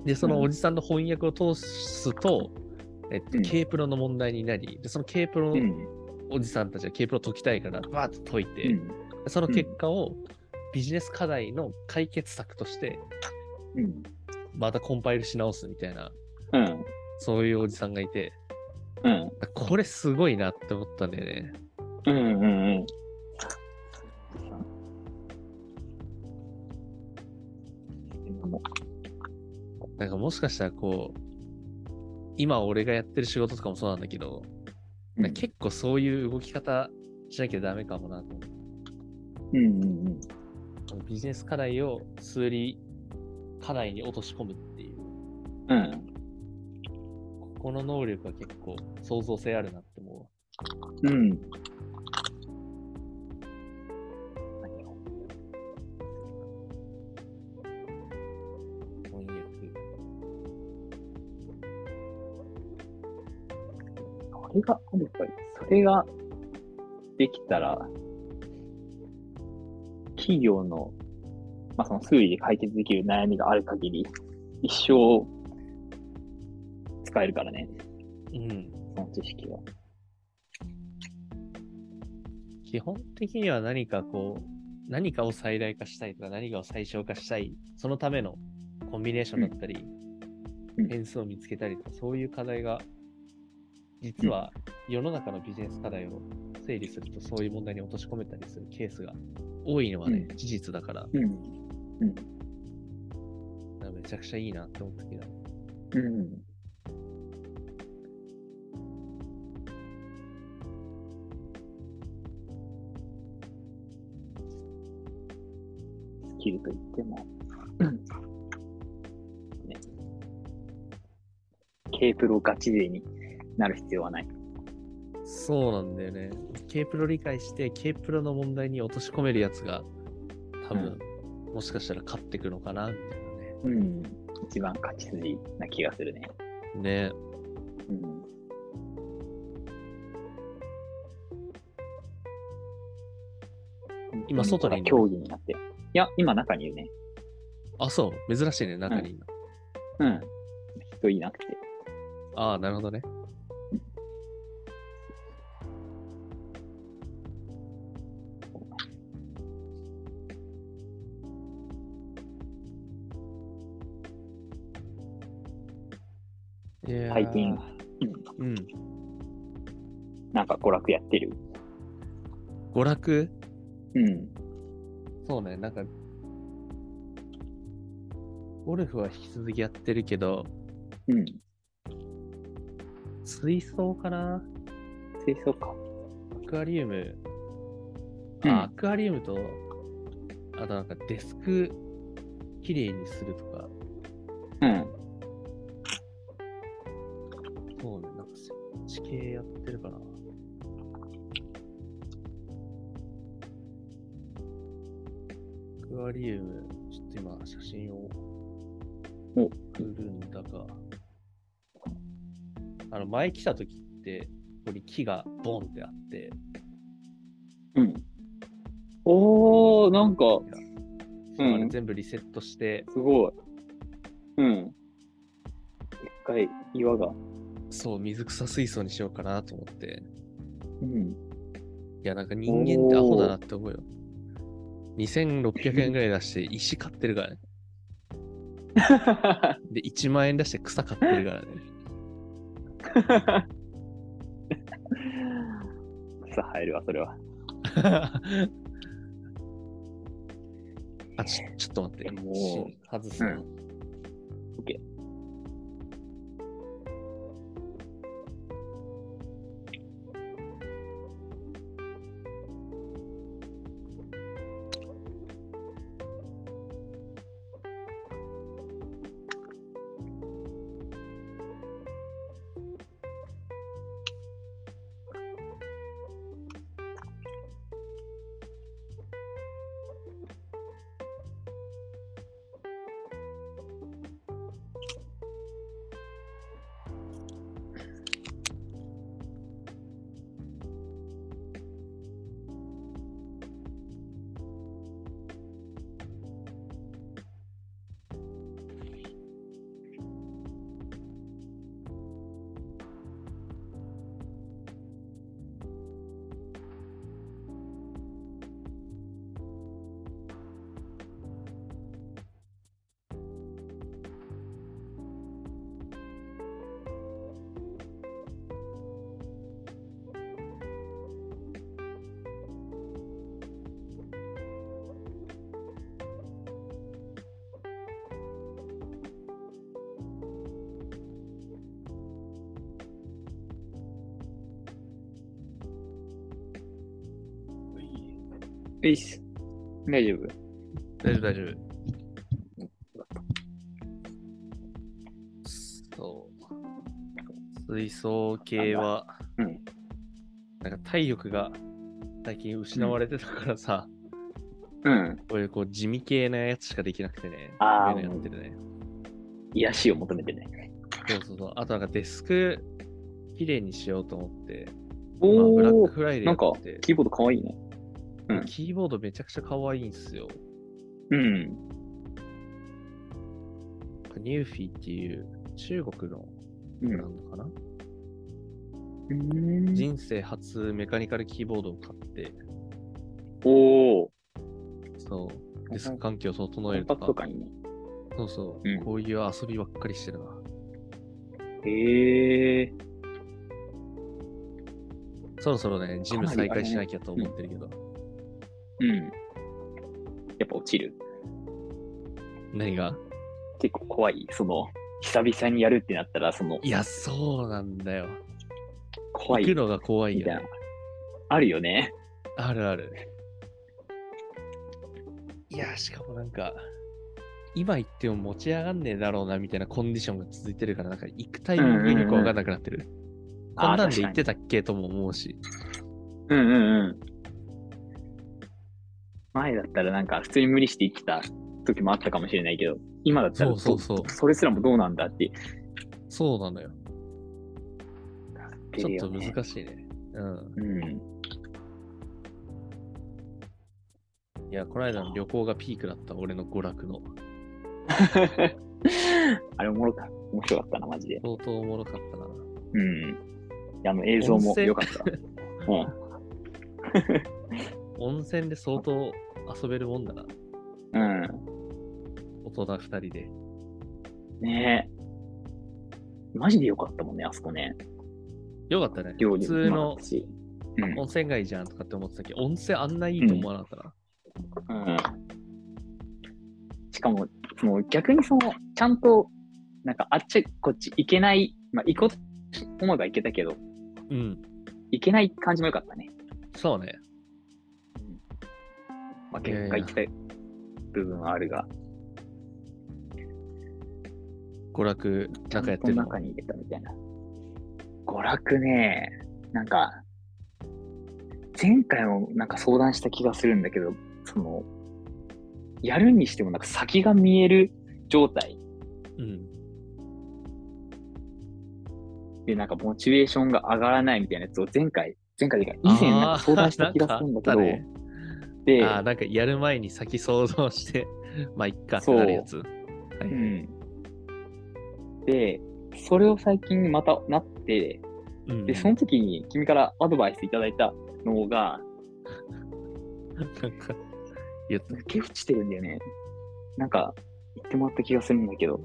Speaker 2: ん。
Speaker 1: で、そのおじさんの翻訳を通すと、えっと、
Speaker 2: うん
Speaker 1: K プロの問題になり、で、その K プロ
Speaker 2: うん。
Speaker 1: おじさんたちが K プロ解きたいから、バーッと解いて、
Speaker 2: うん
Speaker 1: その結果をビジネス課題の解決策として、
Speaker 2: うん
Speaker 1: またコンパイルし直すみたいな、
Speaker 2: うん
Speaker 1: そういうおじさんがいて、
Speaker 2: うん
Speaker 1: これすごいなって思ったんだよね。
Speaker 2: うんうんうんでも
Speaker 1: なんかもしかしたらこう、今俺がやってる仕事とかもそうなんだけど、
Speaker 2: うん
Speaker 1: なんか結構そういう動き方しなきゃダメかもなと思って
Speaker 2: うんうんうん
Speaker 1: ビジネス課題を数理課題に落とし込むっていう、
Speaker 2: うん
Speaker 1: ここの能力は結構創造性あるなって思うわ。
Speaker 2: うん。
Speaker 1: 翻訳。
Speaker 2: それがあるかい。それができたら、企業の、まあ、その数理で解決できる悩みがある限り、一生使えるからね、
Speaker 1: うん。
Speaker 2: その知識は。
Speaker 1: 基本的には何かこう、何かを最大化したいとか何かを最小化したい、そのためのコンビネーションだったり、
Speaker 2: うん
Speaker 1: 変数を見つけたりとか、そういう課題が、実は世の中のビジネス課題を整理すると、そういう問題に落とし込めたりするケースが多いのはね、事実だから、
Speaker 2: うん。うん。
Speaker 1: めちゃくちゃいいなって思ったけど、
Speaker 2: うん。スキルといって も、ね、K プロガチ勢になる必要はない。
Speaker 1: そうなんだよね。K プロ理解して、K プロの問題に落とし込めるやつが、多分、もしかしたら勝ってくのかな、みたいなね。
Speaker 2: うん。一番勝ち筋な気がするね。
Speaker 1: ね
Speaker 2: うん。
Speaker 1: 今外にいる
Speaker 2: 競技になって。いや、今中にいるね。
Speaker 1: あ、そう。珍しいね、中にいるの。
Speaker 2: うん。人いなくて。
Speaker 1: ああ、なるほどね。いやー
Speaker 2: 最近。
Speaker 1: うん。
Speaker 2: なんか娯楽やってる。
Speaker 1: 娯楽
Speaker 2: うん。
Speaker 1: そうね、なんか、ゴルフは引き続きやってるけど、
Speaker 2: うん。
Speaker 1: 水槽かな
Speaker 2: 水槽か。
Speaker 1: アクアリウム、
Speaker 2: うん
Speaker 1: あ、アクアリウムと、あとなんかデスクきれいにするとか、
Speaker 2: うん。
Speaker 1: そうね、なんかそっち系やってるかな。アクアリウム、ちょっと今写真を
Speaker 2: お
Speaker 1: 送るんだが、あの前来た時って、ここに木がボンってあって、
Speaker 2: うん。おー、なんか、
Speaker 1: そう
Speaker 2: うん
Speaker 1: あれ全部リセットして、
Speaker 2: すごい。うん。でっかい岩が。
Speaker 1: そう、水草水槽にしようかなと思って。
Speaker 2: うん。
Speaker 1: いや、なんか人間ってアホだなって思うよ。2600円ぐらい出して石買ってるからね。で、1万円出して草買ってるからね。
Speaker 2: 草生えるわ、それは。
Speaker 1: あ、ちょちょっと待って。
Speaker 2: もう
Speaker 1: し外すな。
Speaker 2: うんオッケいいっす。大丈夫。
Speaker 1: 大丈夫、大丈夫。そう。水槽系は、
Speaker 2: うん。
Speaker 1: なんか体力が最近失われてたからさ、
Speaker 2: うん。
Speaker 1: 俺こう地味系なやつしかできなくてね。
Speaker 2: あー
Speaker 1: こういうのやってるね。
Speaker 2: 癒しを求めてね。
Speaker 1: そうそうそう。あとなんかデスク、綺麗にしようと思って、今ブラッ
Speaker 2: お
Speaker 1: ク
Speaker 2: ー
Speaker 1: フライデー
Speaker 2: なんか
Speaker 1: やって、て
Speaker 2: キーボードかわいいね。うん
Speaker 1: キーボードめちゃくちゃ可愛いんですよ。
Speaker 2: うん。
Speaker 1: ニューフィーっていう中国の
Speaker 2: う
Speaker 1: ブラ
Speaker 2: ん。
Speaker 1: ンドかな、
Speaker 2: うん、
Speaker 1: 人生初メカニカルキーボードを買って、
Speaker 2: おー。
Speaker 1: そう、デスク環境を整
Speaker 2: コ
Speaker 1: え
Speaker 2: ン
Speaker 1: る
Speaker 2: パ
Speaker 1: と
Speaker 2: クト
Speaker 1: か、
Speaker 2: 感いいね。
Speaker 1: そうそう、
Speaker 2: うん
Speaker 1: こういう遊びばっかりしてるな。
Speaker 2: へえ。
Speaker 1: そろそろね、ジム
Speaker 2: かなり
Speaker 1: 再
Speaker 2: あれね
Speaker 1: 開しなきゃと思ってるけど、
Speaker 2: うん。やっぱ落ちる。
Speaker 1: 何が
Speaker 2: 結構怖い。その、久々にやるってなったら、その、
Speaker 1: いや、そうなんだよ。
Speaker 2: 怖い
Speaker 1: 行くのが怖い
Speaker 2: み
Speaker 1: よ
Speaker 2: たいな
Speaker 1: ね。。
Speaker 2: あるよね。
Speaker 1: あるある。いや、しかもなんか、今行っても持ち上がんねえだろうなみたいなコンディションが続いてるから、なんか行くタイミングよくわかんなくなってる。こんなんで言ってたっけとも思うし。
Speaker 2: うんうんうん。前だったらなんか普通に無理して生きた時もあったかもしれないけど、今だったら
Speaker 1: そうそうそう
Speaker 2: どそれすらもどうなんだって。
Speaker 1: そうなのよ。ちょっと難しいね。うん。
Speaker 2: うん。
Speaker 1: いや、この間の旅行がピークだった、俺の娯楽の。
Speaker 2: あれおもろか面白かったな、マジで。
Speaker 1: 相当おもろかったな。
Speaker 2: うん。いやあの映像も良かった。うん。
Speaker 1: 温泉で相当遊べるもんだな。
Speaker 2: うん。
Speaker 1: 大人二人で。
Speaker 2: ねえ。マジで良かったもんね、あそこね。
Speaker 1: よかったね。
Speaker 2: 料
Speaker 1: 普
Speaker 2: 理
Speaker 1: 通
Speaker 2: もうま
Speaker 1: の
Speaker 2: かったし。うん。
Speaker 1: 温泉街じゃんとかって思ってたけど、温泉あんないいと思わなかったな。
Speaker 2: うんしかも、その逆にその、ちゃんと、なんかあっちこっち行けない、まあ行こうと思えば行けたけど、
Speaker 1: うん。
Speaker 2: 行けない感じも良かったね。
Speaker 1: そうね。
Speaker 2: まあ
Speaker 1: いやいや
Speaker 2: 結果行きたい部分はあるが、
Speaker 1: 娯楽、
Speaker 2: ちゃ
Speaker 1: なん
Speaker 2: ん
Speaker 1: かやっ
Speaker 2: と
Speaker 1: てるの。
Speaker 2: 中に入れたみたいな。娯楽ね、なんか、前回もなんか相談した気がするんだけど、その、やるにしてもなんか先が見える状態
Speaker 1: うん。
Speaker 2: で、なんかモチベーションが上がらないみたいなやつを前回、前回でか、以前なんか相談した気がするんだ
Speaker 1: あーなんかあった
Speaker 2: けど、
Speaker 1: ね
Speaker 2: で、
Speaker 1: あーなんかやる前に先想像して、 まあ、いっかってなるやつ。は
Speaker 2: う
Speaker 1: いはい。
Speaker 2: ん。で、それを最近またなって、
Speaker 1: うん
Speaker 2: で、その時に君からアドバイスいただいたのが、
Speaker 1: なんか、言った
Speaker 2: 抜け落ちてるんだよね。なんか、言ってもらった気がするんだけど、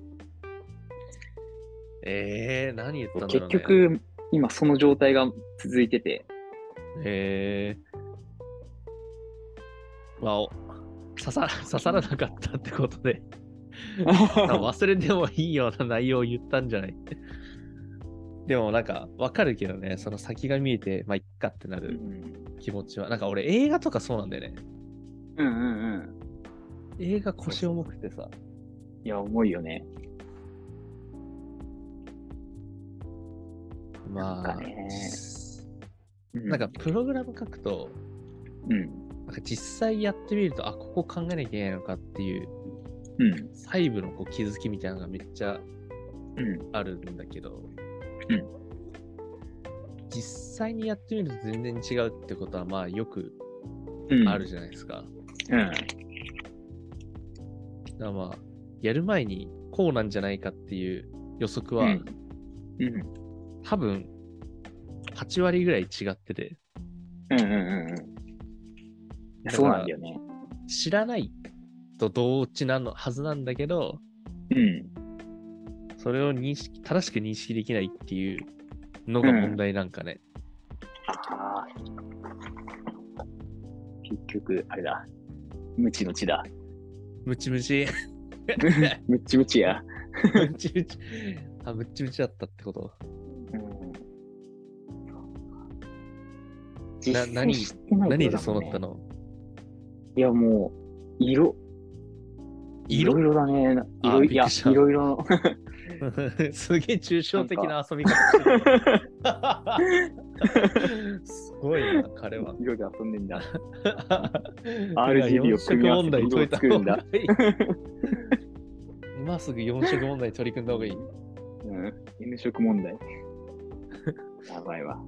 Speaker 1: ええー、何言ったんだろう、
Speaker 2: 結
Speaker 1: ね、、
Speaker 2: 局、今その状態が続いてて、
Speaker 1: えー、まあ、お刺さ 刺さらなかったってこと で、忘れてもいいような内容を言ったんじゃないでもなんか、わかるけどね、その先が見えて、まあ、いっかってな
Speaker 2: う
Speaker 1: る
Speaker 2: ん
Speaker 1: 気持ちは。なんか俺、映画とかそうなんだよね。
Speaker 2: うんうんうん。
Speaker 1: 映画腰重くてさ、
Speaker 2: いや、重いよね。
Speaker 1: ま
Speaker 2: なん
Speaker 1: あ
Speaker 2: かね、う
Speaker 1: なんか、プログラム書くと、
Speaker 2: うん。
Speaker 1: なんか実際やってみると、あ、ここ考えなきゃいけないのかっていう、
Speaker 2: うん。
Speaker 1: 細部のこう気づきみたいなのがめっちゃ
Speaker 2: うん。
Speaker 1: あるんだけど、
Speaker 2: うん
Speaker 1: 実際にやってみると全然違うってことはまあよく
Speaker 2: うん
Speaker 1: ある。じゃないですか。
Speaker 2: うん。
Speaker 1: だからまあやる前にこうなんじゃないかっていう予測は、
Speaker 2: うん。うん。
Speaker 1: 多分8割ぐらい違ってて
Speaker 2: うんうんうんうん
Speaker 1: だから
Speaker 2: そうなんだよね。
Speaker 1: 知らないと同値なのはずなんだけど
Speaker 2: うん。
Speaker 1: それを認識正しく認識できないっていうのが問題なんかね。
Speaker 2: ああ。結局、あれだ。ムチムチ だ。
Speaker 1: ムチム チ
Speaker 2: ムチムチや。
Speaker 1: ムチムチあムチムチだったってこと
Speaker 2: うん。
Speaker 1: な何
Speaker 2: 実践してない
Speaker 1: 何
Speaker 2: けど
Speaker 1: でそうなったの
Speaker 2: いや、もう、色、いろいろだね。い
Speaker 1: あ
Speaker 2: ろい
Speaker 1: びっく
Speaker 2: や
Speaker 1: りし、た
Speaker 2: いろいろ。
Speaker 1: すげえ抽象的な遊び方してるすごいな、彼 は。
Speaker 2: 色で遊んでんだ。
Speaker 1: いや
Speaker 2: RGB を
Speaker 1: 四色
Speaker 2: 組み合わせ
Speaker 1: 問
Speaker 2: て
Speaker 1: 題解いた
Speaker 2: 色を作るんだ
Speaker 1: 方がいい 今すぐ4色問題取り組んだ方がいい。
Speaker 2: うん。N 色 問題。やばいわ。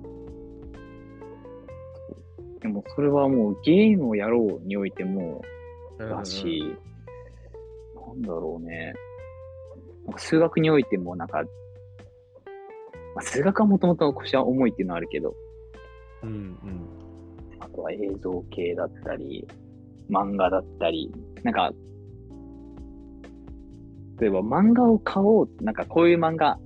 Speaker 2: でも、それはもうゲームをやろうにおいても、だし、なんだろうね。なんか数学においても、なんか、まあ、数学はもともと腰は重いっていうのはあるけど、
Speaker 1: うんうん。
Speaker 2: あとは映像系だったり、漫画だったり、なんか、例えば漫画を買おう、なんかこういう漫画、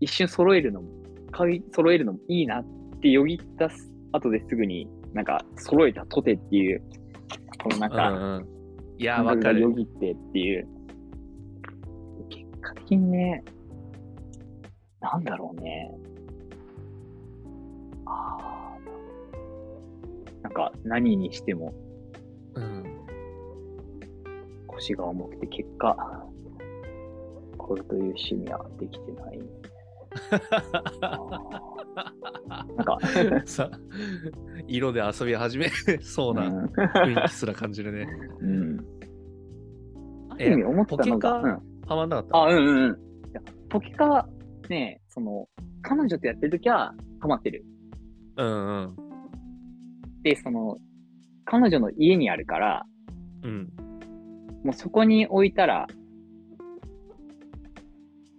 Speaker 2: 一瞬揃えるのも、買い、揃えるのもいいなってよぎったす後ですぐに、なんか揃えたとてっていう、このなん
Speaker 1: う
Speaker 2: か、
Speaker 1: んうん、いや、
Speaker 2: 感
Speaker 1: わ
Speaker 2: 覚
Speaker 1: か
Speaker 2: がよ
Speaker 1: る。
Speaker 2: ぎってっていう。結果的にね、なんだろうね。あーなんか何にしても
Speaker 1: うん、
Speaker 2: 腰が重くて結果、これという趣味はできてない ね。あーなんか、
Speaker 1: さ色で遊び始めそうな雰囲気すら感じるね。
Speaker 2: うん。うん。ある意
Speaker 1: え
Speaker 2: 味思ったのが、
Speaker 1: ポ
Speaker 2: う
Speaker 1: ケ
Speaker 2: ん、
Speaker 1: はまんなかっ
Speaker 2: あ、うんうんうんいや。ポケカはね、その、彼女とやってるときはハマってる。
Speaker 1: た。うんうん。
Speaker 2: で、その、彼女の家にあるから、
Speaker 1: うん。
Speaker 2: もうそこに置いたら、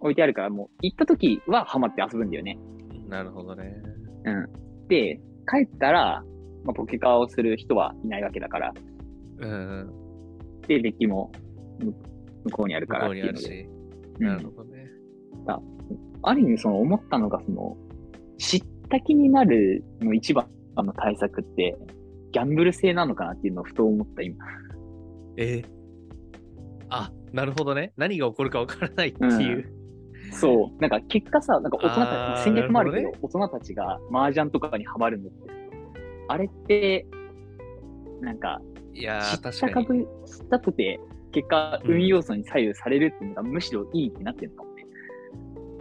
Speaker 2: 置いてあるから、もう行った時はハマって遊ぶんだよね。
Speaker 1: なるほどね。
Speaker 2: うん。で、帰ったら、まあ、ポケカをする人はいないわけだから、
Speaker 1: うんうん。
Speaker 2: で、デッキもむ向こうにある
Speaker 1: 向
Speaker 2: から
Speaker 1: こ
Speaker 2: っ
Speaker 1: う
Speaker 2: て
Speaker 1: にあ
Speaker 2: いう
Speaker 1: る
Speaker 2: ので。
Speaker 1: し。
Speaker 2: う
Speaker 1: なる
Speaker 2: ん
Speaker 1: ほどね。
Speaker 2: ある意味、その思ったのが、その、知った気になるの一番の対策って、ギャンブル性なのかなっていうのをふと思った今。
Speaker 1: えあ、なるほどね。何が起こるかわからないっていう。
Speaker 2: そう。なんか結果さ、なんか大人
Speaker 1: あー
Speaker 2: たち、戦略もあるけ
Speaker 1: な
Speaker 2: ど、
Speaker 1: る
Speaker 2: 大人たちが麻雀とかにハマるのって、あれって、なんか、
Speaker 1: いや
Speaker 2: 知
Speaker 1: ー、
Speaker 2: っ
Speaker 1: 確
Speaker 2: た
Speaker 1: か
Speaker 2: か
Speaker 1: に。
Speaker 2: ぶ、知ったくて、結果、
Speaker 1: うん
Speaker 2: 運要素に左右されるっていうのがむしろいいってなってるのかもね。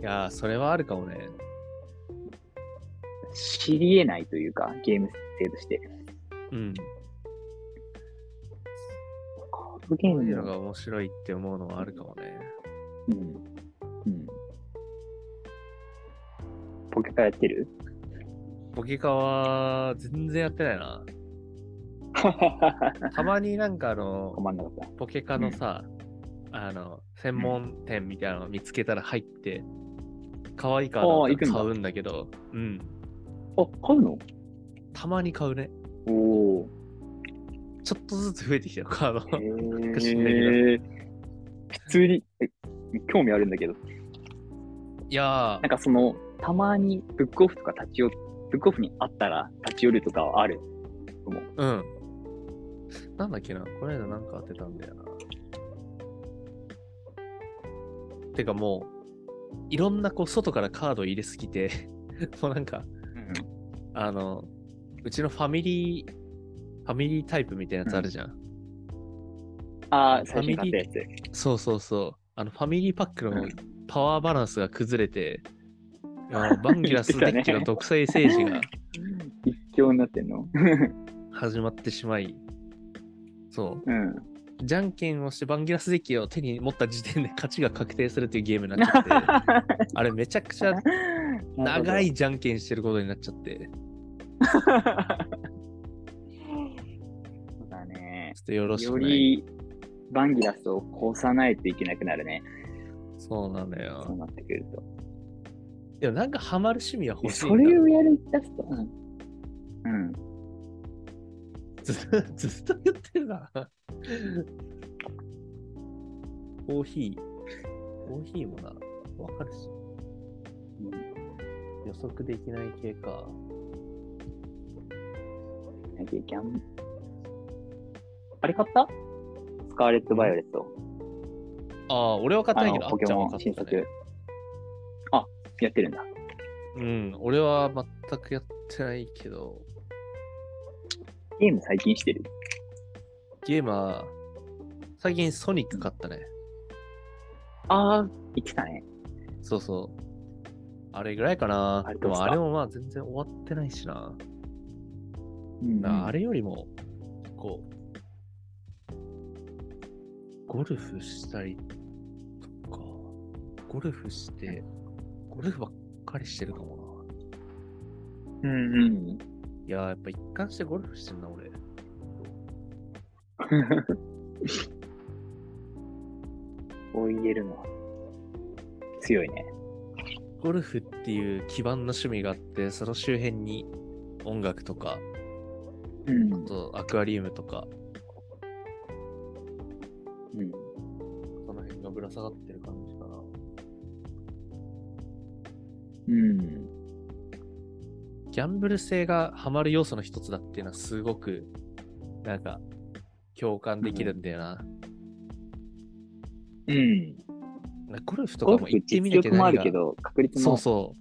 Speaker 1: いやー、それはあるかもね。
Speaker 2: 知り得ないというか、ゲーム性として。
Speaker 1: うん。
Speaker 2: カードゲー
Speaker 1: そういう
Speaker 2: ム
Speaker 1: の
Speaker 2: の
Speaker 1: が面白いって思うのはあるかもね。
Speaker 2: うん。うん。ポケカやってる
Speaker 1: ポケカは全然やってないな。
Speaker 2: は
Speaker 1: たまになんかあの、
Speaker 2: まんなかった。
Speaker 1: ポケカのさ、あの、専門店みたいなの見つけたら入って、可愛いから
Speaker 2: あー行くんだ
Speaker 1: 買うんだけど、うん。
Speaker 2: あ、買うの
Speaker 1: たまに買うね。
Speaker 2: おお。
Speaker 1: ちょっとずつ増えてきたよ、カード。
Speaker 2: へ
Speaker 1: くしんだけ
Speaker 2: え。普通に、え興味あるんだけど、
Speaker 1: いや
Speaker 2: なんかその、たまにブックオフとか立ち寄、ブックオフにあったら立ち寄るとかはある。
Speaker 1: ー、うん。なんだっけな、この間なんか当てたんだよな。てかもう、いろんなこう、外からカード入れすぎて、 もうなんか、あの、うちのファミリー、ファミリータイプみたいなやつあるじゃん。
Speaker 2: ああ、最初に買ったやつ。
Speaker 1: そうそうそう。あの、ファミリーパック
Speaker 2: う
Speaker 1: の
Speaker 2: ん
Speaker 1: パワーバランスが崩れて、あのバンギラスデッキの独裁政治が
Speaker 2: 一強になってんの
Speaker 1: 始まってしまい、そ
Speaker 2: うん。
Speaker 1: う、じゃんけんをしてバンギラスデッキを手に持った時点で 勝ちが確定するっていうゲームに なっちゃって、あれめちゃくちゃ長 いじゃんけんしてることになっちゃって、ちょ
Speaker 2: そうだね。
Speaker 1: っとよろし
Speaker 2: よ
Speaker 1: くない。
Speaker 2: り、バンギラスを越さないといけなくなるね。
Speaker 1: そうなの
Speaker 2: そ
Speaker 1: よ
Speaker 2: う。なってくると。
Speaker 1: でもなんかハマる趣味は欲しい
Speaker 2: そ
Speaker 1: んだ
Speaker 2: れをやり出すと、うん。うん。
Speaker 1: ず ずっと言ってるな。コーヒー、コーヒーもな、わかるし。予測できない系か。
Speaker 2: なんだっけギャンあれ買ったスカーレット・バイオレット。
Speaker 1: ああ、俺は買ってないけど、
Speaker 2: あ
Speaker 1: あ
Speaker 2: の
Speaker 1: っ
Speaker 2: ポケ
Speaker 1: ちゃん
Speaker 2: モ
Speaker 1: は
Speaker 2: ン
Speaker 1: 買
Speaker 2: 新
Speaker 1: った、
Speaker 2: 作。
Speaker 1: ね。
Speaker 2: あ、やってるんだ。
Speaker 1: うん、俺は全くやってないけど、
Speaker 2: ゲーム最近してる。
Speaker 1: ゲームは、最近ソニック買ったね。
Speaker 2: ああ、言ってたね。
Speaker 1: そうそう。あれぐらいかな。
Speaker 2: あれ
Speaker 1: で
Speaker 2: どうっす
Speaker 1: も
Speaker 2: か
Speaker 1: あれもまあ全然終わってないしな。
Speaker 2: うん
Speaker 1: だからあれよりも、こう、ゴルフしたりとか、ゴルフして、ゴルフばっかりしてるかもな。
Speaker 2: うんうん。
Speaker 1: いやー、やっぱ一貫してゴルフしてんな、俺。
Speaker 2: お言えるのは強いね。
Speaker 1: ゴルフっていう基盤の趣味があって、その周辺に音楽とか、
Speaker 2: うん。
Speaker 1: あとアクアリウムとか、
Speaker 2: うん、
Speaker 1: その辺がぶら下がってる感じかな。
Speaker 2: うん。
Speaker 1: ギャンブル性がハマる要素の一つだっていうのはすごく、なんか、共感できるんだよな。
Speaker 2: うん。
Speaker 1: なんかゴルフとか
Speaker 2: ゴル
Speaker 1: も
Speaker 2: フ
Speaker 1: 行ってみ
Speaker 2: 実
Speaker 1: なきゃ
Speaker 2: 力もあ
Speaker 1: 何
Speaker 2: る
Speaker 1: が
Speaker 2: けど、確率
Speaker 1: そ
Speaker 2: も
Speaker 1: うそ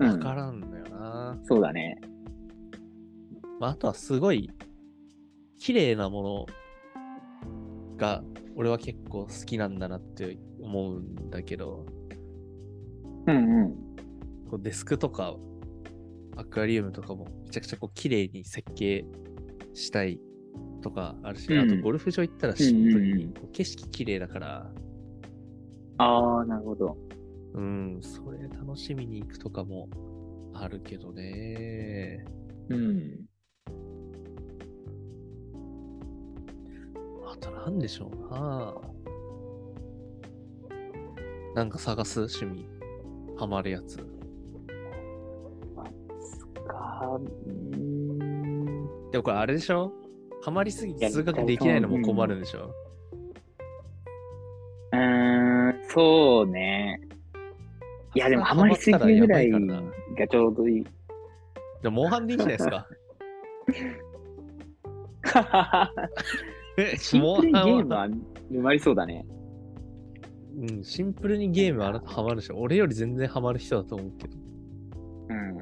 Speaker 1: うう、わ
Speaker 2: ん、
Speaker 1: からんのよな。
Speaker 2: そうだね。
Speaker 1: まあ、あとはすごい、綺麗なものが、俺は結構好きなんだなって思うんだけど、
Speaker 2: うんうん。
Speaker 1: こうデスクとか、アクアリウムとかも、めちゃくちゃこう綺麗に設計したいとかあるし、
Speaker 2: うん
Speaker 1: あとゴルフ場行ったらシンプル
Speaker 2: うんうんう
Speaker 1: に
Speaker 2: ん
Speaker 1: こう景色綺麗だから、
Speaker 2: ああ、なるほど。
Speaker 1: うん、それ楽しみに行くとかもあるけどね。
Speaker 2: うん。
Speaker 1: あとなんでしょうな。なんか探す趣味、ハマるやつ。
Speaker 2: か、うん。
Speaker 1: でもこれあれでしょハマりすぎて数学できないのも困るんでしょ
Speaker 2: うーん、そうね。いや、でも、ハマりすぎぐらい
Speaker 1: ハマったやばからな
Speaker 2: がちょうどいい。
Speaker 1: じゃあ、モンハンでいいんじゃない ですか。え
Speaker 2: シンプ
Speaker 1: モ
Speaker 2: ル
Speaker 1: ン
Speaker 2: にゲ
Speaker 1: ハ
Speaker 2: ー
Speaker 1: ン
Speaker 2: ム
Speaker 1: は、
Speaker 2: は埋まりそうだね。
Speaker 1: うん、シンプルにゲームあなたハマるでしょ俺より全然ハマる人だと思うけど。
Speaker 2: うん。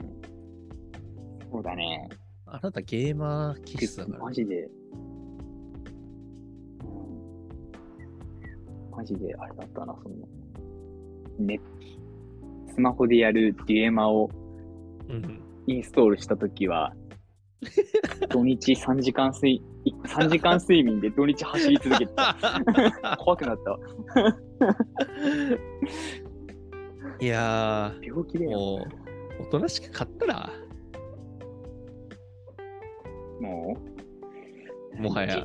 Speaker 2: そうだね。
Speaker 1: あなたゲーマー気質だから
Speaker 2: マ。ジで。マジであれだったな、その。ね、スマホでやるデュエマを
Speaker 1: うん。
Speaker 2: インストールしたときは、土日3時間睡、3時間睡眠で土日走り続けてた。怖くなったわ。
Speaker 1: いや
Speaker 2: 病気
Speaker 1: ー、
Speaker 2: だよ。
Speaker 1: もう、おとなしく買ったら、
Speaker 2: もう
Speaker 1: もはや。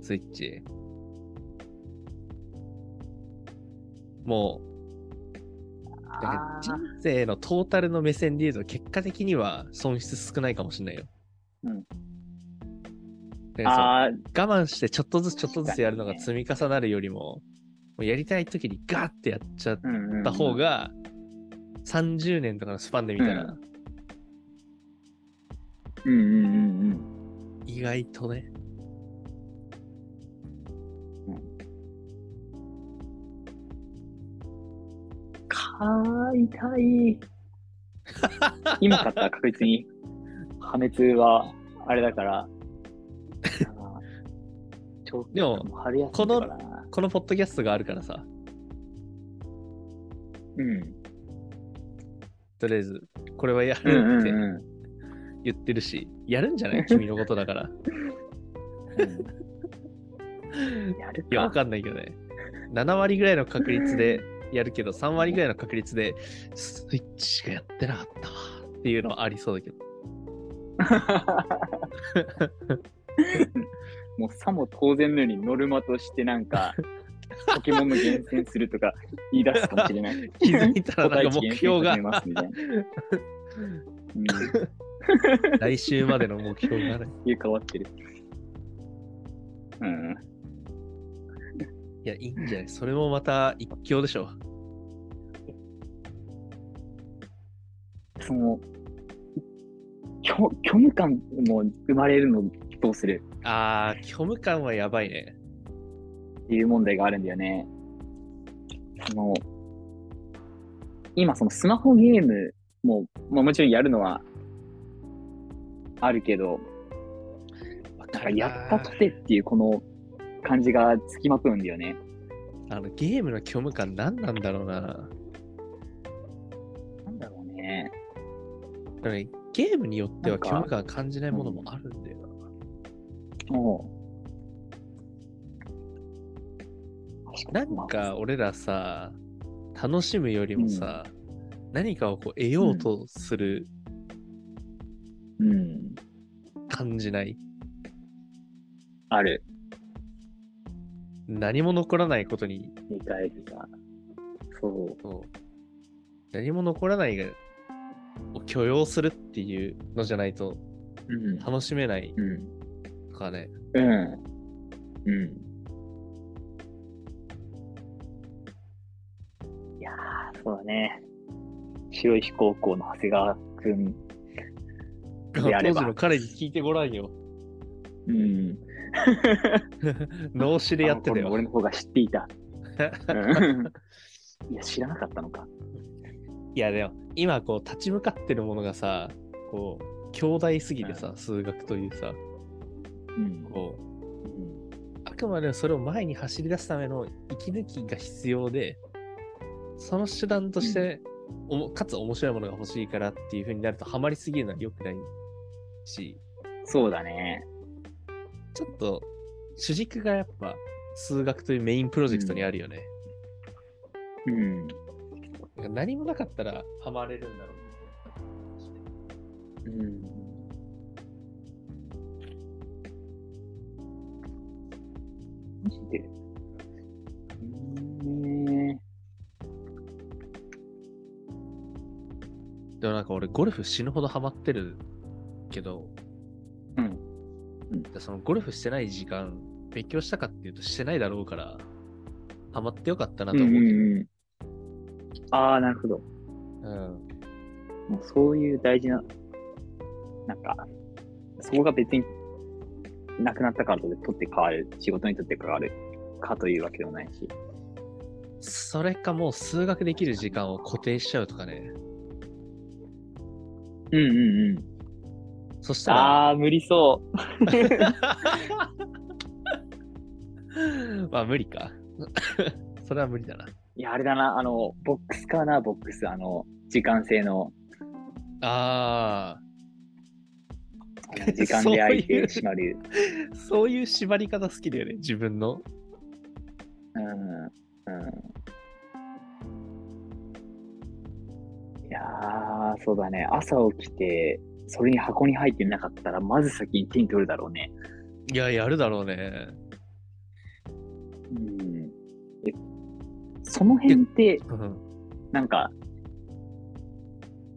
Speaker 1: スイッチ。もう、だから
Speaker 2: あー
Speaker 1: 人生のトータルの目線で言うと、結果的には損失少ないかもしれないよ。
Speaker 2: うん。
Speaker 1: だから
Speaker 2: ああ、
Speaker 1: そう我慢してちょっとずつちょっとずつやるのが
Speaker 2: 確
Speaker 1: 積み重なるよりも、もうやりたい時にガーってやっちゃっ
Speaker 2: うんうんうん。
Speaker 1: た方が、30年とかのスパンで見たら、
Speaker 2: ううんうんうんうん。
Speaker 1: 意外とね、
Speaker 2: 買いたい。今買ったら確実に破滅はあれだから。あのちょ
Speaker 1: でも
Speaker 2: う春休みだからな
Speaker 1: このポッドキャストがあるからさ、
Speaker 2: うん。
Speaker 1: とりあえず、これはや
Speaker 2: うん
Speaker 1: るっ
Speaker 2: うん
Speaker 1: て
Speaker 2: うん
Speaker 1: 言ってるし、やるんじゃない君のことだ から。
Speaker 2: うん。やる
Speaker 1: いや、わ
Speaker 2: か。
Speaker 1: かんないけどね。7割ぐらいの確率でやるけど、3割ぐらいの確率で、スイッチしかやってなかったわっていうのはありそうだけど。
Speaker 2: もうさも当然のようにノルマとしてなんか、ポケモンの厳選するとか言い出すかもしれない。
Speaker 1: 気づいたらなんか
Speaker 2: 個体
Speaker 1: 目
Speaker 2: 値
Speaker 1: 標が
Speaker 2: 厳選始め、ますみたいな。うん
Speaker 1: 来週までの目標がね。
Speaker 2: 入れ替わってる。うん。
Speaker 1: いや、いいんじゃないそれもまた一興でしょ。
Speaker 2: その、虚虚無感も生まれるのどうする
Speaker 1: あー、虚無感はやばいね。
Speaker 2: っていう問題があるんだよね。その、今そのスマホゲームも、まあもちろんやるのはあるけど、
Speaker 1: わ
Speaker 2: だ
Speaker 1: か
Speaker 2: からやったとてっていうこの感じがつきまくうんだよね。
Speaker 1: あのゲームの虚無感何なんだろうな。
Speaker 2: なんだろうね。
Speaker 1: だからねゲームによっては
Speaker 2: なんか
Speaker 1: 虚無感感じないものもあるんだよな。
Speaker 2: もう。
Speaker 1: なんか俺らさ、楽しむよりもさ、何かをこう得ようとする
Speaker 2: うん。
Speaker 1: 感じない。
Speaker 2: ある。
Speaker 1: 何も残らないことに、
Speaker 2: 見返りが。そう。
Speaker 1: 何も残らないがを許容するっていうのじゃないと
Speaker 2: うん。
Speaker 1: 楽しめない
Speaker 2: うん。
Speaker 1: とかね。
Speaker 2: うん。うん。いやー、そうだね。白石高校の長谷川くん。
Speaker 1: 当
Speaker 2: であれ
Speaker 1: 時
Speaker 2: ば
Speaker 1: の彼に聞いてごらんよ。
Speaker 2: うん。
Speaker 1: 脳死でやってた
Speaker 2: あの
Speaker 1: よ。
Speaker 2: 頃の俺の方が知って いた。うんいや、知らなかったのか。
Speaker 1: いやでも今こう立ち向かってるものがさこう強大すぎてさ、数学というさ
Speaker 2: うん。
Speaker 1: こう
Speaker 2: うん
Speaker 1: あくまでもそれを前に走り出すための息抜きが必要でその手段として、おもかつ面白いものが欲しいからっていう風になるとハマりすぎるのは良くないし
Speaker 2: そうだね。
Speaker 1: ちょっと主軸がやっぱ数学というメインプロジェクトにあるよね、
Speaker 2: うん。
Speaker 1: なんか何もなかったらハマれるんだろう
Speaker 2: うん。マジで。ね
Speaker 1: でもなんか俺ゴルフ死ぬほどハマってるけど、
Speaker 2: うんうん
Speaker 1: でそのゴルフしてない時間、勉強したかっていうとしてないだろうから、ハマってよかったな
Speaker 2: う
Speaker 1: と
Speaker 2: んう
Speaker 1: 思う。うん
Speaker 2: んうん。ああ、なるほど。もうそういう大事な、なんか、そこが別になくなったからとで取って変わる、仕事にとって変わるかというわけでもないし。
Speaker 1: それかもう数学できる時間を固定しちゃうとかね。
Speaker 2: うんうんうん。
Speaker 1: そしたら、
Speaker 2: ああ、無理そう。
Speaker 1: まあ無理か。 それは無理だな。
Speaker 2: いや、あれだな、あの、ボックスかな、ボックス、あの、時間制の。
Speaker 1: あ
Speaker 2: 時間で空いてしまう理由。
Speaker 1: あ、そういう縛り方好きだよね、自分の。
Speaker 2: うん。うん。いやー、そうだね。朝起きて、それに箱に入ってなかったら、まず先に手に取るだろうね。
Speaker 1: いや、やるだろうね。
Speaker 2: うん。え、その辺って、
Speaker 1: うん
Speaker 2: なんか、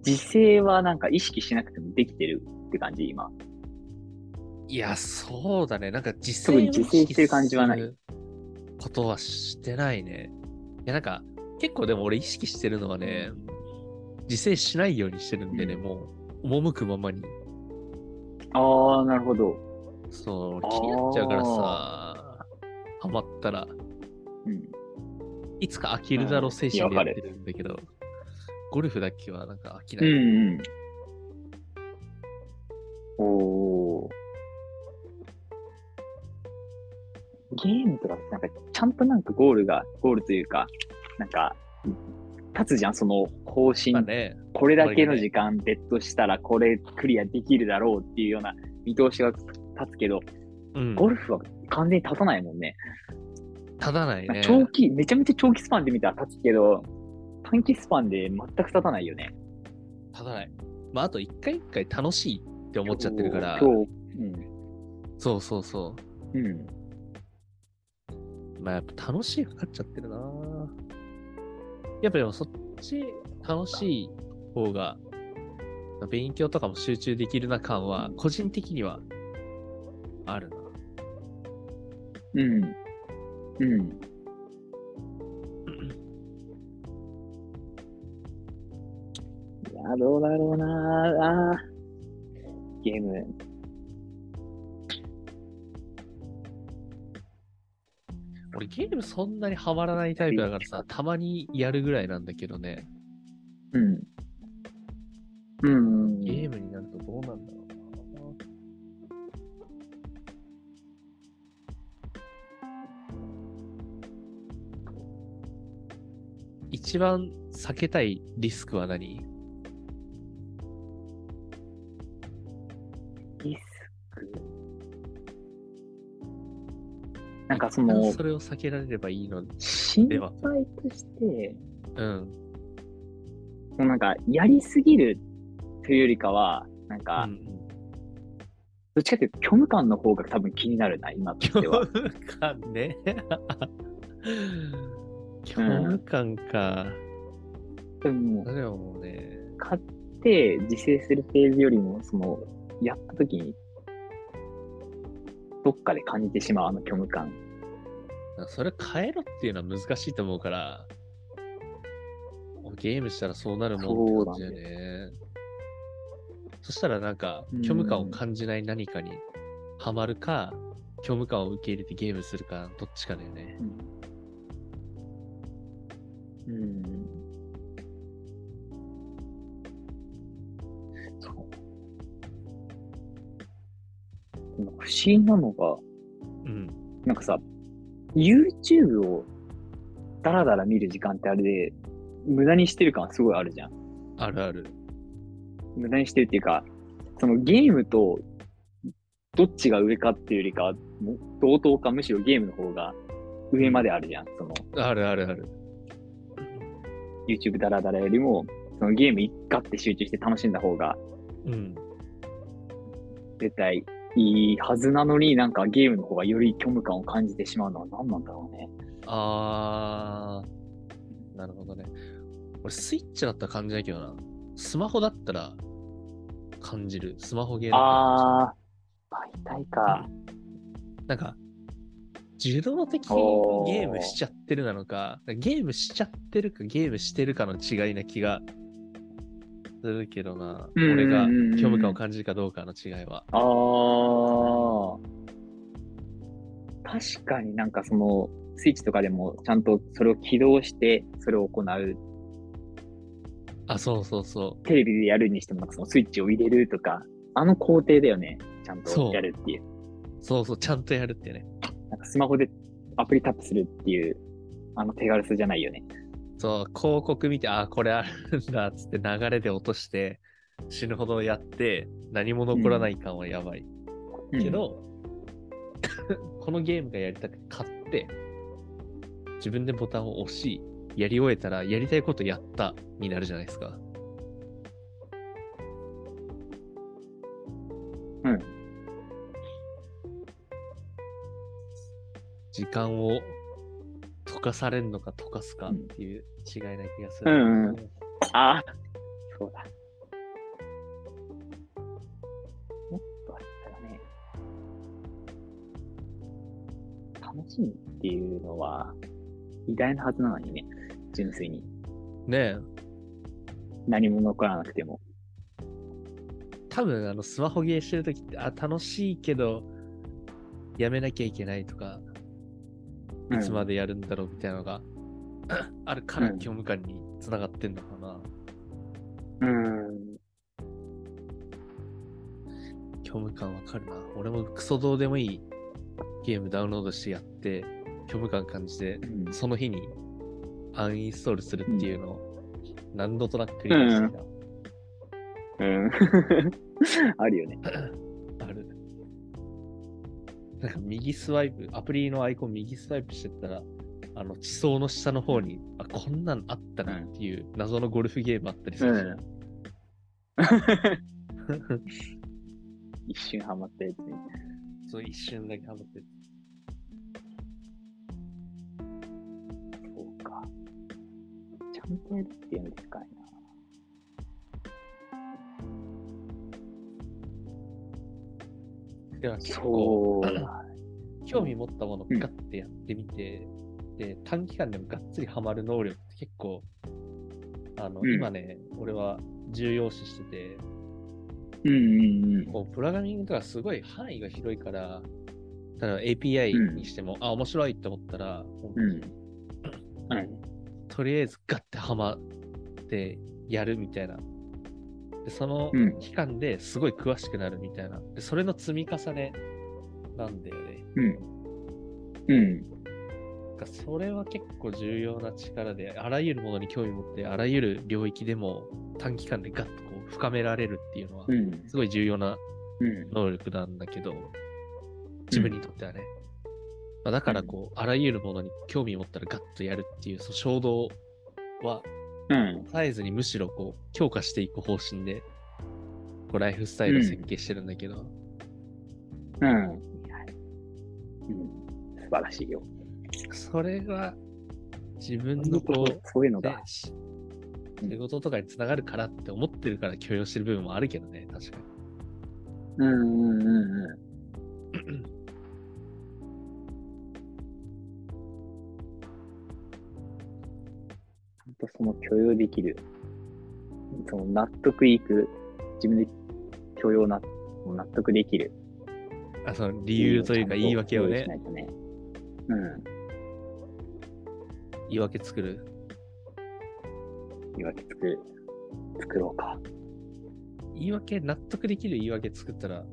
Speaker 2: 時制はなんか意識しなくてもできてるって感じ、今。
Speaker 1: いや、そうだね。なんか実
Speaker 2: 特に自制してる感じはない。
Speaker 1: ことはしてないね。いや、なんか結構でも俺意識してるのはね、自制しないようにしてるんでね、
Speaker 2: うん
Speaker 1: もう赴くままに。
Speaker 2: あー、なるほど。
Speaker 1: そう、俺
Speaker 2: あー
Speaker 1: 気になっちゃうからさ、ハマったら、
Speaker 2: うん。
Speaker 1: いつか飽きるだろう
Speaker 2: う
Speaker 1: ん精神でやっ
Speaker 2: わか
Speaker 1: て
Speaker 2: る
Speaker 1: るんだけど、ゴルフだけはなんか飽き
Speaker 2: う
Speaker 1: ない。
Speaker 2: んうん。おーゲームとかってなんかちゃんとなんかゴールが、ゴールというか、なんか、立つじゃん、その方針、
Speaker 1: まあね、
Speaker 2: これだけの時間ベットしたらこれクリアできるだろうっていうような見通しが立つけど、
Speaker 1: うん、
Speaker 2: ゴルフは完全に立たないもんね。
Speaker 1: 立たないね。
Speaker 2: 長期、めちゃめちゃ長期スパンで見たら立つけど、短期スパンで全く立たないよね。
Speaker 1: 立たない。まあ、あと一回一回楽しいって思っちゃってるから、
Speaker 2: 今日、うん
Speaker 1: そうそうそう。。
Speaker 2: うん
Speaker 1: まあやっぱ楽しいかかっちゃってるなやっぱでもそっち楽しい方が勉強とかも集中できるな感は個人的にはあるな。
Speaker 2: うん。うん。いや、どうだろうなあーゲーム。
Speaker 1: 俺ゲームそんなにハマらないタイプだからさ、たまにやるぐらいなんだけどね、
Speaker 2: うん。うん。
Speaker 1: ゲームになるとどうなんだろうな一番避けたいリスクは何
Speaker 2: リスク。なんかその、
Speaker 1: それを避けられればいいの
Speaker 2: 心
Speaker 1: で
Speaker 2: 配
Speaker 1: は
Speaker 2: として、
Speaker 1: うん。
Speaker 2: そのなんか、やりすぎるというよりかは、なんか、
Speaker 1: うん
Speaker 2: どっちかというと虚無感の方が多分気になるな、今とし
Speaker 1: 虚
Speaker 2: て は。
Speaker 1: 無感ね。虚無感か。
Speaker 2: でも
Speaker 1: そ、れはもうね。
Speaker 2: 買って自制するフェーズよりも、その、やった時に、どっかで感じてしまうあの虚無感。
Speaker 1: それ変えろっていうのは難しいと思うから、ゲームしたらそうなるもんって感じだよね。そしたらなんか、
Speaker 2: うん
Speaker 1: 虚無感を感じない何かにハマるか、虚無感を受け入れてゲームするか、どっちかだよね。
Speaker 2: うん。そう。なんか不思議なのが、
Speaker 1: うん。
Speaker 2: なんかさ、YouTube をダラダラ見る時間ってあれで、無駄にしてる感すごいあるじゃん。
Speaker 1: あるある。
Speaker 2: 無駄にしてるっていうか、そのゲームとどっちが上かっていうよりかは、もう同等かむしろゲームの方が上まであるじゃん。その
Speaker 1: あるあるある。
Speaker 2: YouTube ダラダラよりも、そのゲーム一家って集中して楽しんだ方が
Speaker 1: うん。
Speaker 2: 絶対いいはずなのになんかゲームの方がより虚無感を感じてしまうのは何なんだろうね。
Speaker 1: あー、なるほどね。俺、スイッチだったら感じないけどな。スマホだったら感じる。スマホゲーだったら感じる。
Speaker 2: あー、媒体か。
Speaker 1: なんか、受動的に
Speaker 2: おー
Speaker 1: ゲームしちゃってるなのか、ゲームしちゃってるかゲームしてるかの違いな気がするけどな、
Speaker 2: うん
Speaker 1: 俺が虚無感を感じるかどうかの違いは。
Speaker 2: あー。確かになんかその、スイッチとかでもちゃんとそれを起動して、それを行う。
Speaker 1: あ、そうそうそ
Speaker 2: テレビでやるにしても、なんかそのスイッチを入れるとか、あの工程だよね。ちゃん
Speaker 1: そ
Speaker 2: と
Speaker 1: う
Speaker 2: やるっていう。
Speaker 1: う、そうそう、ちゃんとやるってね。
Speaker 2: なんかスマホでアプリタップするっていう、あの手軽さじゃないよね。
Speaker 1: そう、広告見て、あ、これあるんだっつって流れで落として、死ぬほどやって、何も残らない感はやばい。
Speaker 2: うん
Speaker 1: け、ど、 このゲームがやりたくて買って、自分でボタンを押し、やり終えたら、やりたいことやったになるじゃないですか。
Speaker 2: うん。
Speaker 1: 時間を溶かされるのか溶かすかっていう違いな気がする。
Speaker 2: うんうんああ、そうだ。もっとあったらね、楽しむっていうのは、偉大なはずなのにね、純粋に。
Speaker 1: ねえ、
Speaker 2: 何も残らなくても。
Speaker 1: 多分あのスマホゲーしてるときって、あ、楽しいけど、やめなきゃいけないとか、いつまでやるんだろうみたいなのが、 あるから
Speaker 2: うん
Speaker 1: 虚無感につながってんのかな。
Speaker 2: うん。
Speaker 1: 虚無感わかるな。俺もクソどうでもいいゲームダウンロードしてやって、虚無感感じて、
Speaker 2: うん
Speaker 1: その日にアンインストールするっていうのを何度となく繰り返してきた。
Speaker 2: うん、 あるよね。
Speaker 1: ある。なんか右スワイプ、アプリのアイコン右スワイプしてったら、あの地層の下の方に、あ、こんなんあったなっていう謎のゴルフゲームあったりするじゃん。
Speaker 2: 一瞬ハマったやつに。
Speaker 1: そう一瞬だけハマって。
Speaker 2: そうか。ちゃんとやるっていうのでかいな。
Speaker 1: では結構
Speaker 2: そうだ。
Speaker 1: 興味持ったものをガッてやってみて、で、短期間でもがっつりハマる能力って結構、あの、
Speaker 2: うん
Speaker 1: 今ね、俺は重要視してて、
Speaker 2: うんうんうん。
Speaker 1: こうプログラミングとかすごい範囲が広いから、例えば API にしても、あ、面白いって思ったら、
Speaker 2: うん。
Speaker 1: とりあえずガッてハマってやるみたいな。で、その
Speaker 2: うん
Speaker 1: 期間ですごい詳しくなるみたいな。で、それの積み重ねなんだよね。
Speaker 2: うん。うん。
Speaker 1: かそれは結構重要な力で、あらゆるものに興味持って、あらゆる領域でも短期間でガッとこう深められるっていうのは、
Speaker 2: うん。
Speaker 1: すごい重要な
Speaker 2: うん。
Speaker 1: 能力なんだけど、自分にとってはね。まあだからこう、あらゆるものに興味持ったらガッとやるっていう、その衝動は
Speaker 2: うん。
Speaker 1: 絶えずにむしろこう、強化していく方針で、こう、ライフスタイルを設計してるんだけど、
Speaker 2: うん。うん。素晴らしいよ。
Speaker 1: それが自分
Speaker 2: そうい
Speaker 1: の
Speaker 2: う
Speaker 1: こ
Speaker 2: こ
Speaker 1: とう、
Speaker 2: そういうの
Speaker 1: ね
Speaker 2: が。
Speaker 1: し
Speaker 2: うん
Speaker 1: 仕事とかにつながるからって思ってるから許容してる部分もあるけどね、確かに。
Speaker 2: うんうんうんうん。ちゃんとその許容できる、その納得いく、自分で許容な、納得できる。
Speaker 1: あその理由というか言い訳をね
Speaker 2: ち、ゃんと用意しないとねうん。
Speaker 1: 言い訳作る。
Speaker 2: 言い訳作る、作ろうか。
Speaker 1: 言い訳、納得できる言い訳作ったら、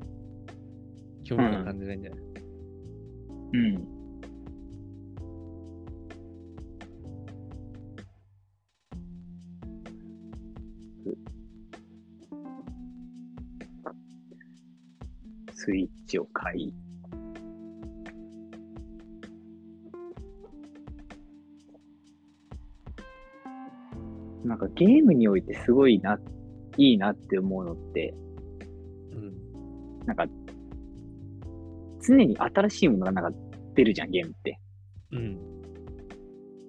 Speaker 1: 興味が感じないんじゃない、
Speaker 2: うん。スイッチを買い。なんかゲームにおいてすごいな、いいなって思うのって、
Speaker 1: うん。
Speaker 2: なんか、常に新しいものがなんか出るじゃん、ゲームって。
Speaker 1: うん。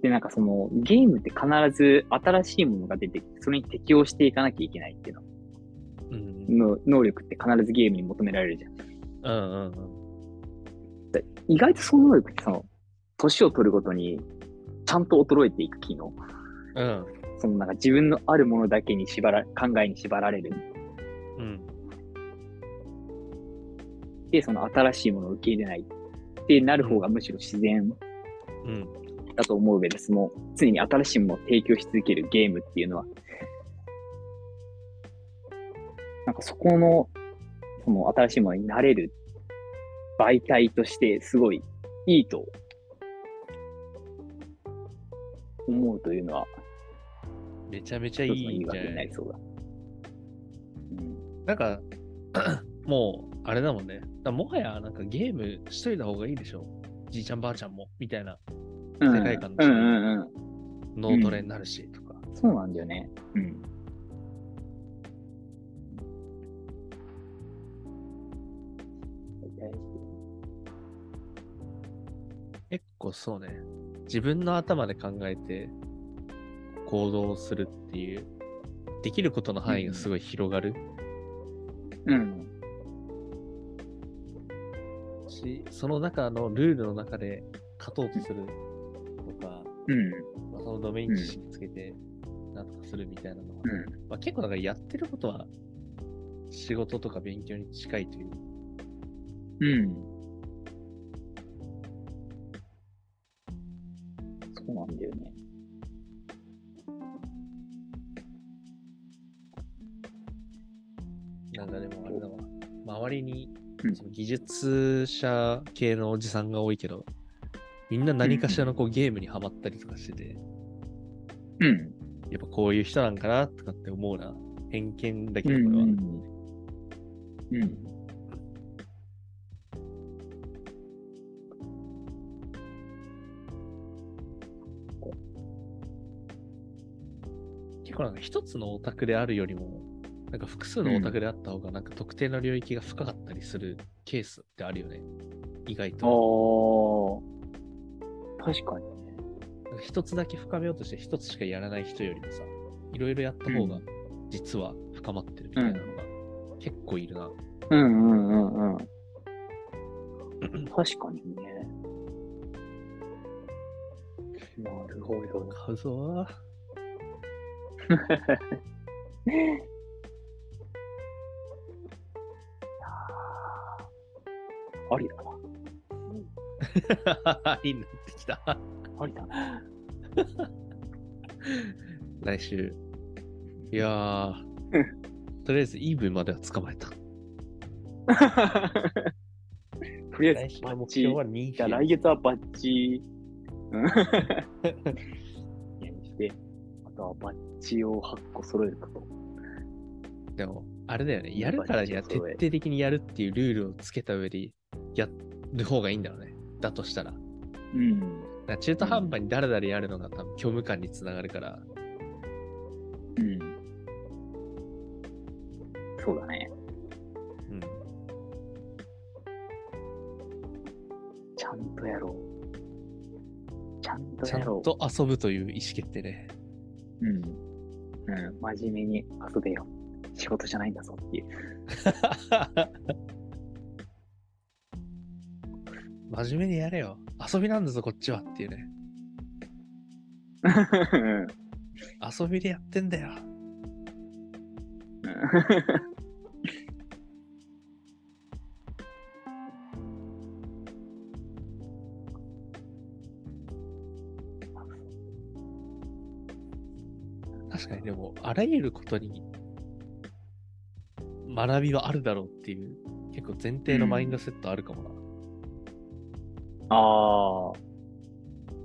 Speaker 2: で、なんかそのゲームって必ず新しいものが出てきて、それに適応していかなきゃいけないっていう
Speaker 1: うん。
Speaker 2: のの能力って必ずゲームに求められるじゃん。
Speaker 1: うんうんうん。
Speaker 2: 意外とその能力ってその、年を取るごとに、ちゃんと衰えていく機能。
Speaker 1: うん。
Speaker 2: そのなんか自分のあるものだけに縛ら、考えに縛られる。
Speaker 1: うん。
Speaker 2: で、その新しいものを受け入れないってなる方がむしろ自然
Speaker 1: うん。
Speaker 2: だと思う上で、その常に新しいものを提供し続けるゲームっていうのは、なんかそこの、その新しいものになれる媒体としてすごいいいと思うというのは、
Speaker 1: めちゃめちゃ
Speaker 2: 一
Speaker 1: い
Speaker 2: つの言
Speaker 1: い
Speaker 2: い
Speaker 1: んじ
Speaker 2: 訳
Speaker 1: ゃ
Speaker 2: に
Speaker 1: な
Speaker 2: ないりそうだ。
Speaker 1: なんか、 もう、あれだもんね。だからもはや、なんかゲームしといた方がいいでしょ。じいちゃんばあちゃんも、みたいな
Speaker 2: うん
Speaker 1: 世界観の
Speaker 2: うん
Speaker 1: 違い
Speaker 2: うんうん。
Speaker 1: 脳トレになるし、とか。
Speaker 2: そうなんだよね。うん。大事
Speaker 1: 結構そうね。自分の頭で考えて行動するっていう、できることの範囲がすごい広がる
Speaker 2: うん。
Speaker 1: し、その中のルールの中で勝とうとするとか、
Speaker 2: うん。
Speaker 1: まあそのドメイン知識つけて、なんとかするみたいなのは、
Speaker 2: うん。
Speaker 1: まあ、結構なんかやってることは仕事とか勉強に近いという
Speaker 2: うん。そうなんだよね。
Speaker 1: なんかでもあれだわ。周りに
Speaker 2: うん
Speaker 1: その技術者系のおじさんが多いけど、みんな何かしらのこうゲームにはまったりとかしてて、
Speaker 2: うん。
Speaker 1: やっぱこういう人なんかなとかって思うな。偏見だけど、これは。
Speaker 2: うん。うん。
Speaker 1: 結構なんか一つのオタクであるよりも、なんか複数のオタクであった方が、なんか特定の領域が深かったりするケースってあるよね。意外と。
Speaker 2: ああ。確かにね。
Speaker 1: なんか一つだけ深めようとして一つしかやらない人よりもさ、いろいろやった方
Speaker 2: う
Speaker 1: が
Speaker 2: ん
Speaker 1: 実は深まってるみたいなのが結構いるな。
Speaker 2: うんうんうんうん。確かにね。なるほど。
Speaker 1: 買うぞ
Speaker 2: ありだな。
Speaker 1: ー。いいになってきた。
Speaker 2: ありだな。
Speaker 1: 来週。いやー。とりあえず、イーブンまでは捕まえた。
Speaker 2: とりあえ
Speaker 1: 来
Speaker 2: ず、
Speaker 1: 週
Speaker 2: バ
Speaker 1: の
Speaker 2: ッ
Speaker 1: 目
Speaker 2: チ
Speaker 1: 標は
Speaker 2: じゃあ
Speaker 1: 2
Speaker 2: 来月はバッチ、うん いやにして、あとはバッジを8個揃えること。
Speaker 1: でも、あれだよね。やるからには徹底的にやるっていうルールをつけた上でやる方がいいんだろうね。だとしたら。だか
Speaker 2: うん。
Speaker 1: ら中途半端にダラダラやるのが多分虚無感につながるから、
Speaker 2: うん。そうだね。
Speaker 1: うん。
Speaker 2: ちゃんとやろう。ちゃんと
Speaker 1: ちゃ
Speaker 2: や
Speaker 1: ん
Speaker 2: ろう。
Speaker 1: と遊ぶという意思決定ね。
Speaker 2: うん。うん。真面目に遊べよ。仕事じゃないんだぞっていう。
Speaker 1: 真面目にやれよ。遊びなんだぞ、こっちはっていうね。
Speaker 2: うん
Speaker 1: 遊びでやってんだよ。確かに、でも、あらゆることに学びはあるだろうっていう、結構前提のマインドセットあるかもな。
Speaker 2: ああ、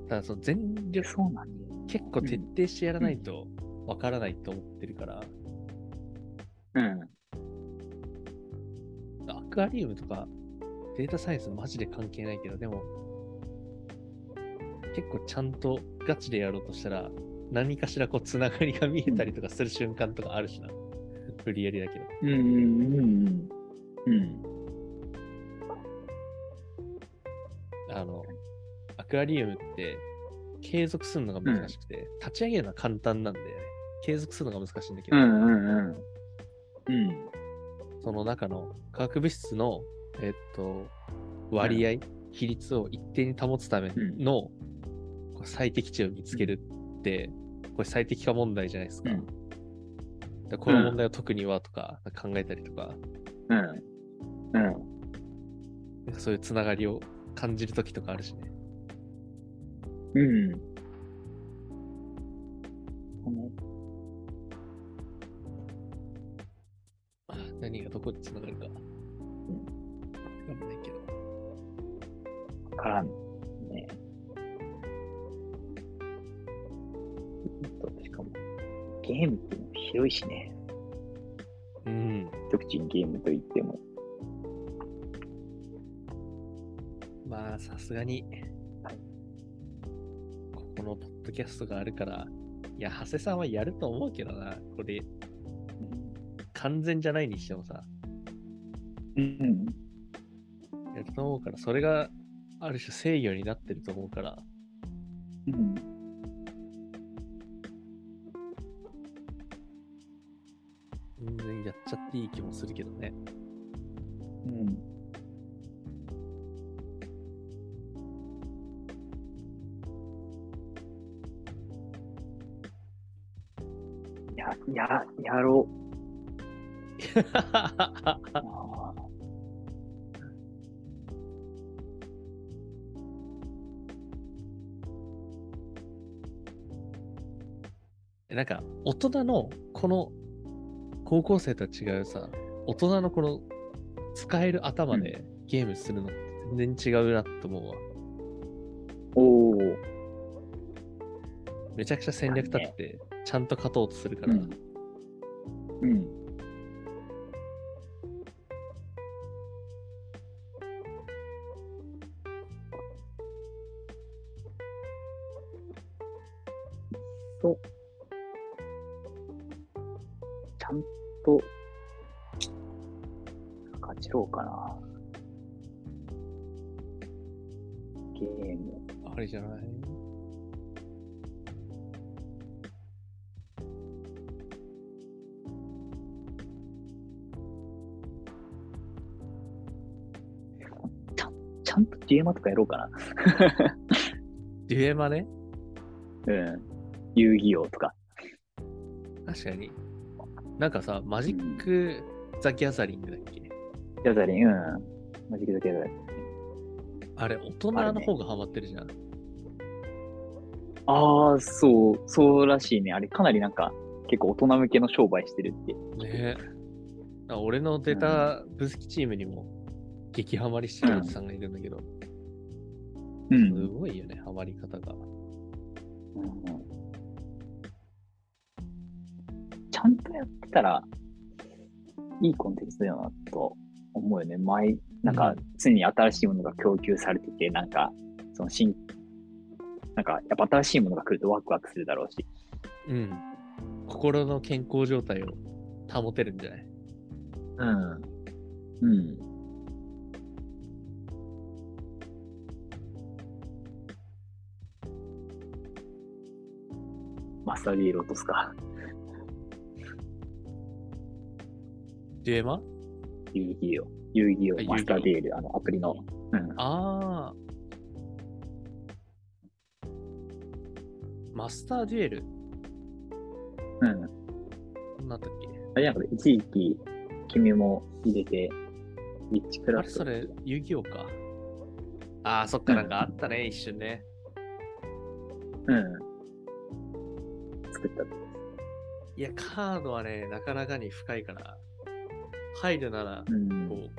Speaker 1: ただ、その全力、
Speaker 2: そうなんだよ。
Speaker 1: 結構徹底してやらないとわからないと思ってるから、
Speaker 2: うん。
Speaker 1: アクアリウムとかデータサイエンスマジで関係ないけど、でも、結構ちゃんとガチでやろうとしたら、何かしらこう、つながりが見えたりとかする瞬間とかあるしな。 無理やりだけど。
Speaker 2: うんうんうんうん。うん。
Speaker 1: あの、アクアリウムって継続するのが難しくて、立ち上げるのは簡単なんで、継続するのが難しいんだけ
Speaker 2: う
Speaker 1: ど、
Speaker 2: んうんうん。うん。
Speaker 1: その中の化学物質の、えっと、割合、比率を一定に保つための、こう最適値を見つけるって、これ最適化問題じゃないですか。
Speaker 2: う
Speaker 1: だ
Speaker 2: ん
Speaker 1: からこの問題を特にはとか考えたりとか、
Speaker 2: うん。うん。
Speaker 1: なんかそういうつながりを感じるときとかあるしね。
Speaker 2: うん。
Speaker 1: あ何がどこにつながるか。わかんないけど。
Speaker 2: わからん。ね。うんとしかも、ゲームっていうのは広いしね。
Speaker 1: うん。
Speaker 2: 一口にゲームと言っても。
Speaker 1: まあ、さすがに、ここのポッドキャストがあるから、いや、長谷さんはやると思うけどな、これ、完全じゃないにしてもさ、
Speaker 2: うん。
Speaker 1: やると思うから、それがある種制御になってると思うから、
Speaker 2: うん。
Speaker 1: 全然やっちゃっていい気もするけど ね。
Speaker 2: うん。や、や、やろう。あー
Speaker 1: なんか、大人の、この、高校生とは違うさ、大人のこの、使える頭でゲームするのって全然違うなと思うわ。
Speaker 2: おお。
Speaker 1: めちゃくちゃ戦略立てて、ちゃんと勝とうとするから、
Speaker 2: うんうん。と、ちゃんと、勝ちろうかな。ゲーム。
Speaker 1: あれじゃない
Speaker 2: ちゃんとゲーマとかやろうかな。
Speaker 1: デュエマね
Speaker 2: うん。遊戯王とか。
Speaker 1: 確かに。なんかさ、マジック・ザ・ギャザリングだっけ
Speaker 2: ギャザリン、うん。マジックザギャザリン。
Speaker 1: あれ、大人の方がハマってるじゃん。
Speaker 2: ああ、そう、そうらしいね。あれ、かなりなんか、結構大人向けの商売してるって。
Speaker 1: ねえ。俺のデータ分析チームにも激ハマりしてるおじさんがいるんだけど、
Speaker 2: う
Speaker 1: す
Speaker 2: ん。
Speaker 1: ごいよね、ハマり方が。
Speaker 2: ちゃんとやってたら、いいコンテンツだよなと思うよね。毎、なん
Speaker 1: う
Speaker 2: か
Speaker 1: ん、
Speaker 2: 常に新しいものが供給されてて、なんか、その新、なんか、やっぱ新しいものが来るとワクワクするだろうし。
Speaker 1: うん。心の健康状態を保てるんじゃない
Speaker 2: うん。うん。マスタービール落とすか。
Speaker 1: デュエマ
Speaker 2: 遊戯王、遊戯
Speaker 1: あ
Speaker 2: 王マスターデール、あのアプリの。うん、
Speaker 1: ああ。マスターデュエル
Speaker 2: う
Speaker 1: な
Speaker 2: ん。
Speaker 1: んだったっけ
Speaker 2: あれなんか一時期、君も入れて、リッチク
Speaker 1: あ
Speaker 2: ラ
Speaker 1: れ
Speaker 2: フ
Speaker 1: そ
Speaker 2: ト。
Speaker 1: れ、遊戯王か。ああ、そっかなんかあったね、一瞬ね。
Speaker 2: うん。作った。
Speaker 1: いや、カードはね、なかなかに深いから、入るなら、
Speaker 2: うん。
Speaker 1: こう、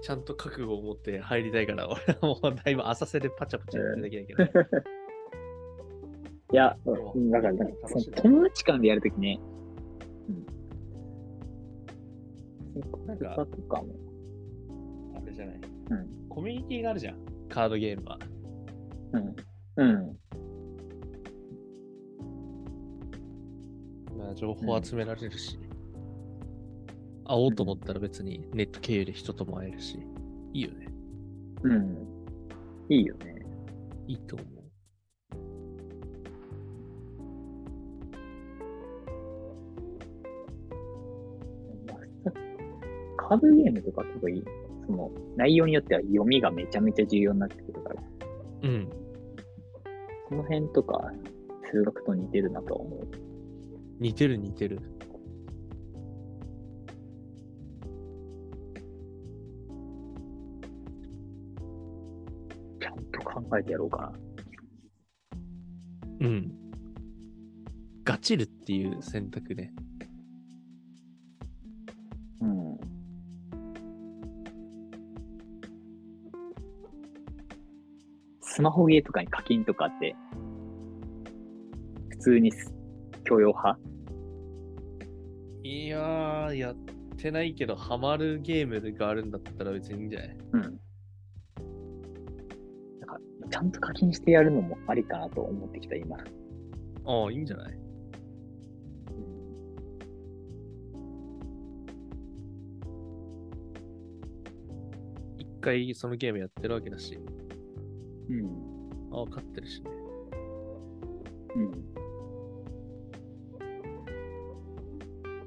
Speaker 1: ちゃんと覚悟を持って入りたいから、俺はもうだいぶ浅瀬でパチャパチャやってできないけど。
Speaker 2: いや、
Speaker 1: そう
Speaker 2: うんだから、なんか
Speaker 1: 楽しい
Speaker 2: そ
Speaker 1: ね
Speaker 2: の友達間でやるときね。うん。
Speaker 1: なん
Speaker 2: 他
Speaker 1: か
Speaker 2: とかも。
Speaker 1: あれじゃない。
Speaker 2: うん。
Speaker 1: コミュニティがあるじゃん、カードゲームは。
Speaker 2: うん。うん。
Speaker 1: まあ、情報集められるし、会おうと思ったら別にネット経由で人とも会えるし、いいよね。
Speaker 2: うん。いいよね。
Speaker 1: いいと思う。
Speaker 2: カードゲームとか特に、その、内容によっては読みがめちゃめちゃ重要になってくるから、
Speaker 1: うん。
Speaker 2: その辺とか、数学と似てるなとは思う。
Speaker 1: 似てる似てる。
Speaker 2: ちゃんと考えてやろうかな。
Speaker 1: うん。ガチるっていう選択ね。
Speaker 2: うん。スマホゲーとかに課金とかって、普通にす許容派
Speaker 1: いやー、やってないけど、ハマるゲームがあるんだったら別にいいんじゃない
Speaker 2: うん。なんか、ちゃんと課金してやるのもありかなと思ってきた、今。
Speaker 1: ああ、いいんじゃない一回そのゲームやってるわけだし、
Speaker 2: うん。
Speaker 1: ああ、勝ってるしね。
Speaker 2: う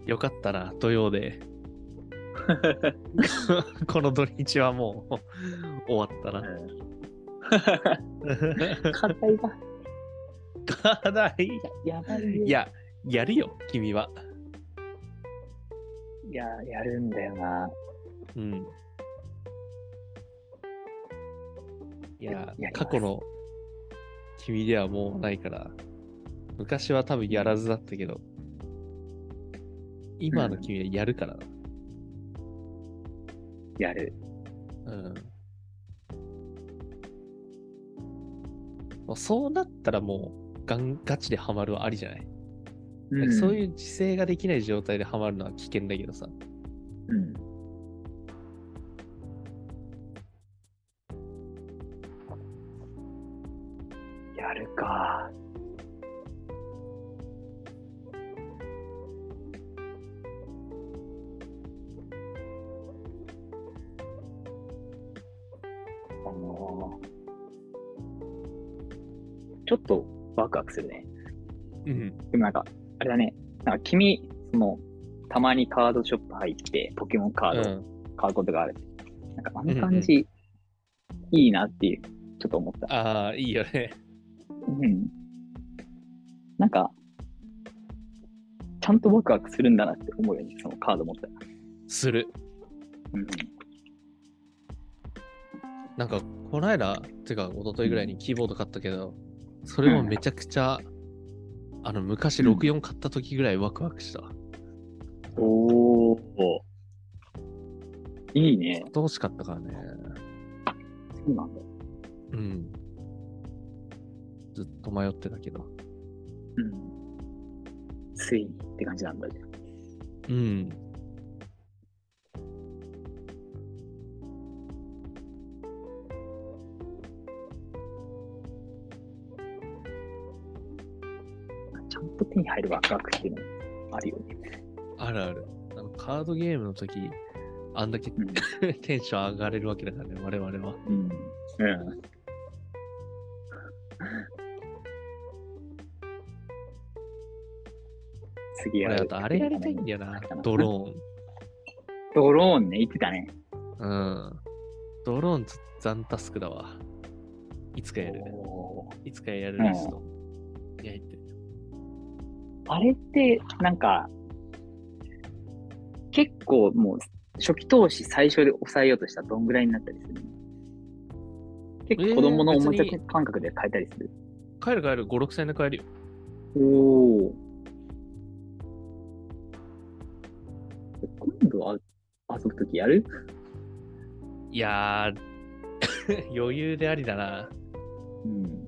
Speaker 2: ん。
Speaker 1: よかったな、土曜 で。この土日はもう終わった な。
Speaker 2: 課題が
Speaker 1: 課題
Speaker 2: やばいよ。
Speaker 1: い、や、やるよ、君は。
Speaker 2: いや、やるんだよな。
Speaker 1: うん。いや
Speaker 2: やりま、す
Speaker 1: 過去の君ではもうないから、昔は多分やらずだったけど、今の君はやるからな。
Speaker 2: やる。
Speaker 1: うん。もうそうなったらもう、ガンガチでハマるはありじゃない、そう
Speaker 2: う
Speaker 1: いう自制ができない状態でハマるのは危険だけどさ。
Speaker 2: ん。やるか。あのーちょっとワクワクするね。
Speaker 1: うん。
Speaker 2: でもなんか、あれだね、なんか君、その、たまにカードショップ入って、ポケモンカ
Speaker 1: う
Speaker 2: ード
Speaker 1: ん。
Speaker 2: 買うことがある。なんかあの感じ、いいなっていう、ちょっと思った。
Speaker 1: ああ、いいよね。
Speaker 2: うん。なんか、ちゃんとワクワクするんだなって思うよね、そのカード持ったら。
Speaker 1: する。
Speaker 2: うん。
Speaker 1: なんか、この間、てか、一昨日ぐらいにキーボード買ったけど、それもめちゃくちゃ、あの、昔
Speaker 2: うん
Speaker 1: 64買った時ぐらいワクワクした。
Speaker 2: おー。いいね。
Speaker 1: 楽しかったからね。
Speaker 2: そうなんだ。
Speaker 1: うん。ずっと迷ってたけど。
Speaker 2: うん。ついにって感じなんだね。
Speaker 1: うん。
Speaker 2: ちゃんと手に入るワクワクっていうのもあるよね。
Speaker 1: あるある。あのカードゲームの時あんだけ テンション上がれるわけだからね、我々は。
Speaker 2: うん。うん。次や
Speaker 1: 俺、あ
Speaker 2: る
Speaker 1: とあれやりたいんだよな、ドロ
Speaker 2: ドローンね、言ってたね。
Speaker 1: ーン。うん。ドローン残タスクだわ。いつかやる。
Speaker 2: おー
Speaker 1: いつかやるリスト。やりたい
Speaker 2: あれって、なんか、結構もう、初期投資最初で抑えようとしたらどんぐらいになったりするの結構子供のおもちゃ感覚で買えたりする。
Speaker 1: 帰る帰る、5、6千円で帰るよ。
Speaker 2: おお。今度は遊ぶときやる
Speaker 1: いやー、 余裕でありだな。
Speaker 2: うん。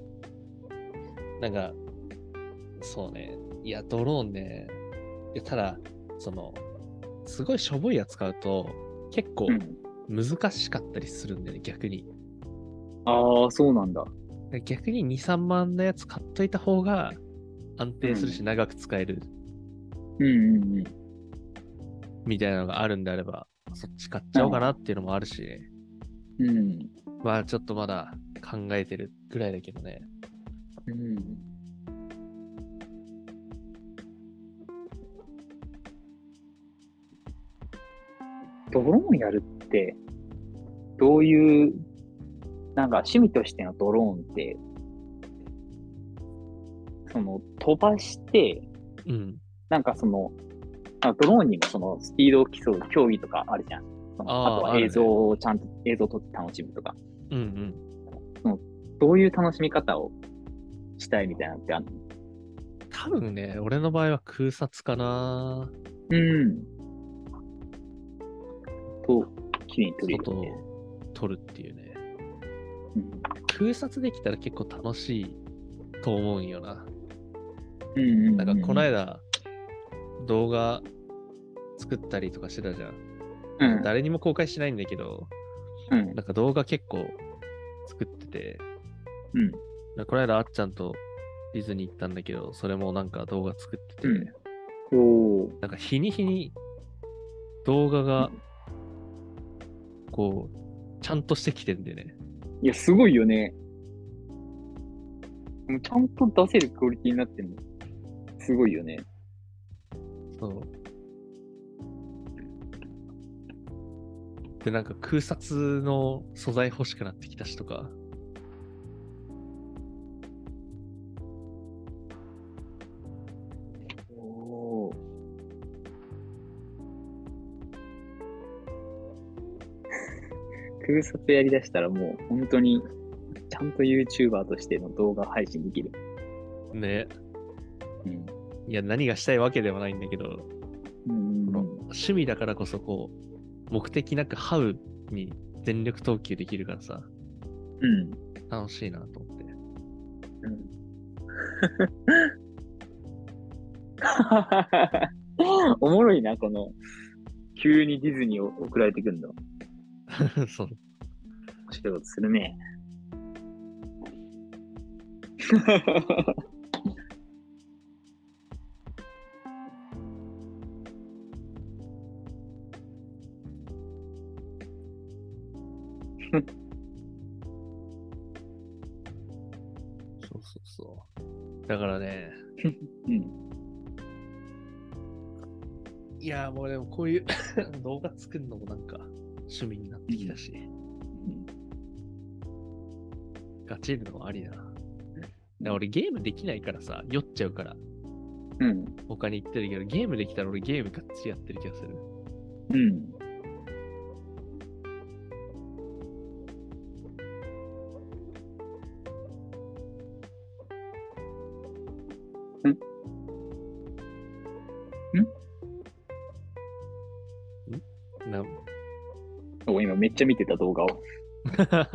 Speaker 1: なんか、そうね。いや、ドローンね。いやただ、その、すごいしょぼいやつ買うと、結構
Speaker 2: うん、
Speaker 1: 難しかったりするんだよね、逆に。
Speaker 2: ああ、そうなんだ。
Speaker 1: 逆に2、3万のやつ買っといた方が安定するし、
Speaker 2: う
Speaker 1: 長く使える
Speaker 2: うんうんうん。
Speaker 1: みたいなのがあるんであれば、そっち買っちゃおうかなっていうのもあるしね。
Speaker 2: うん。
Speaker 1: まあ、ちょっとまだ考えてるぐらいだけどね。
Speaker 2: うん、ドローンやるって、どういう、なんか趣味としてのドローンって、その飛ばして、
Speaker 1: うん。
Speaker 2: なんかその、あドローンにもそのスピードを競う競技とかあるじゃん。その
Speaker 1: あー
Speaker 2: あと
Speaker 1: あ
Speaker 2: は
Speaker 1: るね
Speaker 2: 映像をちゃんと、映像を撮って楽しむとか。
Speaker 1: うんうん。
Speaker 2: どういう楽しみ方をしたいみたいなのってあるの
Speaker 1: 多分ね、俺の場合は空撮かな。
Speaker 2: うん。と、綺麗に撮れる
Speaker 1: 外
Speaker 2: よ
Speaker 1: を
Speaker 2: ね。
Speaker 1: 撮るっていうね。
Speaker 2: うん
Speaker 1: 空撮できたら結構楽しいと思うんよな。
Speaker 2: うんうんうん。
Speaker 1: なんかこの
Speaker 2: い
Speaker 1: 間、動画作ったりとかしてたじゃん。
Speaker 2: うん。
Speaker 1: 誰にも公開しないんだけど、
Speaker 2: うん
Speaker 1: なんか動画結構作ってて、
Speaker 2: うん。
Speaker 1: なんかこの間あっちゃんとディズニー行ったんだけど、それもなんか動画作ってて、
Speaker 2: うんおー
Speaker 1: なんか日に日に動画が
Speaker 2: う
Speaker 1: こう、ちゃんとしてきてんでね。
Speaker 2: いや、すごいよね。もうちゃんと出せるクオリティになってるの。すごいよね。
Speaker 1: そう。で、なんか空撮の素材欲しくなってきたしとか。
Speaker 2: おー 空撮やりだしたらもう本当にちゃんと YouTuber としての動画配信できる。
Speaker 1: ね。
Speaker 2: うん。
Speaker 1: いや、何がしたいわけではないんだけど、
Speaker 2: うんうんうん。
Speaker 1: 趣味だからこそこう、目的なくハウに全力投球できるからさ、
Speaker 2: うん
Speaker 1: 楽しいなと思って。
Speaker 2: うん おもろいな、この、急にディズニーを送られてくるの。
Speaker 1: そう。
Speaker 2: 面白いことする ね。
Speaker 1: そうそうそう。だからね、
Speaker 2: うん。
Speaker 1: いや、もうでもこういう 動画作るのもなんか趣味になってきたし、ガチるのもありだな。だから俺ゲームできないからさ、酔っちゃうから、
Speaker 2: うん。
Speaker 1: 他に行ってるけど、ゲームできたら俺ゲームがっつりやってる気がする。
Speaker 2: うん。
Speaker 1: な
Speaker 2: お今めっちゃ見てた動画を。
Speaker 1: そうそうそ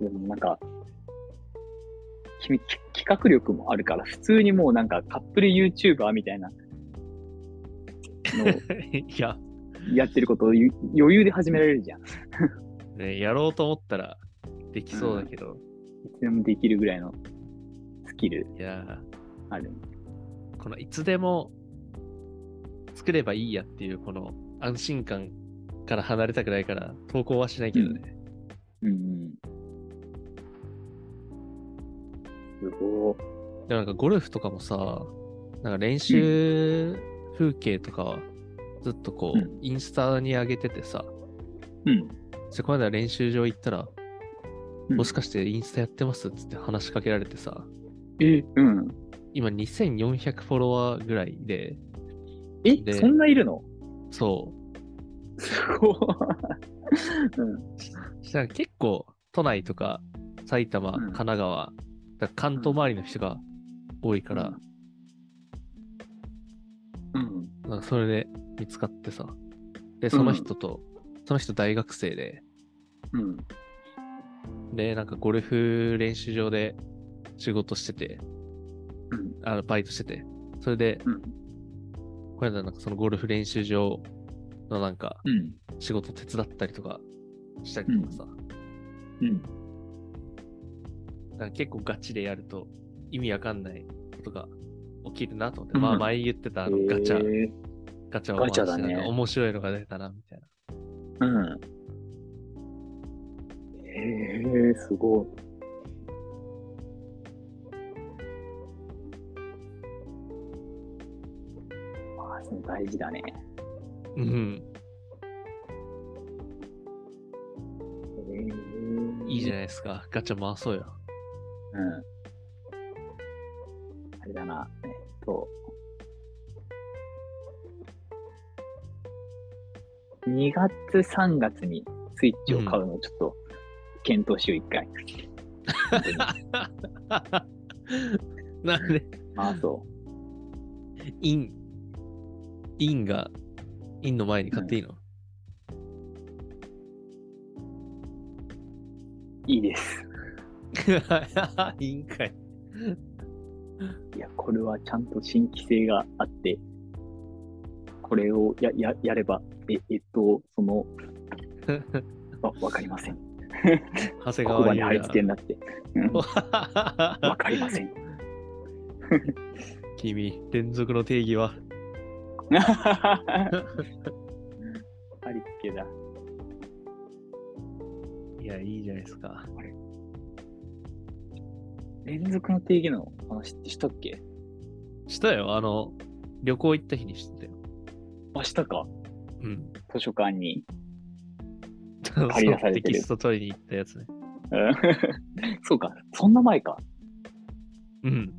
Speaker 1: う。
Speaker 2: でもなんか、君、き企画力もあるから、普通にもうなんかカップル YouTuber みたいなのを
Speaker 1: いや、
Speaker 2: やってる ことをゆ余裕で始められるじゃん。い
Speaker 1: ね、やろうと思ったらできそうだけど、
Speaker 2: つでもできるぐらいのスキル
Speaker 1: いや
Speaker 2: ある。
Speaker 1: ー、このいつでも作ればいいやっていうこの安心感から離れたくないから投稿はしないけどね。
Speaker 2: うんうん。すごい。
Speaker 1: でもなんかゴルフとかもさ、なんか練習風景とかずっとこう、
Speaker 2: うん
Speaker 1: インスタに上げててさ、
Speaker 2: うん。
Speaker 1: そこまで練習場行ったら、
Speaker 2: うん
Speaker 1: もしかしてインスタやってますっつって話しかけられてさ、
Speaker 2: え、うん。
Speaker 1: 今2400フォロワーぐらいで、
Speaker 2: え、
Speaker 1: で
Speaker 2: そんないるの
Speaker 1: そ
Speaker 2: すごい。うん。
Speaker 1: う。したら結構都内とか埼玉、
Speaker 2: うん
Speaker 1: 神奈川、だから関東周りの人が多いから、
Speaker 2: うん。
Speaker 1: なんかそれで見つかってさ、で、その人と、その人大学生で、
Speaker 2: うん。
Speaker 1: で、なんかゴルフ練習場で仕事してて、
Speaker 2: うん
Speaker 1: あのバイトしてて、それで、
Speaker 2: うん
Speaker 1: これだなんかそのゴルフ練習場のなんか
Speaker 2: うん。
Speaker 1: 仕事手伝ったりとかしたりとかさ、
Speaker 2: うん。
Speaker 1: なんか結構ガチでやると意味わかんないことが起きるなと思って、
Speaker 2: うん
Speaker 1: まあ前言ってたあのガチャ、
Speaker 2: へー
Speaker 1: ガチャを回して
Speaker 2: ガチャだね
Speaker 1: なんか面白いのが出たなみたいな。
Speaker 2: うん。へえ、すごい。ああ、その大事だね。
Speaker 1: うん、いいじゃ
Speaker 2: ん。
Speaker 1: ないですか。ガチャ回そうよ。
Speaker 2: うん。あれだな、えっと。2月、3月にスイッチを買うのをちょっと検討しよう、一回。
Speaker 1: なんで、
Speaker 2: ああ、そう。
Speaker 1: イン、インが、インの前に買っていいの、
Speaker 2: いいです。
Speaker 1: インかい。
Speaker 2: いや、これはちゃんと新規性があって、これをやややれば、え、えっと、そ の、わわかりません。こ
Speaker 1: 長谷
Speaker 2: こ
Speaker 1: 川
Speaker 2: まで
Speaker 1: 優
Speaker 2: 貼り付けにな って、うんわ
Speaker 1: 也。
Speaker 2: かりません。
Speaker 1: 君、連続の定義は。
Speaker 2: 貼り付けだ。
Speaker 1: いや、いいじゃないですか。
Speaker 2: 連続の定義の話ってしたっけ
Speaker 1: したよ、あの、旅行行った日にしてたよ。
Speaker 2: あ、したか。
Speaker 1: うん。
Speaker 2: 図書館に。
Speaker 1: そ
Speaker 2: 借り出さ
Speaker 1: う
Speaker 2: れ
Speaker 1: テ
Speaker 2: てる
Speaker 1: キスト取りに行ったやつね。
Speaker 2: うん そうか、そんな前か。
Speaker 1: うん。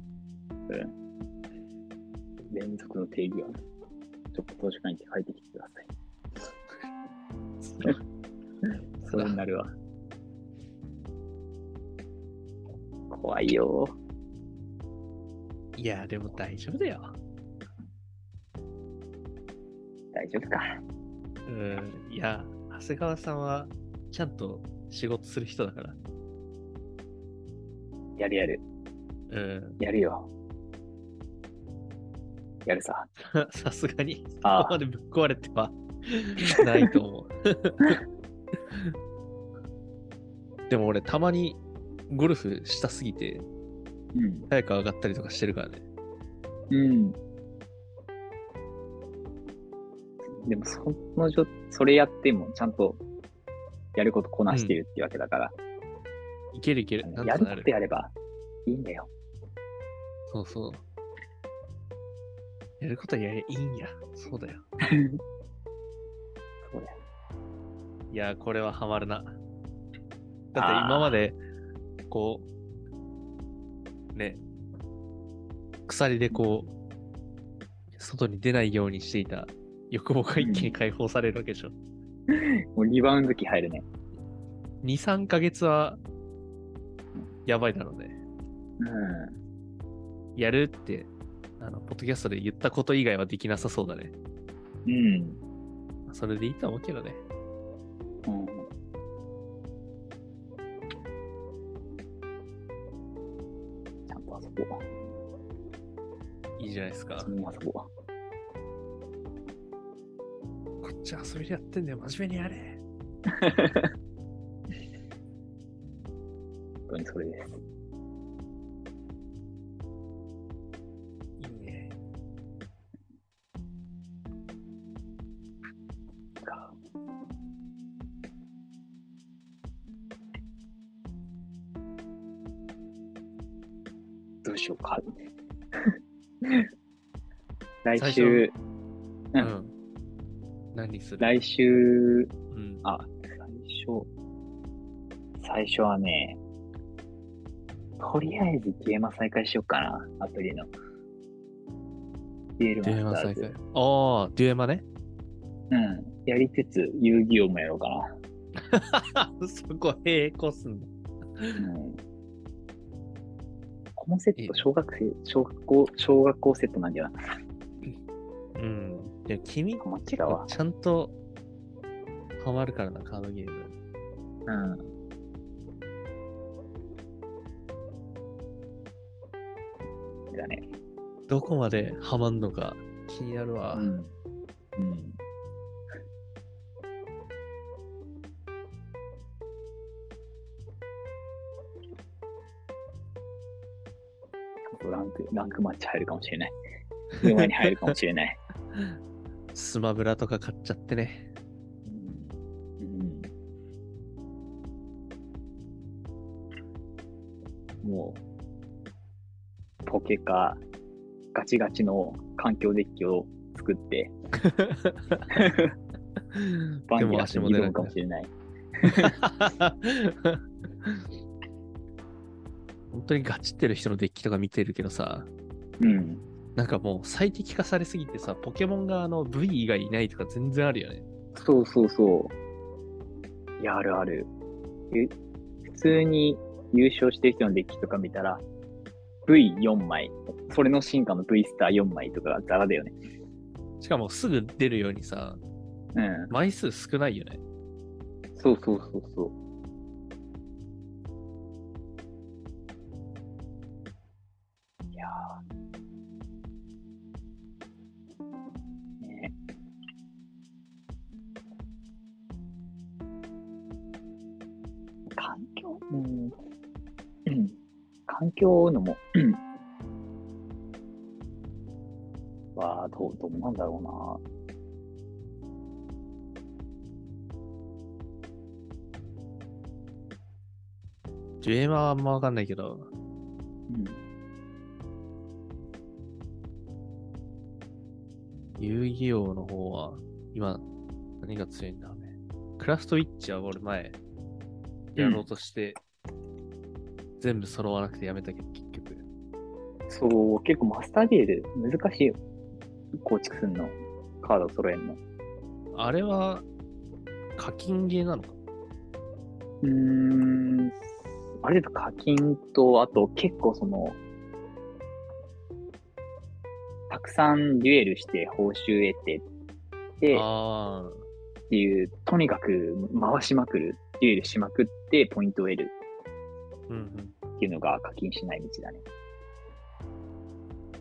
Speaker 2: 連続の定義は。ちょっと図書館に行って書いてきてください。それになるわ。怖いよ。
Speaker 1: いや、でも大丈夫だよ。
Speaker 2: 大丈夫か。
Speaker 1: うん。いや、長谷川さんは、ちゃんと仕事する人だから。
Speaker 2: やるやる。
Speaker 1: うん。
Speaker 2: やるよ。やるさ。
Speaker 1: さすがに、そこ
Speaker 2: あ
Speaker 1: ま
Speaker 2: あ、
Speaker 1: でぶっ壊れてはないと思う。 でも俺、たまにゴルフしたすぎて、
Speaker 2: うん。
Speaker 1: 早く上がったりとかしてるからね。
Speaker 2: うん。でも、その状、それやっても、ちゃんと、やることこなしてるってわけだから、
Speaker 1: いけるいける。なん
Speaker 2: や
Speaker 1: と
Speaker 2: る
Speaker 1: かな
Speaker 2: こ
Speaker 1: る
Speaker 2: と。やれば、いいんだよ。
Speaker 1: そうそう。やることはやりゃいいんや。そうだよ。
Speaker 2: そうだよ。
Speaker 1: いやー、これはハマるな。だって今まで、こう、ね、鎖でこう、外に出ないようにしていた欲望が一気に解放されるわけでしょ。
Speaker 2: もうリバウンド期入るね。
Speaker 1: 2、3ヶ月は、やばいだろうね。
Speaker 2: うん。
Speaker 1: やるって、あの、ポッドキャストで言ったこと以外はできなさそうだね。
Speaker 2: うん。
Speaker 1: それでいいと思うけどね。
Speaker 2: うん遊ぼう。
Speaker 1: いいじゃないですか。
Speaker 2: 遊ぼ
Speaker 1: こっち遊びでやってんだよ、真面目にやれ。
Speaker 2: う。本当にそれです。
Speaker 1: いいね。
Speaker 2: どうしようか。 来
Speaker 1: 最
Speaker 2: 週
Speaker 1: 初、う
Speaker 2: う
Speaker 1: んん。何する
Speaker 2: 来週、
Speaker 1: うん。
Speaker 2: あ、最初、最初はね、とりあえずゲーマ再開しようかな、アプリの。デュエル
Speaker 1: デュエマ
Speaker 2: マスタ
Speaker 1: 再
Speaker 2: ー
Speaker 1: 開。
Speaker 2: ズ
Speaker 1: ああ、デュエマね。
Speaker 2: うん。やりつつ、遊戯王もやろうかな。
Speaker 1: そこ、並行すんの。
Speaker 2: うんこのセ
Speaker 1: いい
Speaker 2: ッ
Speaker 1: ね
Speaker 2: ト、小学生、小学校、小学校セットなんじゃない
Speaker 1: うん。でも君、
Speaker 2: こっち
Speaker 1: 結
Speaker 2: だ
Speaker 1: 構
Speaker 2: わ。
Speaker 1: ちゃんとハマるからな、カードゲーム。
Speaker 2: うん。だね。
Speaker 1: どこまでハマんのか気になるわ。
Speaker 2: うん。うん。ランク、ランクマッチ入るかもしれない。沼に入るかもしれ ない。
Speaker 1: スマブラとか買っちゃってね。
Speaker 2: うんもう、ポケか、ガチガチの環境デッキを作って、バ
Speaker 1: で
Speaker 2: ンギ
Speaker 1: も
Speaker 2: ラス
Speaker 1: 足
Speaker 2: に
Speaker 1: も出
Speaker 2: 挑
Speaker 1: な
Speaker 2: むか
Speaker 1: く
Speaker 2: もしれない。
Speaker 1: なる本当にガチってる人のデッキとか見てるけどさ、
Speaker 2: うん。
Speaker 1: なんかもう最適化されすぎてさ、ポケモンがあの V 以外いないとか全然あるよね。
Speaker 2: そうそうそう。いや、あるある。え普通に優勝してる人のデッキとか見たら、V4 枚、それの進化の V スター4枚とかがザラだよね。
Speaker 1: しかもすぐ出るようにさ、
Speaker 2: うん。
Speaker 1: 枚数少ないよね。
Speaker 2: そうそうそうそう。いやーね環境うん。うん 環境を追うのも、 うんはどう、どうなんだろうな。
Speaker 1: デュエマはあんまわかんないけど、
Speaker 2: うん
Speaker 1: 遊戯王の方は、今、何が強いんだろうね。クラフトウィッチは俺前、やろうとして、全部揃わなくてやめたけど、結局。
Speaker 2: そう、結構マスターゲール難しいよ。構築すんの。カード揃えんの。
Speaker 1: あれは、課金ゲーなのか
Speaker 2: うーん。ある程度課金と、あと結構その、たくさんデュエルして報酬得てで
Speaker 1: ああ、
Speaker 2: っていう、とにかく回しまくる、デュエルしまくってポイントを得る
Speaker 1: うん
Speaker 2: っていうのが課金しない道だね。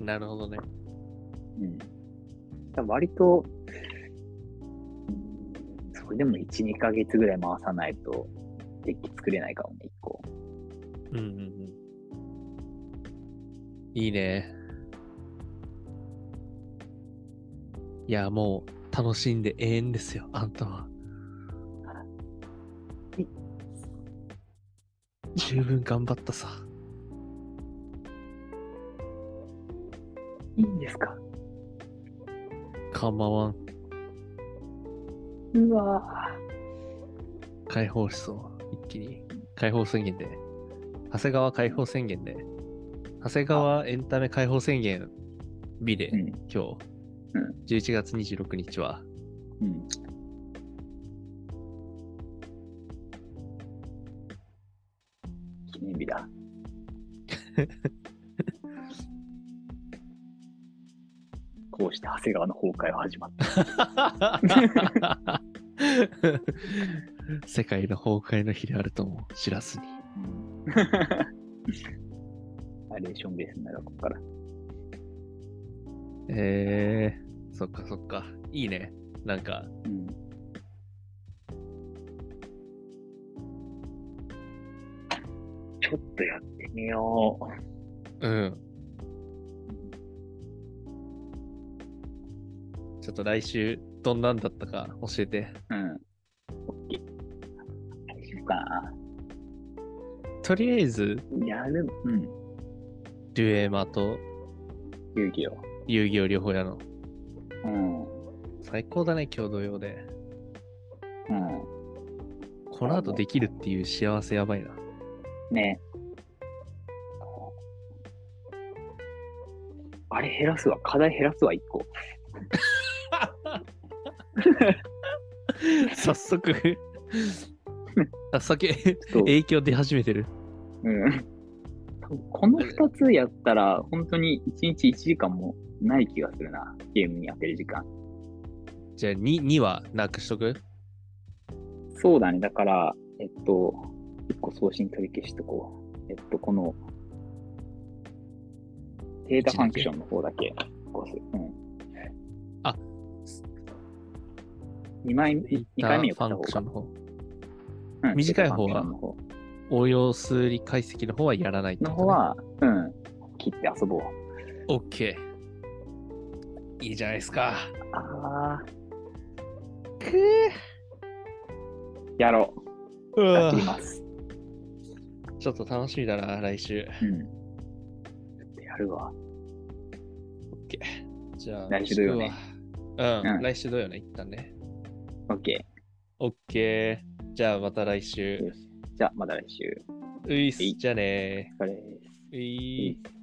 Speaker 1: うん。なるほどね。
Speaker 2: うん。多分割と、うんそれでも1、2ヶ月ぐらい回さないと、デッキ作れないかもね、1個。
Speaker 1: うんうんうん。いいね。いや、もう、楽しんで永遠ですよ、あんたは。十分頑張ったさ。
Speaker 2: いいんですか
Speaker 1: かまわん。
Speaker 2: うわ
Speaker 1: 解放しそう。一気に。解放宣言で。長谷川解放宣言で。長谷川エンタメ解放宣言日で、
Speaker 2: うん。
Speaker 1: 今
Speaker 2: うん
Speaker 1: 日、11月26日は、
Speaker 2: うん。記念日 だ。こうして長谷川の崩壊は始まった。
Speaker 1: 世界 の崩壊の日であるとも知らずに。
Speaker 2: あレーションベースになるわここから。
Speaker 1: えー、そっかそっか。いいね。なんか、
Speaker 2: うん。ちょっとやってみよう。
Speaker 1: うん。ちょっと来週、どんなんだったか教えて。
Speaker 2: うん。OK。大丈夫かな
Speaker 1: とりあえず、
Speaker 2: いや、でも、うん。
Speaker 1: デュエマと
Speaker 2: 遊戯を。
Speaker 1: 遊戯王両方やの。
Speaker 2: うん。
Speaker 1: 最高だね、今日土曜で。
Speaker 2: うん。
Speaker 1: この後できるっていう幸せやばいな。
Speaker 2: ねあれ減らすわ。課題減らすわ、一個。
Speaker 1: 早速 あ、酒、
Speaker 2: そう
Speaker 1: 影響出始めてる。
Speaker 2: うん。多分この二つやったら、本当に一日一時間もない気がするな。ゲームに当てる時間。
Speaker 1: じゃあ、2、2はなくしとく
Speaker 2: そうだね。だから、えっと、一個送信取り消しとこう。えっと、この、データファンクションの方だけ、こうする。うん。
Speaker 1: あ、
Speaker 2: 2枚、二回目よ
Speaker 1: フ
Speaker 2: こ
Speaker 1: ァ
Speaker 2: の
Speaker 1: ンクションの方。
Speaker 2: うん
Speaker 1: 短い方は
Speaker 2: データファンクションの方
Speaker 1: 応用数理解析の方はやらないって
Speaker 2: の
Speaker 1: こ
Speaker 2: 方
Speaker 1: とね。
Speaker 2: は、うん、切って遊ぼう。
Speaker 1: OK。いいじゃないですか。
Speaker 2: ああ、
Speaker 1: くぅ
Speaker 2: やろう。
Speaker 1: う
Speaker 2: や
Speaker 1: わ
Speaker 2: ってみます。
Speaker 1: ちょっと楽しみだな、来週。
Speaker 2: うん。ちょっとやるわ。
Speaker 1: OK。じゃあ、
Speaker 2: 来週土曜ね
Speaker 1: もしくは。うん、
Speaker 2: うん
Speaker 1: 来週土曜ね、一旦ね。
Speaker 2: オッケ
Speaker 1: OK。じゃあ、また来
Speaker 2: ー。よ
Speaker 1: 週。
Speaker 2: し。じゃあ、また来週。
Speaker 1: ういっす
Speaker 2: はい
Speaker 1: じゃあね
Speaker 2: お疲れです。
Speaker 1: ういっす